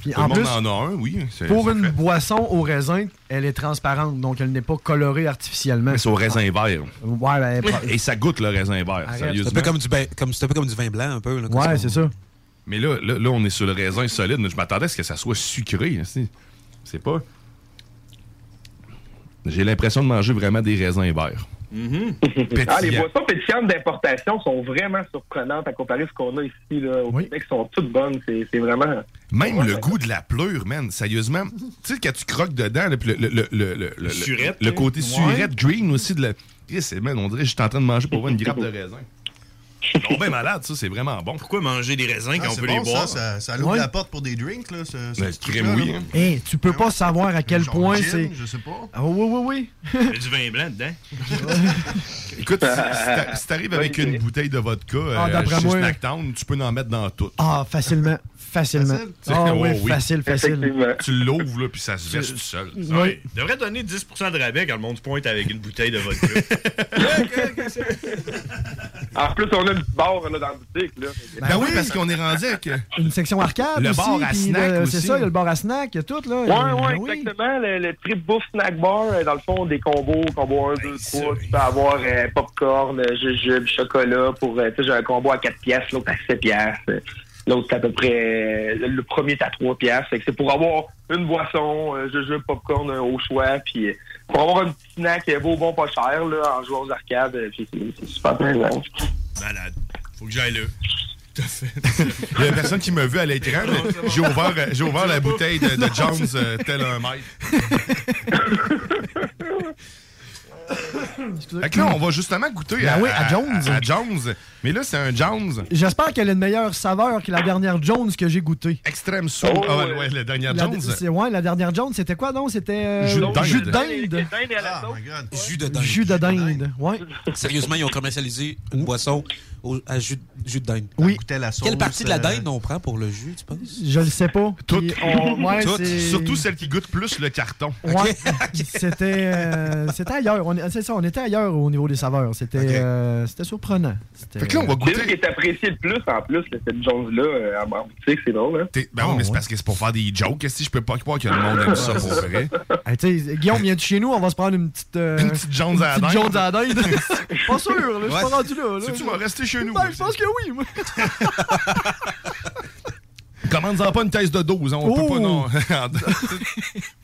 Puis
Tout
en
le monde
plus,
en a un, oui. c'est-
Pour
c'est
une
fait.
boisson au raisin, elle est transparente, donc elle n'est pas colorée artificiellement.
Mais c'est au raisin vert.
Ouais, ben, pro-
Et ça goûte le raisin vert,
Arrête.
Ah, sérieusement.
C'est un peu comme
du, comme, un peu comme du vin blanc, un peu.
Ouais, c'est ça.
Mais là, là, là, on est sur le raisin solide. mais Je m'attendais à ce que ça soit sucré. hein, C'est c'est pas. J'ai l'impression de manger vraiment des raisins verts.
Ah, les boissons pétillantes d'importation sont vraiment surprenantes à comparer ce qu'on a ici là, au Québec. sont toutes bonnes. C'est c'est vraiment.
Même le goût de la pleure, man, sérieusement. Tu sais, quand tu croques dedans, là, puis le, le, le, le, le-
Surette,
le
hein?
côté
Ouais.
surette green aussi de la. Chris, man, on dirait que j'étais en train de manger pour voir une
[LAUGHS]
grappe de raisin. Non, ben malade, ça, c'est vraiment bon. Pourquoi manger des raisins
Ah, c'est bon, Ça, ça, ça l'ouvre
Ouais.
la porte pour des drinks, là. Ce, ce
Ben,
petit
crème,
truc-là,
oui,
là.
hein.
Hey, Eh, tu peux pas savoir à quel point
gin,
c'est.
je sais pas.
Ah, oui, oui, oui.
Il y a du vin blanc dedans.
[LAUGHS] Écoute, si- si t'a- si t'arrives avec une bouteille de vodka
Ah,
euh,
d'après
chez
moi-
Snacktown, tu peux en mettre dans tout.
Ah, facilement. Facilement.
Tu sais, [LAUGHS]
Ah,
oh
oui, facile, facile.
Tu l'ouvres, là, puis ça se verse tout seul.
Oui.
Ouais. Il devrait donner 10 de rabais quand le monde se pointe avec une bouteille de vodka.
En plus, on a une petite barre là, dans la boutique. Là.
Ben, oui, parce qu'on est rendu avec. euh,
Une section arcade
Le
aussi.
bar à
puis
snack
le- C'est
aussi.
ça, il y a le bar à snack, il y a tout, là.
Ouais, ouais,
Ben oui.
exactement. Le, le trip bouffe snack bar, euh, dans le fond, des combos, combo 1,
Ben,
2, 3. Tu peux avoir euh, popcorn, euh, jujube, chocolat. Pour, euh, tu sais, j'ai un combo à 4 piastres, l'autre à 7 piastres. euh, L'autre, c'est à peu près. euh, le- Le premier, c'est à 3 piastres. Fait que c'est pour avoir une boisson, euh, jujube, popcorn euh, au choix. Puis euh, pour avoir un petit snack euh, beau, bon, pas cher, là, en jouant aux arcades. euh, Puis c'est- c'est super hein. plaisant.
Malade. Faut que j'aille là.
Il y a personne qui m'a vu à l'écran, mais j'ai ouvert, euh, j'ai ouvert la bouteille de, de Jones euh, tel un maître. Fait que là, on va justement goûter
Ben oui, à Jones.
à Jones. Mais là, c'est un Jones.
J'espère qu'elle a une meilleure saveur que la dernière Jones que j'ai goûtée.
Extrême soul. Ah ouais, ouais, la dernière
La-
Jones.
c'est- ouais, la dernière Jones, c'était quoi, non? C'était. euh,
Jus de dinde.
Jus de
Dinde
dinde.
à
Ah,
la sauce.
Jus de dinde.
Jus de dinde, ouais.
Sérieusement, ils ont commercialisé une boisson au- à jus, jus de dinde.
Oui.
la Quelle partie de la dinde on prend pour le jus, tu penses?
Je le sais pas. Puis on- ouais,
Toutes.
c'est-
Surtout celle qui goûte plus le carton. [LAUGHS]
Ouais. C'était euh, c'était ailleurs. On, est- c'est ça, on était ailleurs au niveau des saveurs. C'était euh, c'était surprenant. C'était-
C'est ce qui est apprécié le plus, en plus, là, cette Jones-là, euh, en en boutique, c'est drôle. Hein?
Ben oui, mais c'est parce que c'est pour faire des jokes. Si je peux pas croire que le monde aime ça pour vrai.
euh, Hey, tu sais, Guillaume, viens-tu chez nous? On va se prendre une petite. euh, une petite
Jones à la
petite
dinde.
Jones
[LAUGHS]
à la dinde. pas sûr, là, je suis
Ouais.
pas rendu là. là.
Si tu vas rester chez nous,
Ben, je pense que oui. moi.
Commande-en pas une thèse de 12, hein, on peut
Oh!
[LAUGHS] pas, non.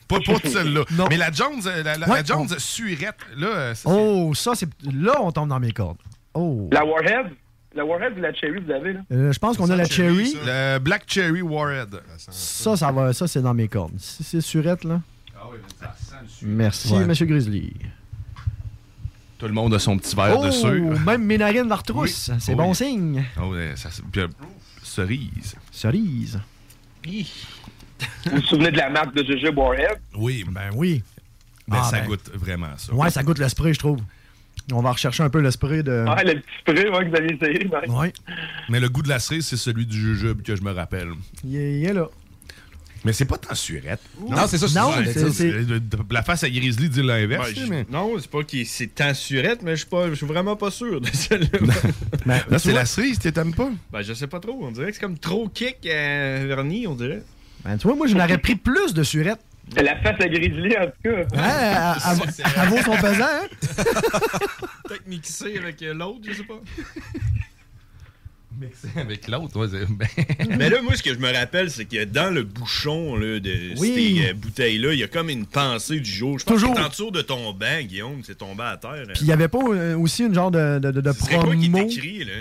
pas pas de celle-là. Mais la Jones, euh, la, la- la
Ouais,
Jones
on-
surette, là, euh, ça-
Oh, ça, c'est. Là, on tombe dans mes cordes. Oh.
La Warhead? La Warhead ou la Cherry, vous avez, là?
Euh, je pense qu'on a la cherry.
Le euh, Black Cherry Warhead.
Ça, ça va. Ça, c'est dans mes cordes. Si c'est surette, là. Merci,
Ouais.
Monsieur Grizzly.
Tout le monde a son petit verre
oh,
de sucre.
même mes narines la retroussent. C'est
Oui.
bon signe.
Oh, euh, ça, se- puis, euh, cerise.
Cerise.
Vous vous souvenez de la marque de GG Warhead?
Oui, ben
oui.
Ben,
Ah,
ça
ben.
goûte vraiment
[LAUGHS]
ça.
Ouais, ça goûte le spray, je trouve. On va rechercher un peu le spray de.
Ah, le petit spray, moi, que vous aviez essayé. ben. Mike.
Ouais.
Mais le goût de la cerise, c'est celui du jujube que je me rappelle.
Il est, il est là.
Mais c'est pas tant surette.
Non, c'est ça, c'est Non, ça.
Ouais,
c'est-
tu sais,
c'est-
de- de- La face à Grizzly dit l'inverse.
Ouais,
tu sais,
je-
mais-
Non, c'est pas qu'il c'est tant surette, mais je suis pas- je suis vraiment pas sûr de celle-là.
Ben,
Là,
tu
c'est
vois-
la cerise, tu t'aimes pas?
Ben, je sais pas trop. On dirait que c'est comme trop kick à vernis, on dirait.
Ben, tu vois, moi, je n'aurais pris plus de surette.
La face à grizzly, en tout cas.
Hein, à-
[LAUGHS]
à- à- à vaut son pesant, hein?
Peut-être mixé avec euh, l'autre, je sais pas.
Avec l'autre, ouais, c'est- ben-
[LAUGHS] Mais là, moi, ce que je me rappelle, c'est que dans le bouchon là, de
Oui.
ces euh, bouteilles-là, il y a comme une pensée du jour. Je pense
Toujours.
que t'en dessous de ton banc, Guillaume, c'est tombé à terre. hein.
Puis il n'y avait pas euh, aussi une genre de, de, de, de
C'est quoi qui
promo?
est écrit, là?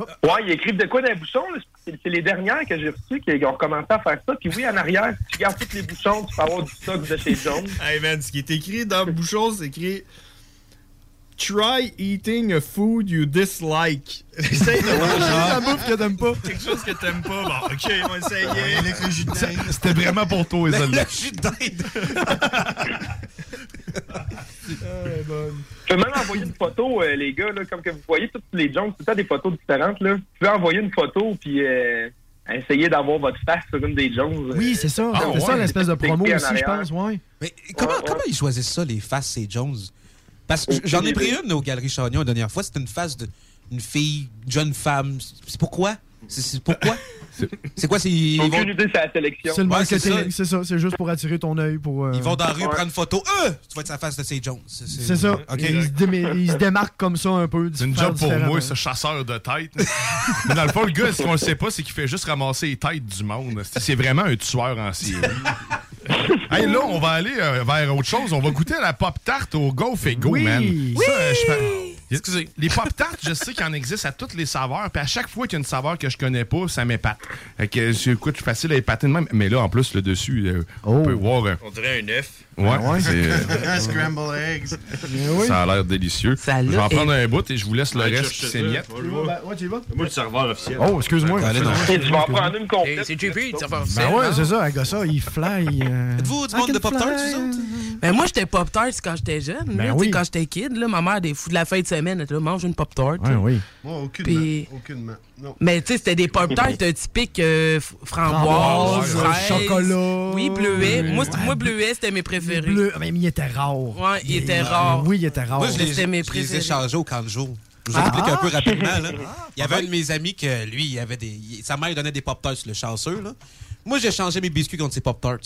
Ouais, ils écrivent de quoi dans les bouchons? là? C'est c'est les dernières que j'ai reçues qui ont recommencé à faire ça. Puis oui, en arrière, si tu gardes tous les bouchons, tu peux avoir du stock de chez Jones.
Hey man, ce qui est écrit dans le bouchon, c'est écrit Try eating a food
[LAUGHS]
you dislike. Essaye de manger
La
Ah, bouffe que t'aimes pas.
Quelque chose que t'aimes pas. Bon, ok, on va essayer.
Ça- C'était vraiment pour [LAUGHS] toi,
Le-
celle-là.
le jus d'Inde.
Ah,
Tu peux même envoyer une photo, euh, les gars, là, comme que vous voyez, tous les Jones, tout le temps des photos différentes. Là. Tu peux envoyer une photo, puis euh, essayer d'avoir votre face sur une des euh. Jones.
Oui, c'est
Ah,
ça.
Ah,
c'est ça l'espèce de promo aussi, je pense, ouais.
Mais
Comment, comment ils choisissent ça, les faces et Jones? Parce que j- j'en ai pris une aux Galeries Chagnon la dernière fois. C'était une face d'une fille, une jeune femme. C'est pourquoi? C'est- C'est pourquoi? C'est quoi? C'est. ils vont-
Aucune idée, c'est la sélection.
C'est le
Ouais, c'est ça.
marketing, c'est ça. C'est juste pour attirer ton œil. pour. euh,
Ils vont dans la rue prendre une photo. Euh! Tu vas être sa face de C. Jones.
C'est ça.
OK.
Ils, se démé- ils se démarquent comme ça un peu.
C'est une job pour moi, ce chasseur de têtes. Mais dans le fond, le gars, ce qu'on le sait pas, c'est qu'il fait juste ramasser les têtes du monde. C'est c'est vraiment un tueur en série. hey, là, on va aller euh, vers autre chose. On va goûter à la pop tart au go et go, man. Ça, euh, je fais- Excusez. Les pop tarts, je sais qu'il en existe à toutes les saveurs. Puis à chaque fois qu'il y a une saveur que je connais pas, ça m'épate. Fait que, je- écoute, je suis facile à épater de même. Mais là, en plus, le dessus, euh, on peut voir. euh,
On dirait un œuf.
Ouais, c'est, euh,
Un scramble eggs.
Ça a l'air délicieux. je vais en prendre un bout et je vous laisse le reste qui s'émiette.
ouais, tu y vas.
Moi, le serveur officiel.
Oh, excuse-moi.
Allez, non.
Tu vas en prendre
une
complète. c'est JP, ça va
Ben ouais, c'est ça, avec ça, il fly. euh,
Êtes-vous
I can fly.
Ben moi, j'étais Pop-Tart quand j'étais jeune.
Ben
là, tu sais,
oui.
Quand j'étais kid, là, ma mère, des fous de la fin de semaine, elle était là, mange une Pop-Tart.
Ouais, oui.
Moi, aucunement.
Puis-
Aucunement. Non.
Mais tu sais, c'était des Pop-Tarts euh, typiques euh, f- framboises,
Framboise,
fraises.
chocolat.
Oui, bleuet.
Ouais.
Moi, c'est- moi, bleuet, c'était mes préférés.
Bleu, mais il était rare. Ouais,
il était rare.
euh, Oui, il était rare.
Moi, je les,
C'était mes
je les ai
préférés.
changés au camp de jour. Je vous
Ah.
explique un peu
Ah.
rapidement. Là.
Ah,
Il y avait un de mes amis que lui, il avait des. il- sa mère lui donnait des Pop-Tarts, le chanceux. Là. Moi, j'ai changé mes biscuits contre ses Pop-Tarts.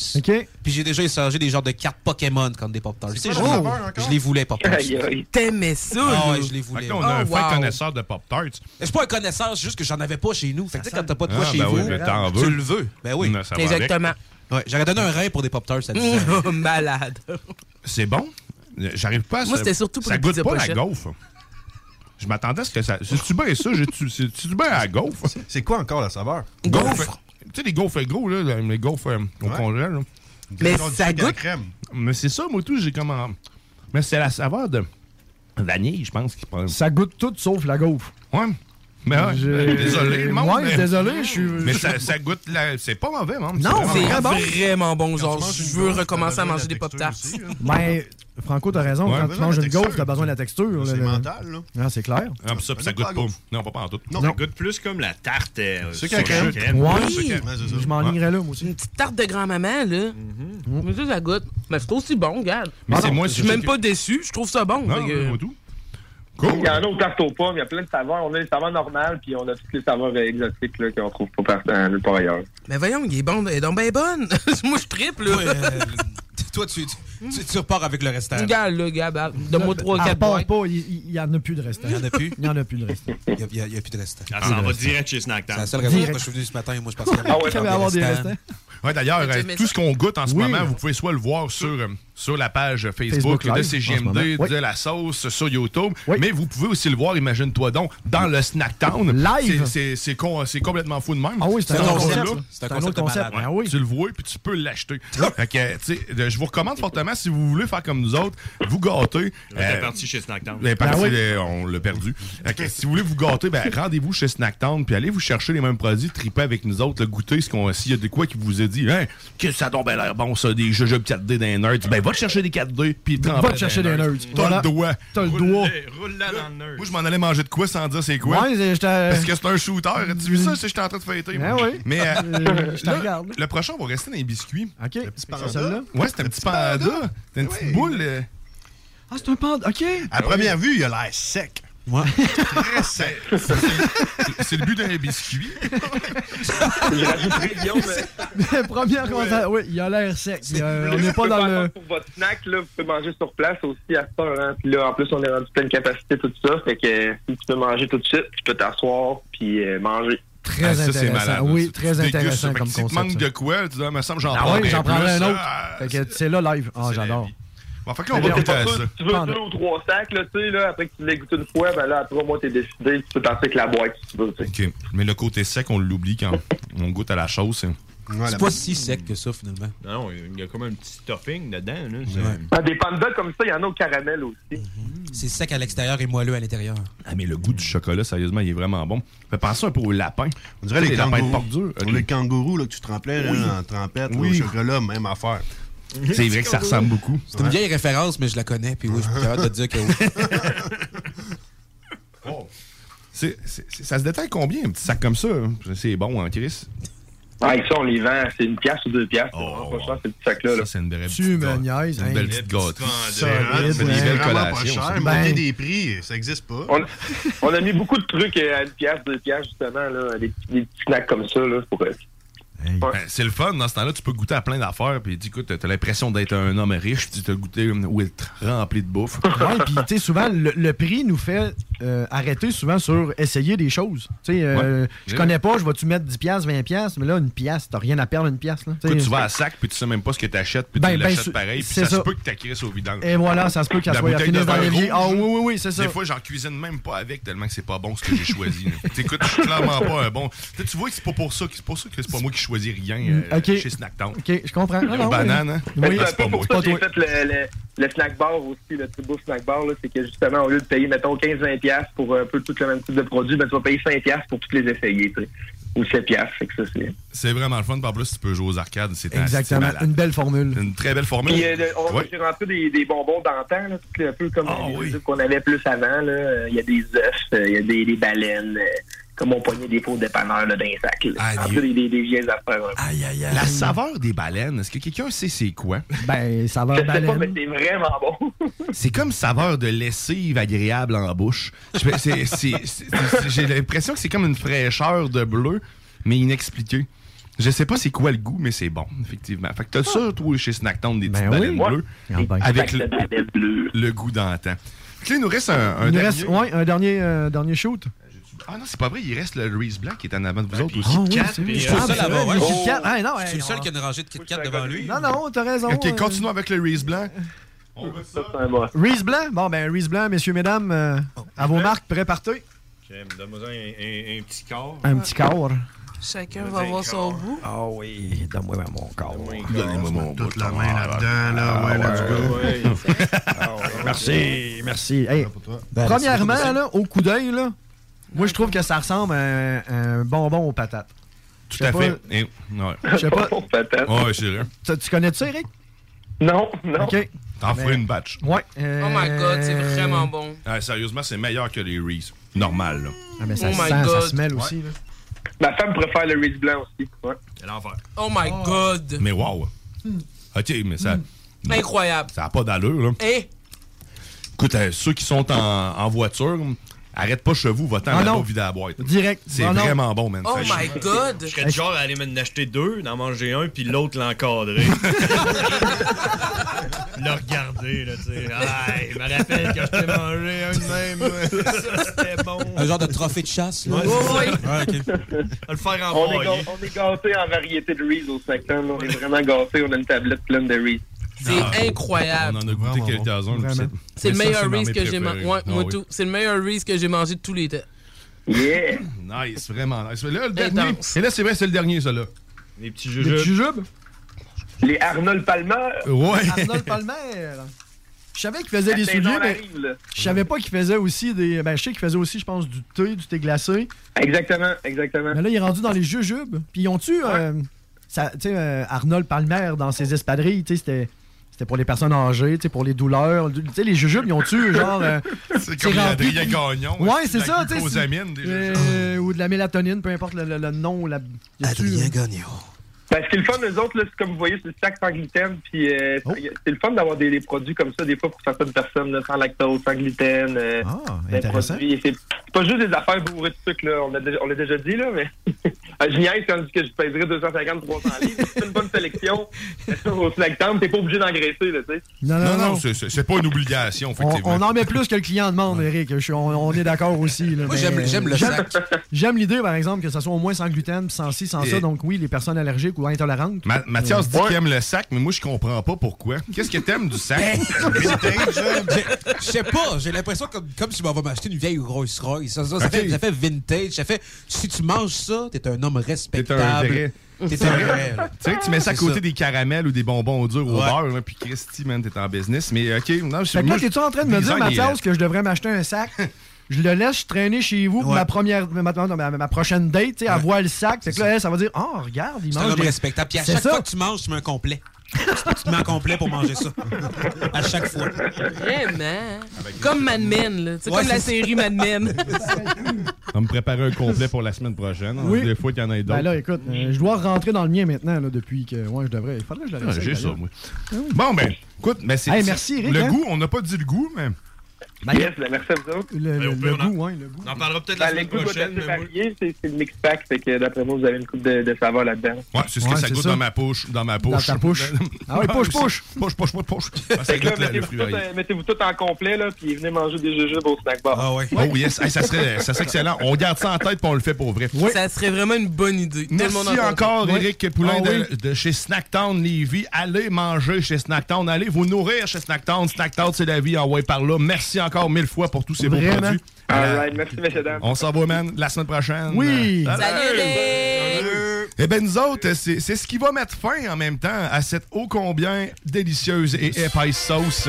Puis j'ai déjà échangé des genres de cartes Pokémon contre des Pop-Tarts.
C'est
Tu sais,
quoi
je-
la saveur encore?
Je les voulais, Pop-Tarts.
Aïe, aïe. T'aimais ça?
Ah ouais,
Oh! là?
je les voulais.
Fait que là, on a un
Oh,
fin
wow.
connaisseur de Pop-Tarts.
Je suis pas un connaisseur, c'est juste que j'en avais pas chez nous. Fait que tu sais, quand t'as pas de quoi
Ah,
chez
ben oui,
vous,
mais t'en
tu
veux.
le veux. Ben oui.
Non, ça va avec. Exactement.
Ouais, j'aurais donné un rein pour des Pop-Tarts, ça disait.
Malade.
C'est bon? Euh, J'arrive pas à
Moi,
ça-
c'était surtout pour
Ça
les
goûte
pizzas
pas la
pochettes.
gaufre. Je m'attendais à ce que ça. C'est-tu bien ça? J'ai-tu- C'est-tu bien à la gaufre?
C'est quoi encore la saveur?
Gaufre. Tu sais, les gaufres gros, là, les gaufres euh, au
Ouais.
congèle. là.
Mais Ils ont du ça sucre à la goûte.
Mais c'est ça, moi, tout, j'ai comme. en- Mais c'est la saveur de vanille, je pense, qui prend.
Ça goûte tout sauf la gaufre.
Ouais. Mais ouais,
J'ai-
désolé, le monde,
Ouais,
mais-
désolé, je suis.
Mais ça, ça goûte. la- C'est pas mauvais, man.
Non, c'est
vraiment bon.
vraiment bon. Genre,
manges
je
une
veux
gaufre,
recommencer
t'as besoin
à
de
manger des Pop-Tarts.
hein.
Ben, Franco, t'as raison.
Ouais.
Quand tu
Besoin
manges
de
une
texture.
gaufre, t'as besoin de la texture.
C'est
là,
mental,
là. Ah, c'est clair.
Ah, pis ça, pis ça goûte pas. Non, pas, pas en tout.
Non.
ça
Non.
goûte plus comme la tarte. Euh,
Sucre
sur
à crème.
le
Ouais.
Sucre à crème.
Je m'enlignerais là, moi aussi.
Une petite tarte de grand-maman, là.
Mm-hmm.
Mm-hmm. Mais ça, ça goûte. Mais c'est aussi bon, regarde.
Mais
Ah
c'est moi,
Je
c'est
suis même
juste
pas déçu. Je trouve ça bon.
Non,
fait que-
non, pas tout.
Il y en a aux tartes aux pommes, il y a plein de saveurs. On a les saveurs normales, puis on a toutes les saveurs euh, exotiques là, qu'on trouve pas par- euh, nulle part ailleurs.
Mais voyons, il est bon. Il est donc bien bonne. [LAUGHS] Moi, je triple, là.
euh,
Toi, tu, tu, tu- tu repars avec le restant.
Regarde, là, gars, donne-moi
Ah,
3-4
part
boîtes.
pas, il il y en a plus de restant. Il
y en a plus?
Il y en a plus de restant.
Il n'y a, il y a plus de restant.
Ah, ça en va direct chez Snack Town.
C'est la seule raison pour
Direct.
laquelle je suis venu ce matin et moi, je pensais qu'il y
Ah ouais,
encore
j'avais avoir des
restants.
restants.
hein.
Ouais, d'ailleurs,
Mais tu
euh,
mets
tout
ça.
ce qu'on goûte en ce
Oui.
moment, vous pouvez soit le voir sur, euh, sur la page
Facebook
Facebook,
Live,
de
en ce moment.
CGMD,
Oui.
de la sauce, sur YouTube, mais vous pouvez aussi le voir, imagine-toi donc, dans le Snack Town.
Live.
C'est- C'est c'est con- euh, c'est complètement fou de même.
Ah oui, c'est un autre
concept-là.
concept, ça. C'est un autre concept. Ben
malade. Tu le vois puis tu peux l'acheter. Fait que, euh, tu sais, de- je vous recommande fortement, si vous voulez faire comme nous autres, vous euh, gâter.
J'étais parti chez Snackdown.
Ah
Ben, parce
Ben
que,
oui.
euh, on l'a perdu. Ok, si vous voulez vous gâter, ben, rendez-vous chez Snacktown, puis allez vous chercher les mêmes produits, tripez avec nous autres, le goûter ce qu'on s'il y a de quoi qui vous a dit, hein, que ça tombe l'air bon, ça, des jeux petites dés d'un nerd, ben Va te chercher des 4D, puis
Va
trempe
te
dans
chercher
les
des
nerds.
nerds.
T'as
Voilà.
le doigt.
T'as le doigt.
Roule-la dans le nerd. Moi, je m'en allais manger de quoi sans dire c'est quoi.
Ouais, j'étais- Mm.
Parce que c'est un shooter. Tu vu ça, c'est que j'étais en train de fêter.
Ah
moi.
oui.
Mais euh,
Euh, [LAUGHS] je te
là,
regarde.
le prochain, on va rester dans les biscuits.
OK. Le
petit
C'est celle-là?
Ouais, c'est un petit panda. T'as une petite boule. euh,
Ah, c'est un panda. OK.
Ah
À première
vue, il a l'air sec.
Ouais.
[LAUGHS] Très sec.
[LAUGHS]
C'est le but d'un biscuit.
[LAUGHS] Mais Première commentaire. Oui, il a l'air sec. Il, euh,
Mais
on
là,
n'est
vous
pas dans
pouvez
le.
manger Pour votre snack, là, vous pouvez manger sur place aussi à ce heure, hein. Puis là, en plus, on est rendu pleine capacité, tout ça. Fait que si tu peux manger tout de suite, tu peux t'asseoir puis euh, manger.
Très
Ah,
intéressant. Oui, très intéressant comme
Si tu
concept,
manques
ça.
de quoi, tu dis, Ah, me semble, j'en
Ah
prends
oui, j'en
bien
prendrai
plus.
un autre.
Ah,
Fait que c'est là live. Ah, j'adore.
Bon, fait que là,
Fait
on va
que
goûter
t'as
à
pas-
ça.
Tu veux deux ou trois sacs, là, tu sais, là, après que tu l'aies goûté une fois, ben là, après, moi, t'es décidé, tu peux t'en avec la boîte si tu veux, tu sais.
OK. Mais le côté sec, on l'oublie quand on goûte à la chose. hein.
C'est pas si sec que ça, finalement.
Non, non, il y a comme un petit topping dedans. Là, c'est-
Ah, des pandas comme ça, il y en a au caramel aussi.
Mm-hmm.
C'est sec à l'extérieur et moelleux à l'intérieur.
Ah, mais le goût du chocolat, sérieusement, il est vraiment bon. Fait penser un peu aux lapins.
On dirait les,
lapins
kangourous.
de porte dure.
Les kangourous là, que tu trempais là,
Oui.
en hein, trempette, là,
Oui.
au chocolat, même affaire.
C'est vrai que ça ressemble beaucoup.
C'est une
Ouais.
vieille référence, mais je la connais, puis oui, je suis capable de
[LAUGHS]
te dire que oui.
Oh. C'est- c'est- c'est- ça se détaille combien, un petit sac comme ça? hein? C'est bon, hein, Chris?
Ah, et ça, on les vend, c'est une pièce ou deux pièces. Oh, pas cher, ces petits sacs-là.
Ça, c'est une belle
Tu me niaises.
une
hein.
belle petite gâterie.
Solide,
C'est des
hein.
belles
Vraiment pas
collations, ça.
cher,
Ben.
monter des prix, ça existe pas.
On, on a mis beaucoup de trucs euh, à une pièce, deux pièces, justement, là, des, petits- des petits snacks comme ça, là, pour euh,
Ben, c'est le fun, dans ce temps-là, tu peux goûter à plein d'affaires, puis dis, écoute, t'as l'impression d'être un homme riche, puis t'as goûté une huître remplie de
[LAUGHS]
bouffe.
Ouais, puis tu sais, souvent, le, le prix nous fait euh, arrêter souvent sur essayer des choses. Tu sais, euh,
Ouais.
je connais pas, je vais-tu mettre 10$, 20$, mais là, une pièce, t'as rien à perdre, une pièce. Là, Tu sais,
Écoute, tu vas à sac, puis tu sais même pas ce que t'achètes, puis
Ben,
tu
ben,
l'achètes
c'est-
pareil, puis
c'est
ça, se
ça.
peut que t'as créé au vidange.
Et voilà, ça se peut qu'elle
La
soit- elle
bouteille de
finisse dans
vin
l'évier.
rouge,
Ah oui, oui, oui, c'est ça.
Des fois, j'en cuisine même pas avec, tellement que c'est pas bon ce que j'ai
[LAUGHS]
choisi. là. T'écoutes, je suis clairement pas un bon. Tu sais, tu vois que c'est pas pour ça, que- c'est pour ça que c'est pas moi qui choisis rien euh,
Mm, Ok.
chez Snack Town.
Ok, je comprends. Ah,
Aux
non,
bananes,
oui.
hein?
Oui.
Ben,
C'est un
c'est pas
peu
moi.
pour ça que j'ai fait le, le- le snack bar aussi, le petit beau snack bar. là, C'est que justement, au lieu de payer, mettons, 15-20$ piastres pour euh, un peu tout le même type de produit, ben, tu vas payer 5$ piastres pour toutes les essayer, tu sais. Ou 7$. piastres, Fait que ça, c'est.
C'est vraiment le fun. Puis En plus, tu peux jouer aux arcades. C'est un- c'est
Exactement,
malade.
une belle formule.
Une très belle formule.
Puis, euh, le- on
Ouais. Ah,
j'ai rentré des, des bonbons d'antan, là, tout un peu comme les trucs qu'on avait plus avant. là. Euh, Il y a des œufs, euh, il y a des, des baleines, euh, comme on pognait des faux dépanneurs là, dans les sacs. là.
Aïe.
En plus, des, des, des vieilles affaires. un peu.
La saveur des baleines, est-ce que quelqu'un sait c'est quoi?
Ben, saveur
Je sais pas, mais c'est vraiment bon.
C'est comme saveur de lessive agréable en bouche. Je fais- c'est- c'est- c'est- c'est- J'ai l'impression que c'est comme une fraîcheur de bleu, mais inexpliquée. Je sais pas c'est quoi le goût, mais c'est bon, effectivement. Fait que t'as ça, toi, chez Snacktown, des petites
oui.
baleines
Ouais.
bleues,
Ah ben.
avec
Des
le, le goût d'antan. Puis là, il nous reste un, un
Il nous
dernier.
reste ouais, un dernier, euh, dernier shoot.
Ah non, c'est pas vrai, il reste le Reese Black qui est en avant de vous autres aussi.
Ah oui,
Quatre,
c'est vrai.
puis-
Je trouve ça là-bas, ouais.
Oh.
Kit Kat. Ah, non,
Je
hey,
suis le seul
on-
qui a une rangée de Kit Kat devant lui.
Non, non, t'as raison.
Ok,
euh,
continuons avec le Reese Blanc. On veut ça.
bah.
Reese Blanc. Bon, ben, Reese Blanc, messieurs, mesdames, euh, à vos marques, prêts, partez.
Donne-moi un, un- un petit corps.
Un petit corps.
Chacun va voir son bout.
Ah oui, donne-moi mon corps. Ah,
Donnez-moi mon
Toute la main là-dedans, là, ouais, let's go.
[LAUGHS] Merci, merci. Hey,
Ben, c'est
premièrement,
pas
là, au coup d'œil, là, moi, je trouve que ça ressemble à un, un bonbon aux patates.
Tout à fait. Eh, ouais.
Je sais pas.
Ouais, c'est vrai.
Tu, tu connais ça, Eric?
Non, non.
OK.
T'en
Mais-
ferais une batch.
Ouais. euh,
Oh my god, c'est vraiment bon.
Ah, sérieusement, c'est meilleur que les Reese. Normal, là.
Ah, mais
ça Oh my sent, ça God.
smell
aussi,
Ma femme préfère le Ritz blanc aussi. Ouais.
C'est l'enfer.
Oh my god.
Mais wow.
Hmm.
OK, mais ça.
Incroyable. Eh?
Ça n'a pas d'allure, là.
Et
Écoute, euh, ceux qui sont en, en voiture, arrête pas chez vous, va-t'en
Ah
là-bas
non.
vider la boîte.
Direct.
C'est
Non, non.
vraiment bon, man. Ça, je-
Oh god!
Je serais du genre à aller m'en acheter deux, d'en manger un, puis l'autre
[LAUGHS]
l'encadrer. le regarder, là, tu sais. Aïe, je me rappelle quand je t'ai mangé un de même. Ça, c'était bon.
Un genre de trophée de chasse. Là.
Ouais, c'est
Ah, ok.
On le faire
On est,
en
gâ- on est gâtés en variété de Reese au secteur. On est vraiment gâtés. On a une tablette pleine de Reese.
c'est incroyable.
Ah, On en a goûté quelques-uns. puis
Vraiment. C'est le
mais ça,
meilleur
ma
Reese que
mes
j'ai mangé.
préférées.
Ouais,
Ah
moi
oui.
tout. C'est le meilleur Reese que j'ai mangé de tous les temps.
Yeah!
Nice, vraiment nice. Mais
Eh,
Là, le dernier. Et là, c'est vrai, c'est le dernier, ça, là.
Les petits
jujubes. Les petits
[LAUGHS]
jujubes?
Les Arnold Palmer.
Ouais.
Arnold Palmer. Je savais qu'il faisait
La
des
saison
souliers, mais
arrive, là.
je savais pas qu'il faisait aussi des. Ben, je sais qu'il faisait aussi, je pense, du thé, du thé glacé.
Exactement, exactement.
Mais là, il est rendu dans les jujubes. Puis ils ont-tu. euh, ça- tu sais, euh, Arnold Palmer dans ses espadrilles, tu sais, c'était. C'était pour les personnes âgées, tu sais, pour les douleurs. Tu sais, les jujubes, ils ont tué, genre. euh,
C'est comme
rempli
Adrien
de-
Gagnon.
Ouais, c'est
de la
ça, tu sais.
glucosamine,
c'est-
des
euh, Ou de la mélatonine, peu importe le, le- le nom. La... hein? Adrien
Gagnon.
Ben, ce qui est le fun, eux autres, là, c'est comme vous voyez, c'est le sac sans gluten. Puis euh,
Oh.
c'est le fun d'avoir des, des produits comme ça, des fois, pour certaines personnes, là, sans lactose, sans gluten. euh, des
Ah, intéressant.
produits. C'est c'est pas juste des affaires bourrées de sucre, là. On l'a déjà, on l'a déjà dit, là, mais [LAUGHS] je niaise quand je dis que je pèserais 250, 300 livres. C'est une bonne
[LAUGHS]
sélection. Au snack time, t'es pas obligé d'engraisser, là, tu sais.
Non, non, non.
c'est- c'est c'est pas une obligation,
On,
effectivement.
on en met plus que le client demande, Eric. Je suis- on, on est d'accord aussi. là,
Moi,
mais,
j'aime-
euh,
j'aime le
J'aime l'idée, par exemple, que ça soit au moins sans gluten, puis sans ci, sans ça.
Et-
Donc, oui, les personnes allergiques ou intolérantes.
Ma- Mathias dit
Ouais.
qu'il aime le sac, mais moi, je comprends pas pourquoi. Qu'est-ce que t'aimes du [LAUGHS] sac?
Ben, Je- Je sais pas, j'ai l'impression comme, comme si on va m'acheter une vieille Rolls Royce. Ça, ça- ça fait, ça fait vintage. Ça fait, si tu manges ça, t'es un homme respectable.
vrai.
T'es
C'est
un
vrai.
vrai. là.
Tu sais que tu mets ça à
C'est
côté des caramels ou des bonbons durs au
Ouais.
beurre, là, puis Christy, man, t'es en business. Mais OK, non, je
Fait que
moi,
là,
je-
t'es-tu en train de me
des
dire,
anglais.
Mathias, que je devrais m'acheter un sac? Je le laisse traîner chez vous pour ma première, ma, non, ma- ma prochaine date, tu sais, elle voit le sac. Fait que là, elle, ça va dire, oh, regarde, il
C'est
mange.
un homme
des-
respectable. Puis à
C'est
chaque
ça.
fois que tu manges, tu mets un complet. [LAUGHS] tu te mets un complet pour manger ça. À chaque fois.
Vraiment. Comme Mad Men, là. C'est
Ouais,
comme la
c'est ça.
série Mad Men.
[LAUGHS] On va me préparer un complet pour la semaine prochaine. hein,
Oui.
Des fois qu'il y en a
Ben
d'autres.
là, écoute, euh, je dois rentrer dans le mien maintenant, là, depuis que. Ouais, je devrais. Il faudrait que je le
Ah,
laisse.
J'ai ça,
d'ailleurs.
moi. Bon, ben, écoute, ben, c'est.
Hey,
c'est-
merci, Eric,
Le
hein.
goût, on n'a pas dit le goût, mais.
Yes, ben, merci à vous autres. Ben,
Le,
le-
le goût, ouais, le goût.
On en
parlera peut-être
la semaine prochaine. C'est c'est le mix pack, fait que d'après moi, vous avez une coupe de, de saveur là-dedans.
Ouais, c'est ce que
Ouais,
ça
c'est
goûte
ça.
dans ma poche. Dans ma poche.
Dans ta
[LAUGHS]
poche. Ah oui, push, push.
Poche, poche, poche, poche. Ah, ça
Fait que là,
goûte là, le
mettez-vous
fruit
tout,
varié.
euh, mettez-vous tout en complet, là, puis venez manger des jujubes au snack bar.
Ah ouais.
Oh yes, Hey, ça, serait, ça serait
[LAUGHS]
excellent. On garde ça en tête et on le fait pour vrai.
Ça serait vraiment une bonne idée. Tout le
Merci
monde en
encore,
parle.
Eric Poulain
Ah oui.
de, de chez Snacktown Lévis. Allez manger chez Snacktown. Allez vous nourrir chez Snacktown. Snacktown, c'est la vie. Envoyé par là. Merci encore mille fois pour tous ces beaux
Vraiment.
produits.
All
Euh,
right, merci, messieurs, dames.
On s'en va, man, la semaine prochaine.
Oui.
Euh,
Salut, Eric.
Eh bien, nous autres, c'est c'est ce qui va mettre fin en même temps à cette ô combien délicieuse et épaisse sauce.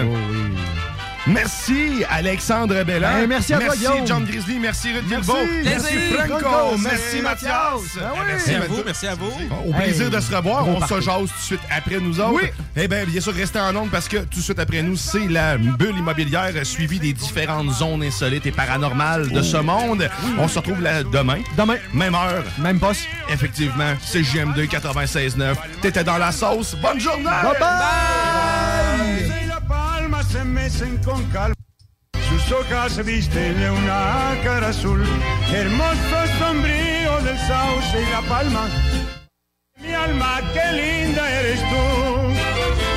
Merci Alexandre Bellin.
Ben, merci à toi, Guillaume.
John Grizzly. Merci Ruth
Merci.
Guilbeault.
Merci,
Merci
Franco.
Franco.
Merci,
Merci Mathias.
Mathias. Ben oui.
Merci à
Mathias.
vous, merci à vous.
Au plaisir de se revoir.
gros
On se
party.
jase tout de suite après nous autres.
Oui.
Eh bien, bien sûr, restez en ondes parce que tout de suite après nous, c'est la bulle immobilière euh, suivie des différentes zones insolites et paranormales de ce monde. On se retrouve là demain. Oh. Demain. Même heure. Même poste. Effectivement, c'est GM2 96.9. T'étais dans la sauce. Bonne journée.
Y la palma se mecen con calma. Sus hojas se visten de una cara azul. Hermoso sombrío del sauce y la palma. Mi alma, qué linda eres tú.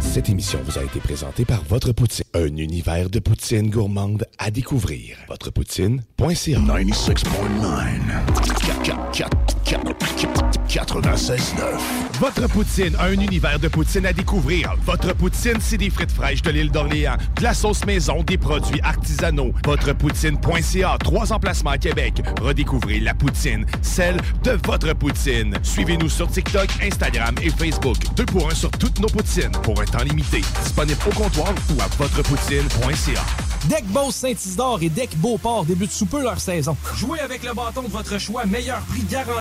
Cette émission vous a été présentée par Votre Poutine, un univers de poutine gourmande à découvrir. Votrepoutine.ca
96.9 Votre poutine, un univers de poutine à découvrir. Votre poutine, c'est des frites fraîches de l'île d'Orléans, de la sauce maison, des produits artisanaux. Votrepoutine.ca, trois emplacements à Québec. Redécouvrez la poutine, celle de votre poutine. Suivez-nous sur TikTok, Instagram et Facebook. Deux pour un sur toutes nos poutines, pour un temps limité. Disponible au comptoir ou à votrepoutine.ca.
Deck Boss Saint-Isidore et Deck Beauport débutent sous peu leur saison. Jouez avec le bâton de votre choix, meilleur prix garanti.